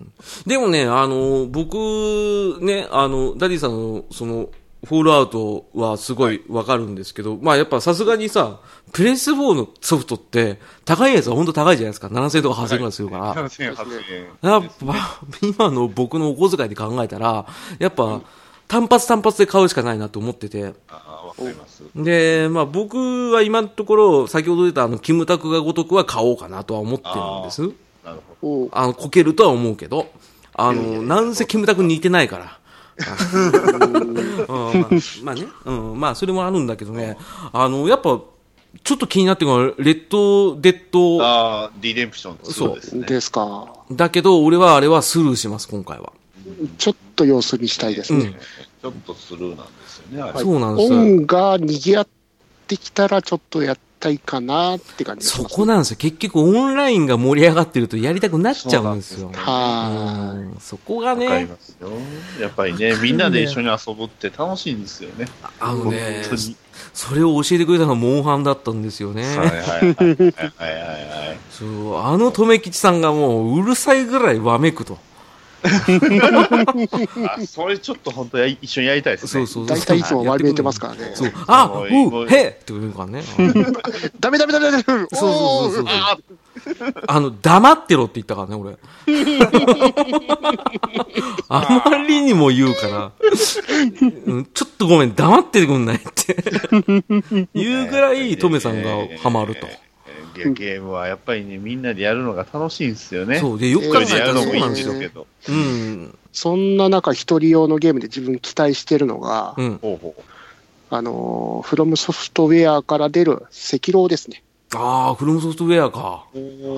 A: でもね、あの、僕、ね、あの、ダディさんの、その、フォールアウトはすごいわかるんですけど、まあやっぱさすがにさ、プレス4のソフトって、高いやつは本当高いじゃないですか。7000とか8000ぐらいするから。
B: 7000、8000
A: やっぱ、今の僕のお小遣いで考えたら、やっぱ、単発単発で買うしかないなと思ってて。
B: ああ、わかります。
A: で、まあ僕は今のところ、先ほど出たあの、キムタクがごとくは買おうかなとは思ってるんです。
B: なるほ
C: おう
A: あの、こけるとは思うけど、あの、なんせキムタクに似てないから。うんまあまあね、うん、まあそれもあるんだけどね、あの、やっぱ、ちょっと気になってるのは、レッド、デッ
B: ど。
A: ド、
B: ああ、リデンプション2ですね。
C: ですか
A: だけど、俺はあれはスルーします、今回は。
C: ちょっと様子見したいですね、
B: ちょっとスルーなんですよね、あれ。
A: そうなんですよ。
C: 音が賑わってきたらちょっとやったいかなって感じがし
A: そ
C: ます
A: こなんですよ。結局オンラインが盛り上がってるとやりたくなっちゃうんですよ。
C: は
A: うんそこが
B: わかり
A: ね、
B: ますよ。やっぱりね、みんなで一緒に遊ぶって楽しいんですよね。
A: あのね
B: 本当、に。
A: それを教えてくれたのがモンハンだったんですよね。
B: はいはいはいはいはいはい。
A: そう、あの留吉さんがもううるさいぐらいわめくと。
B: あ、それちょっと本当や一緒にやりたいですね。
A: そうそう
C: い
A: そう。
C: 大体いつも丸めてます
A: か
C: からね
A: そう、あ、
B: そうういう
A: へえって言うからね。うん
C: ダメダメダメダメそう
A: そうそうそうそう
C: あ
A: あの、黙ってろって言ったからね、俺。 あまりにも言うから、うんちょっとごめん、黙ってくんないって。言うぐらい、トメさんがハマると。
B: えー。ゲゲームはやっぱりね、みんなでやるのが楽しいんですよね。
A: そう、で、よく
B: 一
A: 考
B: 人
A: え
B: で
A: た
B: やる
A: ら
B: の
A: そう
B: もいい
A: なん
B: ん
A: で
B: ですし
A: よ。
B: ょうけど。
A: うん。
C: そんな中一人用のゲームで自分期待してるのが、
A: うん。
B: ほうほう。
C: あのフロムソフトウェアから出る赤狼ですね
A: ああ、フロムソフトウェアか。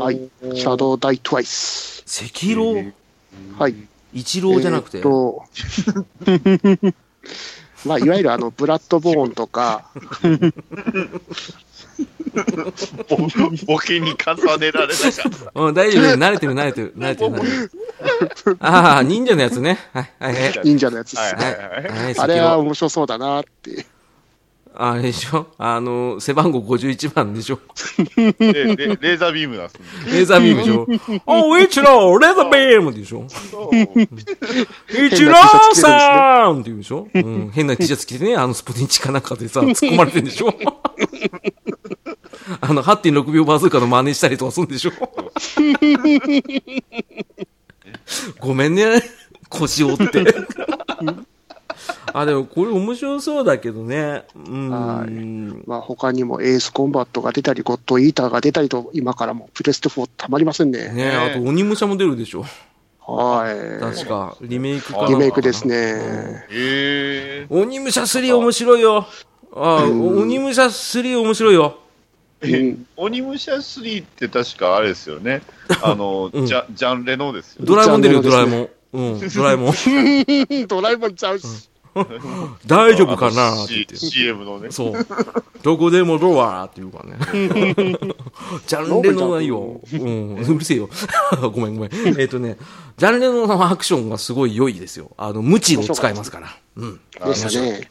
C: はいシャドウダイトワイス
A: 赤狼、
C: はい
A: 一郎じゃなくて。
C: えーっと まあ、いわゆるあの、ブラッドボーンとか、
B: ぼボケに重ねられなかった。
A: うん、大丈夫、慣れてる、慣れてる、慣れてる、慣れてる。ああ、忍者のやつね。はい、はい、はい。
C: 忍者のやつですね。
B: はいはいはい。
A: はい、
C: あれは
A: 赤狼
C: 面白そうだなって。
A: あれでしょあの、背番号51番でしょ
B: ででレーザービームなんですね。
A: レーザービームでしょおう、一郎レーザービームでしょ一郎さんって言うでしょ、うん、変な T シャツ着てね、あのスポニチかなんかでさ、突っ込まれてんでしょあの、8.6秒バズーカの真似したりとかするんでしょごめんね、腰折って。あ、でもこれ面白そうだけどね。うん。
C: はまあ、他にもエースコンバットが出たり、ゴッドイーターが出たりと、今からもプレステ4たまりませんね。
A: ねえ、あと鬼武者も出るでしょ。
C: は。
A: 確か。リメイクかない
C: リメイクです。ね。
B: え
A: 鬼武者3面白いよ。あ、鬼武者3面白いよ。
C: うん
B: 鬼武者3って確かあれですよね。あの、
A: うん
B: ジャジャンレノですよね。
A: ドラえもん出るよ、
C: ジ
A: ド
C: ャ
A: ラえ
C: ン
A: もん。うん、ドラえもん。
C: ドライバーちゃうし。
A: 大丈夫かなー
B: あの
A: って言って
B: C- ?CM のね。
A: そう。どこでもドアっていうかね。 ジャンルのないよ。うん、うるせえよ。 ごめんごめん。えっ、とね、ジャンルのアクションがすごい良いですよ。あの、無知を使いますから。うん。
C: でしたね。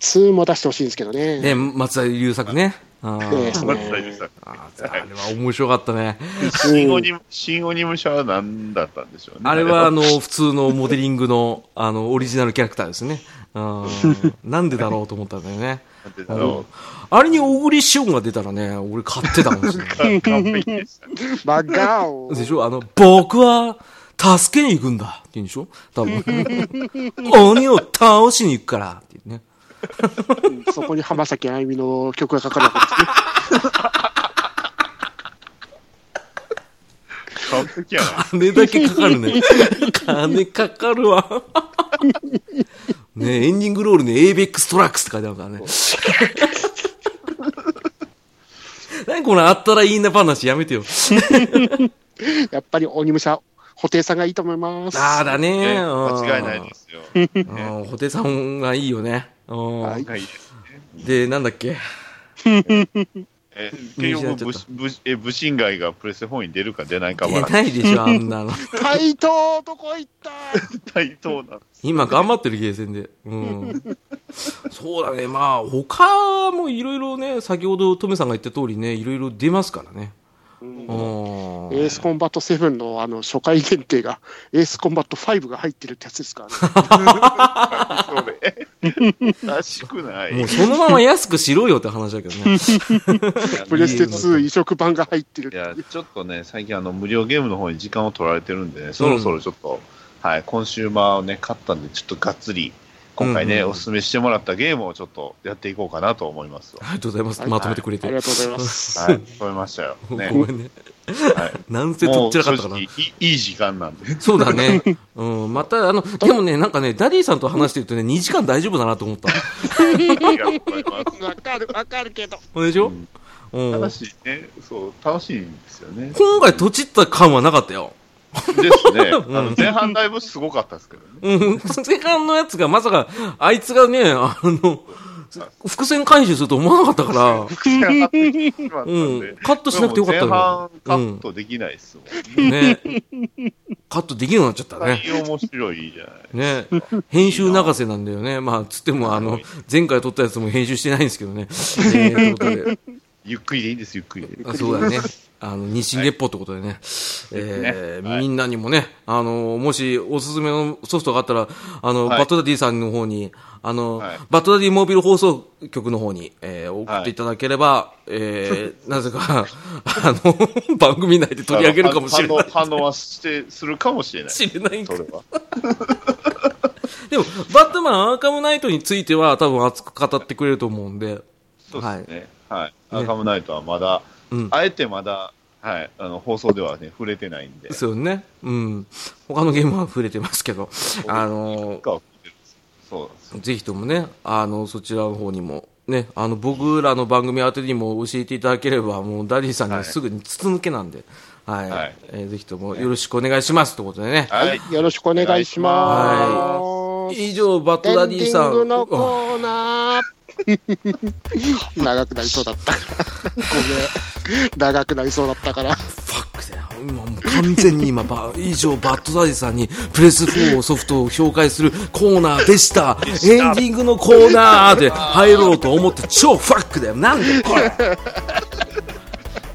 C: 2も出してほしいんですけどね。
A: ね、松田優作ね。あ
C: ね
A: ー
B: 松田優作
A: あー、あれは面白かったね。
B: 新鬼新鬼武者は何だったんでしょうね。
A: あれは、あの、普通のモデリングの、あの、オリジナルキャラクターですね。あーなんでだろうと思ったんだよね。
B: なんて言うんだろ
A: あれに小栗旬が出たらね、俺買ってたか もしれない。
B: う。完璧でしたね。
C: バカオ。
A: でしょあの、僕は、助けに行くんだって言うんでしょ多 分。鬼を倒しに行くからっていうね。
C: そこに浜崎あゆみの曲がかかるわけですね。
B: 完璧 やな。
A: 金だけかかるね。金かかるわ。ねエンディングロールに ABX トラックスって書いてあるからね。何このあったらいいな話やめてよ。
C: やっぱり鬼武者、布袋さんがいいと思います。
A: ああだね。
B: ね
A: うん
B: 間違いないですよ。
A: うん。ホテさんがいいよね。うん
C: はい
B: はいいですね。
A: で、なんだっけ
B: え結
A: 無
B: 局武
A: 事
B: 武え武神街がプレステ4に出るか出ないか
A: 出
B: は
A: ないでしょ、あんなの。
C: 怪盗どこ行った
B: 対等なんです
A: 今頑張ってるゲーセンで。 うん。そうだね。まあ、他もいろいろね、先ほどトメさんが言った通りね、いろいろ出ますからね。うん。
C: エースコンバット7のあの初回限定が、エースコンバット5が入ってるってやつですからね。
B: それ。 らしくない。
A: もうそのまま安くしろよって話だけどね。
C: プレステ2移植版が入ってるっ
B: い
C: て
B: や、ちょっとね、最近あの無料ゲームの方に時間を取られてるんでね、そろそろちょっと、はい、コンシューマーをね、買ったんで、ちょっとがっつり、今回ね、
A: うんうん
B: おすすめしてもらったゲームをちょっとやっていこうかなと思います わ。
A: ありがとうございます。まとめてくれ
C: あ
A: て。
C: りがとうございます。
B: はい、聞こえましたよ。
A: ご
B: ね、
A: めんね。
B: はい。
A: なんせと
B: も
A: っ
B: う
A: ち
B: 正
A: らかったかな
B: 直い。いい時間なんで。
A: そうだね。うん。また、あの、でもね、なんかね、ダディさんと話してるとね、2時間大丈夫だなと思った。
B: ありがとうございます。
C: わかる、わかるけど。
A: そうでしょうん
B: 楽。しいね、そう、楽しいんですよね。
A: 今回、とちった感はなかったよ。
B: ですね。あの前半だいぶすごかったですけどね。
A: うん、 前半のやつがまさか、あいつがね、あの、伏線回収すると思わなかったから、うん、カットしなくてよかった
B: 前半カ
A: のに
B: ットできないですもん
A: う
B: ね。
A: ん、ね。カットできるようになっちゃったね。
B: 面白いじゃない。
A: ね。編集流せなんだよね。まあ、つっても、あの、前回撮ったやつも編集してないんですけどね。えー、ということで。
B: ゆっくりでいいんです、ゆっくりで。
A: あそうだ ね。あの、日進月歩ってことでね。えー
B: はい
A: みんなにもね、あの、もしおすすめのソフトがあったら、あの、
B: はい
A: バットダディさんの方に、あの、
B: はい
A: バットダディモービル放送局の方に、えー送っていただければ、えーなぜか、 あの、番組内で取り上げるかもしれない。
B: 反応反応はして、するかもしれな い。
A: 知れない
B: それは。
A: でも、バットマンアーカムナイトについては多分熱く語ってくれると思うんで、
B: そうですね。はい。アーカムナイトはまだ、
A: うん
B: あえてまだ、はい、あの、放送ではね、触れてないんで。
A: ですよね。うん。他のゲームは触れてますけど、あの、
B: かは触れてるんですそうなんですよ。
A: ぜひともね、あの、そちらの方にも、ね、あの、僕らの番組宛てにも教えていただければ、もう、ダディさんにはすぐに筒抜けなんで、はい。
B: はい
A: えーぜひともよろしくお願いします、ということでね。
B: はい。
C: よろしくお願いします。
A: 以上、バッ
C: エ
A: ドダ
C: ン
A: デ
C: デ
A: ィ
C: ィ
A: さ
C: ングの
A: ん。あ
C: コーナー。 長くなりそうだったから。ごめん。長くなりそうだったから。
A: ファックだよ。今、もう完全に今、ば、 以上、バッドダディさんに、プレス4ソフトを紹介するコーナーでした。エンディングのコーナーで入ろうと思って、超ファックだよ。なんでこれ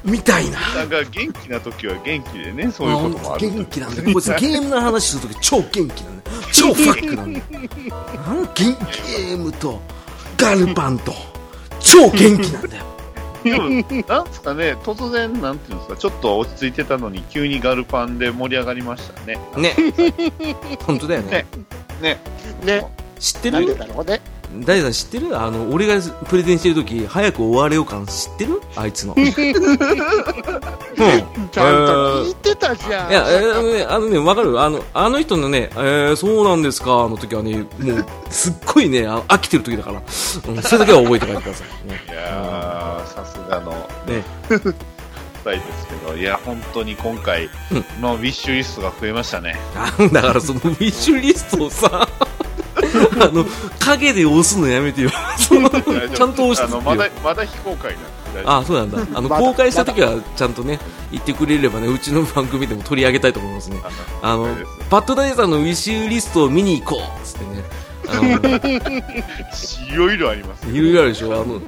A: みたいな。
B: なんか元気な時は元気でね、そういうこともある。
A: 元気なんだよこいつゲームの話するとき超元気なんだよ超ファックなんだよなんゲゲームとガルパンと超元気なんだよ
B: でも、なんですかね、突然、なんていうんですか、ちょっと落ち着いてたのに、急にガルパンで盛り上がりましたね。
A: ね。本当だよね
B: ね。
C: ね、
A: 知って
C: なんで
A: る
C: だろうね。
A: 大さん知ってるあの、俺がプレゼンしてる時、早く終われよ感知ってるあい つの。うん。い
C: ちゃんと聞いてたじゃん。
A: や、えーあのね、あのね、わかるあの、あの人のね、えーそうなんですか、の時はね、もう、すっごいね、あ飽きてる時だから、うん、それだけは覚えて帰ってください。ね
B: いやー、さすがの
A: ね
B: 二人ですけど、いや、本当に今回のウィッシュリストが増えましたね。
A: なんだからそのウィッシュリストをさあの影で押すのやめてよそのちゃんと押して
B: あのまだまだ非公開なんで大丈夫
A: あそうなんだあの
C: まだ
A: 公開した時はちゃんとね言ってくれればねうちの番組でも取り上げたいと思いますねあの
B: 了解です
A: パッドダイさんのウィッシュリストを見に行こうっつってねあ
B: いろいろあります
A: のいろいろあるでしょあの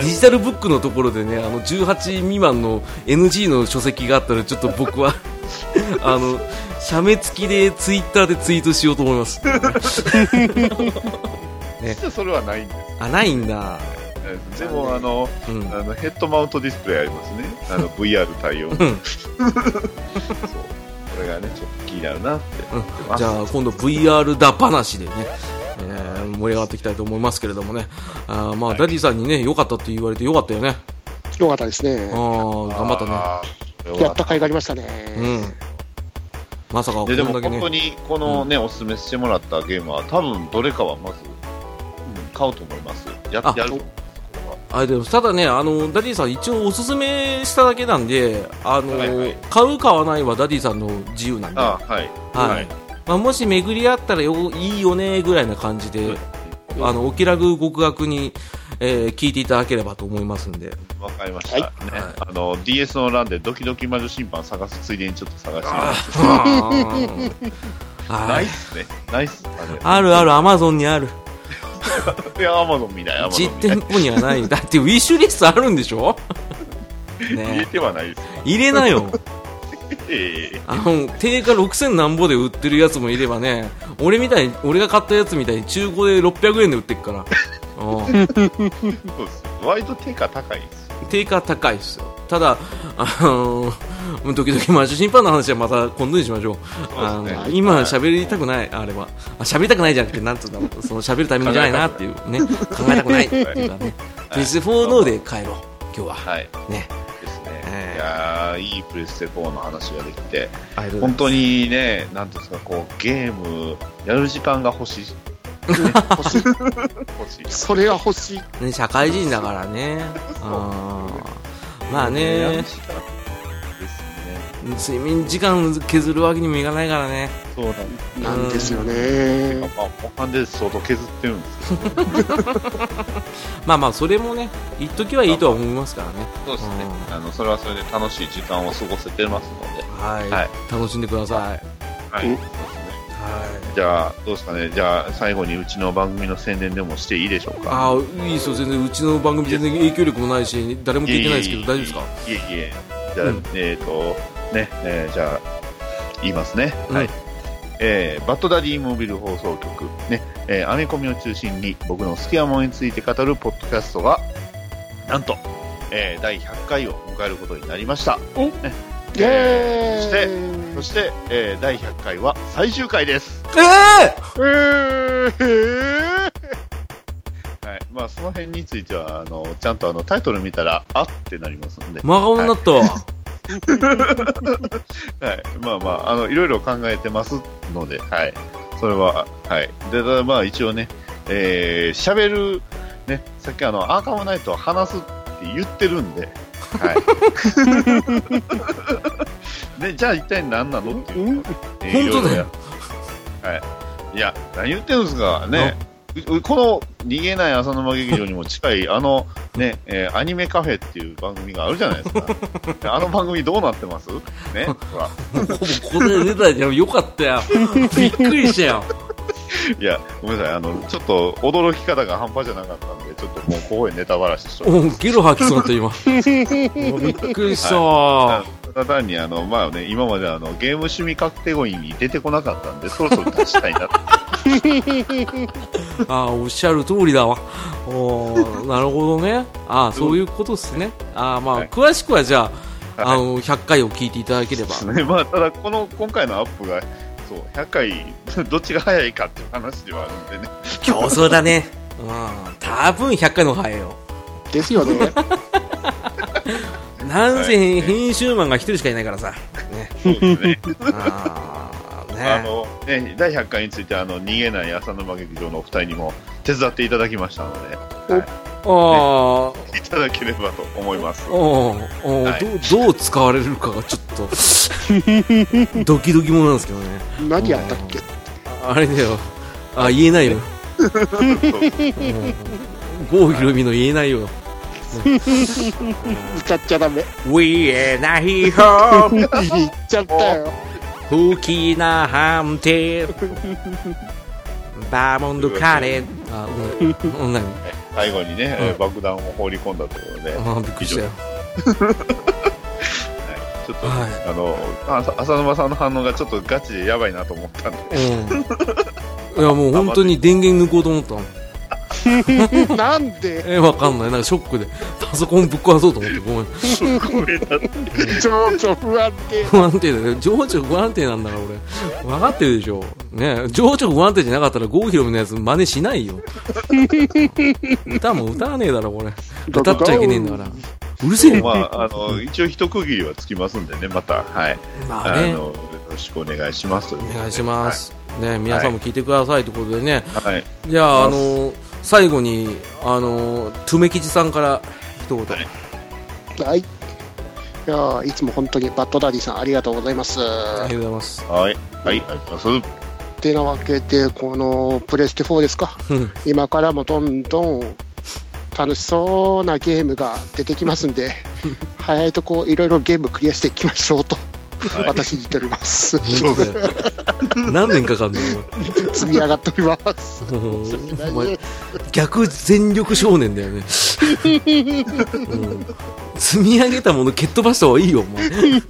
A: デジタルブックのところでねあの18未満の NG の書籍があったらちょっと僕はあの写メ付きでツイッターでツイートしようと思います
B: 実はそれはないんです
A: あないんだ、
B: でもあの
A: うん
B: あのヘッドマウントディスプレイありますね あの VR 対応のそうこれがねちょっと気になるなって思ってま
A: じ
B: す
A: ゃあ今度 VR だ話でね、えー盛り上がっていきたいと思いますけれどもねあーまあ、ダディさんにね良かったって言われて良かったよね
C: よかったです
A: あ
C: ね
A: ー。 頑張った
B: あーよ
C: や
B: かっ
C: った甲斐がありました
A: ねう
C: ね。
A: んまさかこ
B: たで
A: ん
B: で
A: だ
B: も
A: け
B: 本当
A: ね
B: にこのね、おすすめしてもらったゲームは多分どれかはまず、うん買おうと思いますや
A: あ
B: やると思います
A: あれでもただねあのダディさん一応おすすめしただけなんであの、
B: はいはい
A: 買う買わないはダディさんの自由なんで
B: あはい
A: はいまあ、もし巡り合ったらよいいよねぐらいな感じであのお気楽極楽に、えー聞いていただければと思いますんで
B: わかりました、ねあの DS の欄でドキドキ魔女審判探すついでにちょっと探してみます
A: は
B: ない
A: い
B: っすねないっすあれ
A: あるある、アマゾンにある。
B: いやアマゾン見ないアマゾ
A: 実
B: ン見ない
A: 店舗にはない。だって、ウィッシュリストあるんでしょ
B: 入れ
A: ね
B: てはないです
A: え入れなよ。
B: ええ
A: あの、定価6000なんぼで売ってるやつもいればね、俺みたいに、俺が買ったやつみたいに中古で600円で売ってっから。うん
B: そうです割と定価高いです
A: 定価高いっすよ。ただ、あの時々マジ審判の話はまた今度にしましょう。あ
B: そうですね
A: の今喋りたくない、あれは。あ喋りたくないじゃなくて、なんつうんだろう。その喋るタイミングじゃないなっていう ね。考えたくないっていうかね。
B: はい
A: プレス4ノーで帰ろう。今日は。
B: はい
A: ね。
B: ですね、
A: ええ
B: いやーいいプレステ4の話がで
A: ありがとう
B: きて
A: ござい
B: 本
A: ます
B: 当にねなんていうんですかこうゲームやる時間が欲しい
C: 欲しい
B: 欲しい
C: それは欲しい。
A: ね、社会人だからね。あーまあ
B: やる
A: ね、
B: 時間ですね
A: 睡眠時間削るわけにもいかないからね。
B: そうなんです
C: なんですよ
B: ま
C: ね。
B: あ後半で相当削ってるんですけど
A: まあまあ、それもね、一時はいいとは思いますからね。
B: そうですね
A: う。ん
B: あの、それはそれで楽しい時間を過ごせてますので。
A: はい。
B: はい
A: 楽しんでください。
B: はい。
C: うん
A: はい。
B: じゃあ、どうですかね。じゃあ、最後にうちの番組の宣伝でもしていいでしょうか。
A: ああ、いいですよ、全然。うちの番組全然影響力もないし、誰も聞いてないですけど、大丈夫ですか
B: いえいえ。じゃあ、
A: うん
B: えっ、と、ね、えーじゃあ、言いますね。
A: うん
B: はい。えーバッドダディモビル放送局、ね、えーアメコミを中心に僕の好きなものについて語るポッドキャストが、なんと、えー第100回を迎えることになりました。
C: お
B: ね
C: イェ
B: そし
C: ー
B: そ
C: イ
B: して、えー第100回は最終回です。
A: え
C: えー
B: はいまあ、その辺についてはあのちゃんとあのタイトル見たらあってなりますので、
A: 真顔になったわ。
B: はい、まあまああのいろいろ考えてますので、はい、それは、はい、でただまあ一応ね、えー、しゃべる、ね、さっきあのアーカムナイトを話すって言ってるんで、はい、 でじゃあ一体何なのっていうのをえー
A: 本当だよ。
B: いや、何言ってるんですかね。ううこの逃げない浅沼劇場にも近い、あのね、えーアニメカフェっていう番組があるじゃないです か。あの番組どうなってますね、ほら。
A: もうほぼここで出たじゃん。よかったよ。びっくりしたよ。
B: いや、ごめんなさい、あの、ちょっと驚き方が半端じゃなかったんで、ちょっともうここへネタばらししと
A: おゲロ吐きそうだった、今。 びっくりしたわ。
B: ただ単にあの、まあね、今まであのゲーム趣味カテゴリーに出てこなかったんで、そろそろ出したいなって
A: ああ、おっしゃる通りだわ。おーなるほどね。ああ、そういうことですね。ああ、まあ、
B: はい
A: 詳しくはじゃあ、
B: は
A: あ
B: い
A: の、100回を聞いていただけれ ば。
B: ねまあ、ただ、この今回のアップが、そう、100回、どっちが早いかっていう話ではあるんでね、
A: 競争だね。うん、多分100回の方が早いよ。
C: ですよね。
A: なんせ、
B: はい
A: 編集マンが一人しかいないからさ。ね。
B: そうですね、
A: ああ、ね。
B: あのね第100回についてあの、逃げない浅沼劇場のお二人にも手伝っていただきましたので、
A: ああ、
B: いただければと思います。
A: おうおう
B: はい
A: どどう使われるかがちょっと ドキドキものなんですけどね
C: 何やったっけ
A: あれだよあ言えない よ郷ひろみの言えないよ
C: 歌っちゃダメ。
A: 「言えないよ
C: 言っちゃったよ。
A: 好きなハンテバーモンドカレー」あごめん何
B: 最後にね、えー
A: うん
B: 爆弾を放り込んだところで、
A: あーびっくりしたよ
B: ちょっと、
A: は
B: あのあさ浅沼さんの反応がちょっとガチでやばいなと 思ったんで、
A: い、うん、いやもう本当に電源抜こうと思ったの
C: なんで
A: えわかんないなんかショックでパソコンぶっ壊そうと思ってごめん
C: 情緒不安定。
A: 不安定だよ情緒不安定なんだから俺分かってるでしょねえ情緒不安定じゃなかったら郷ひろみのやつ真似しないよ歌も歌わねえだろこれ歌っちゃいけねえんだからうるせえ
B: まあ、あの一応一区切りはつきますんでねまたはい、
A: まあ
B: あの
A: ね
B: よろしくお願いしますお
A: お願いします、ね皆さんも聞いてくださいということでね、
B: はい、はい
A: じゃああの最後にあの久米吉さんから一言、
B: い
C: はい。いやーいつも本当にバッドダディさんありがとうございます。
A: ありがとうございます
B: はいはい、ありがとうございます
C: てなわけで、このプレステ4ですか。
A: うん
C: 今からもどんどん楽しそうなゲームが出てきます んで、早いとこいろいろゲームクリアしていきましょうと、
B: はい
C: 私言っております。
A: 本当だよ何年かかんの
C: 積み上がっております。
A: お前お前逆全力少年だよね、うん積み上げたもの蹴っ飛ばした方がいいよお前ね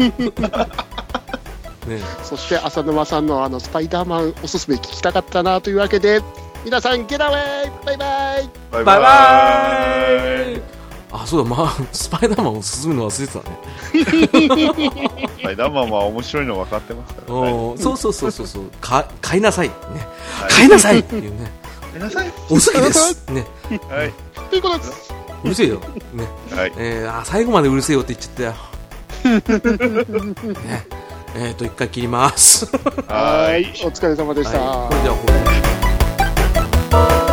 C: そして浅沼さんのあのスパイダーマンおすすめ聞きたかったなというわけで、皆さん、ゲラウェイバイバイ
B: バイ
A: バイ
B: バ
A: バ
B: イ
A: イあそうだまあスパイダーマンを進むの忘れてたね、
B: スパイダーマンは面白いの分かってますから、はい
A: おーそうそうそうそうそうか買いなさいね
B: はい
A: 買いなさいっていうね
B: ごめんなさい
A: お好きですね
B: はい
C: ということです。
A: うるせえよね
B: はい
A: えー、あ最後までうるせえよって言っち ゃったよ、ね、えっ、と一回切ります
B: はい
C: お疲れ様でした。
A: はい、それでは本編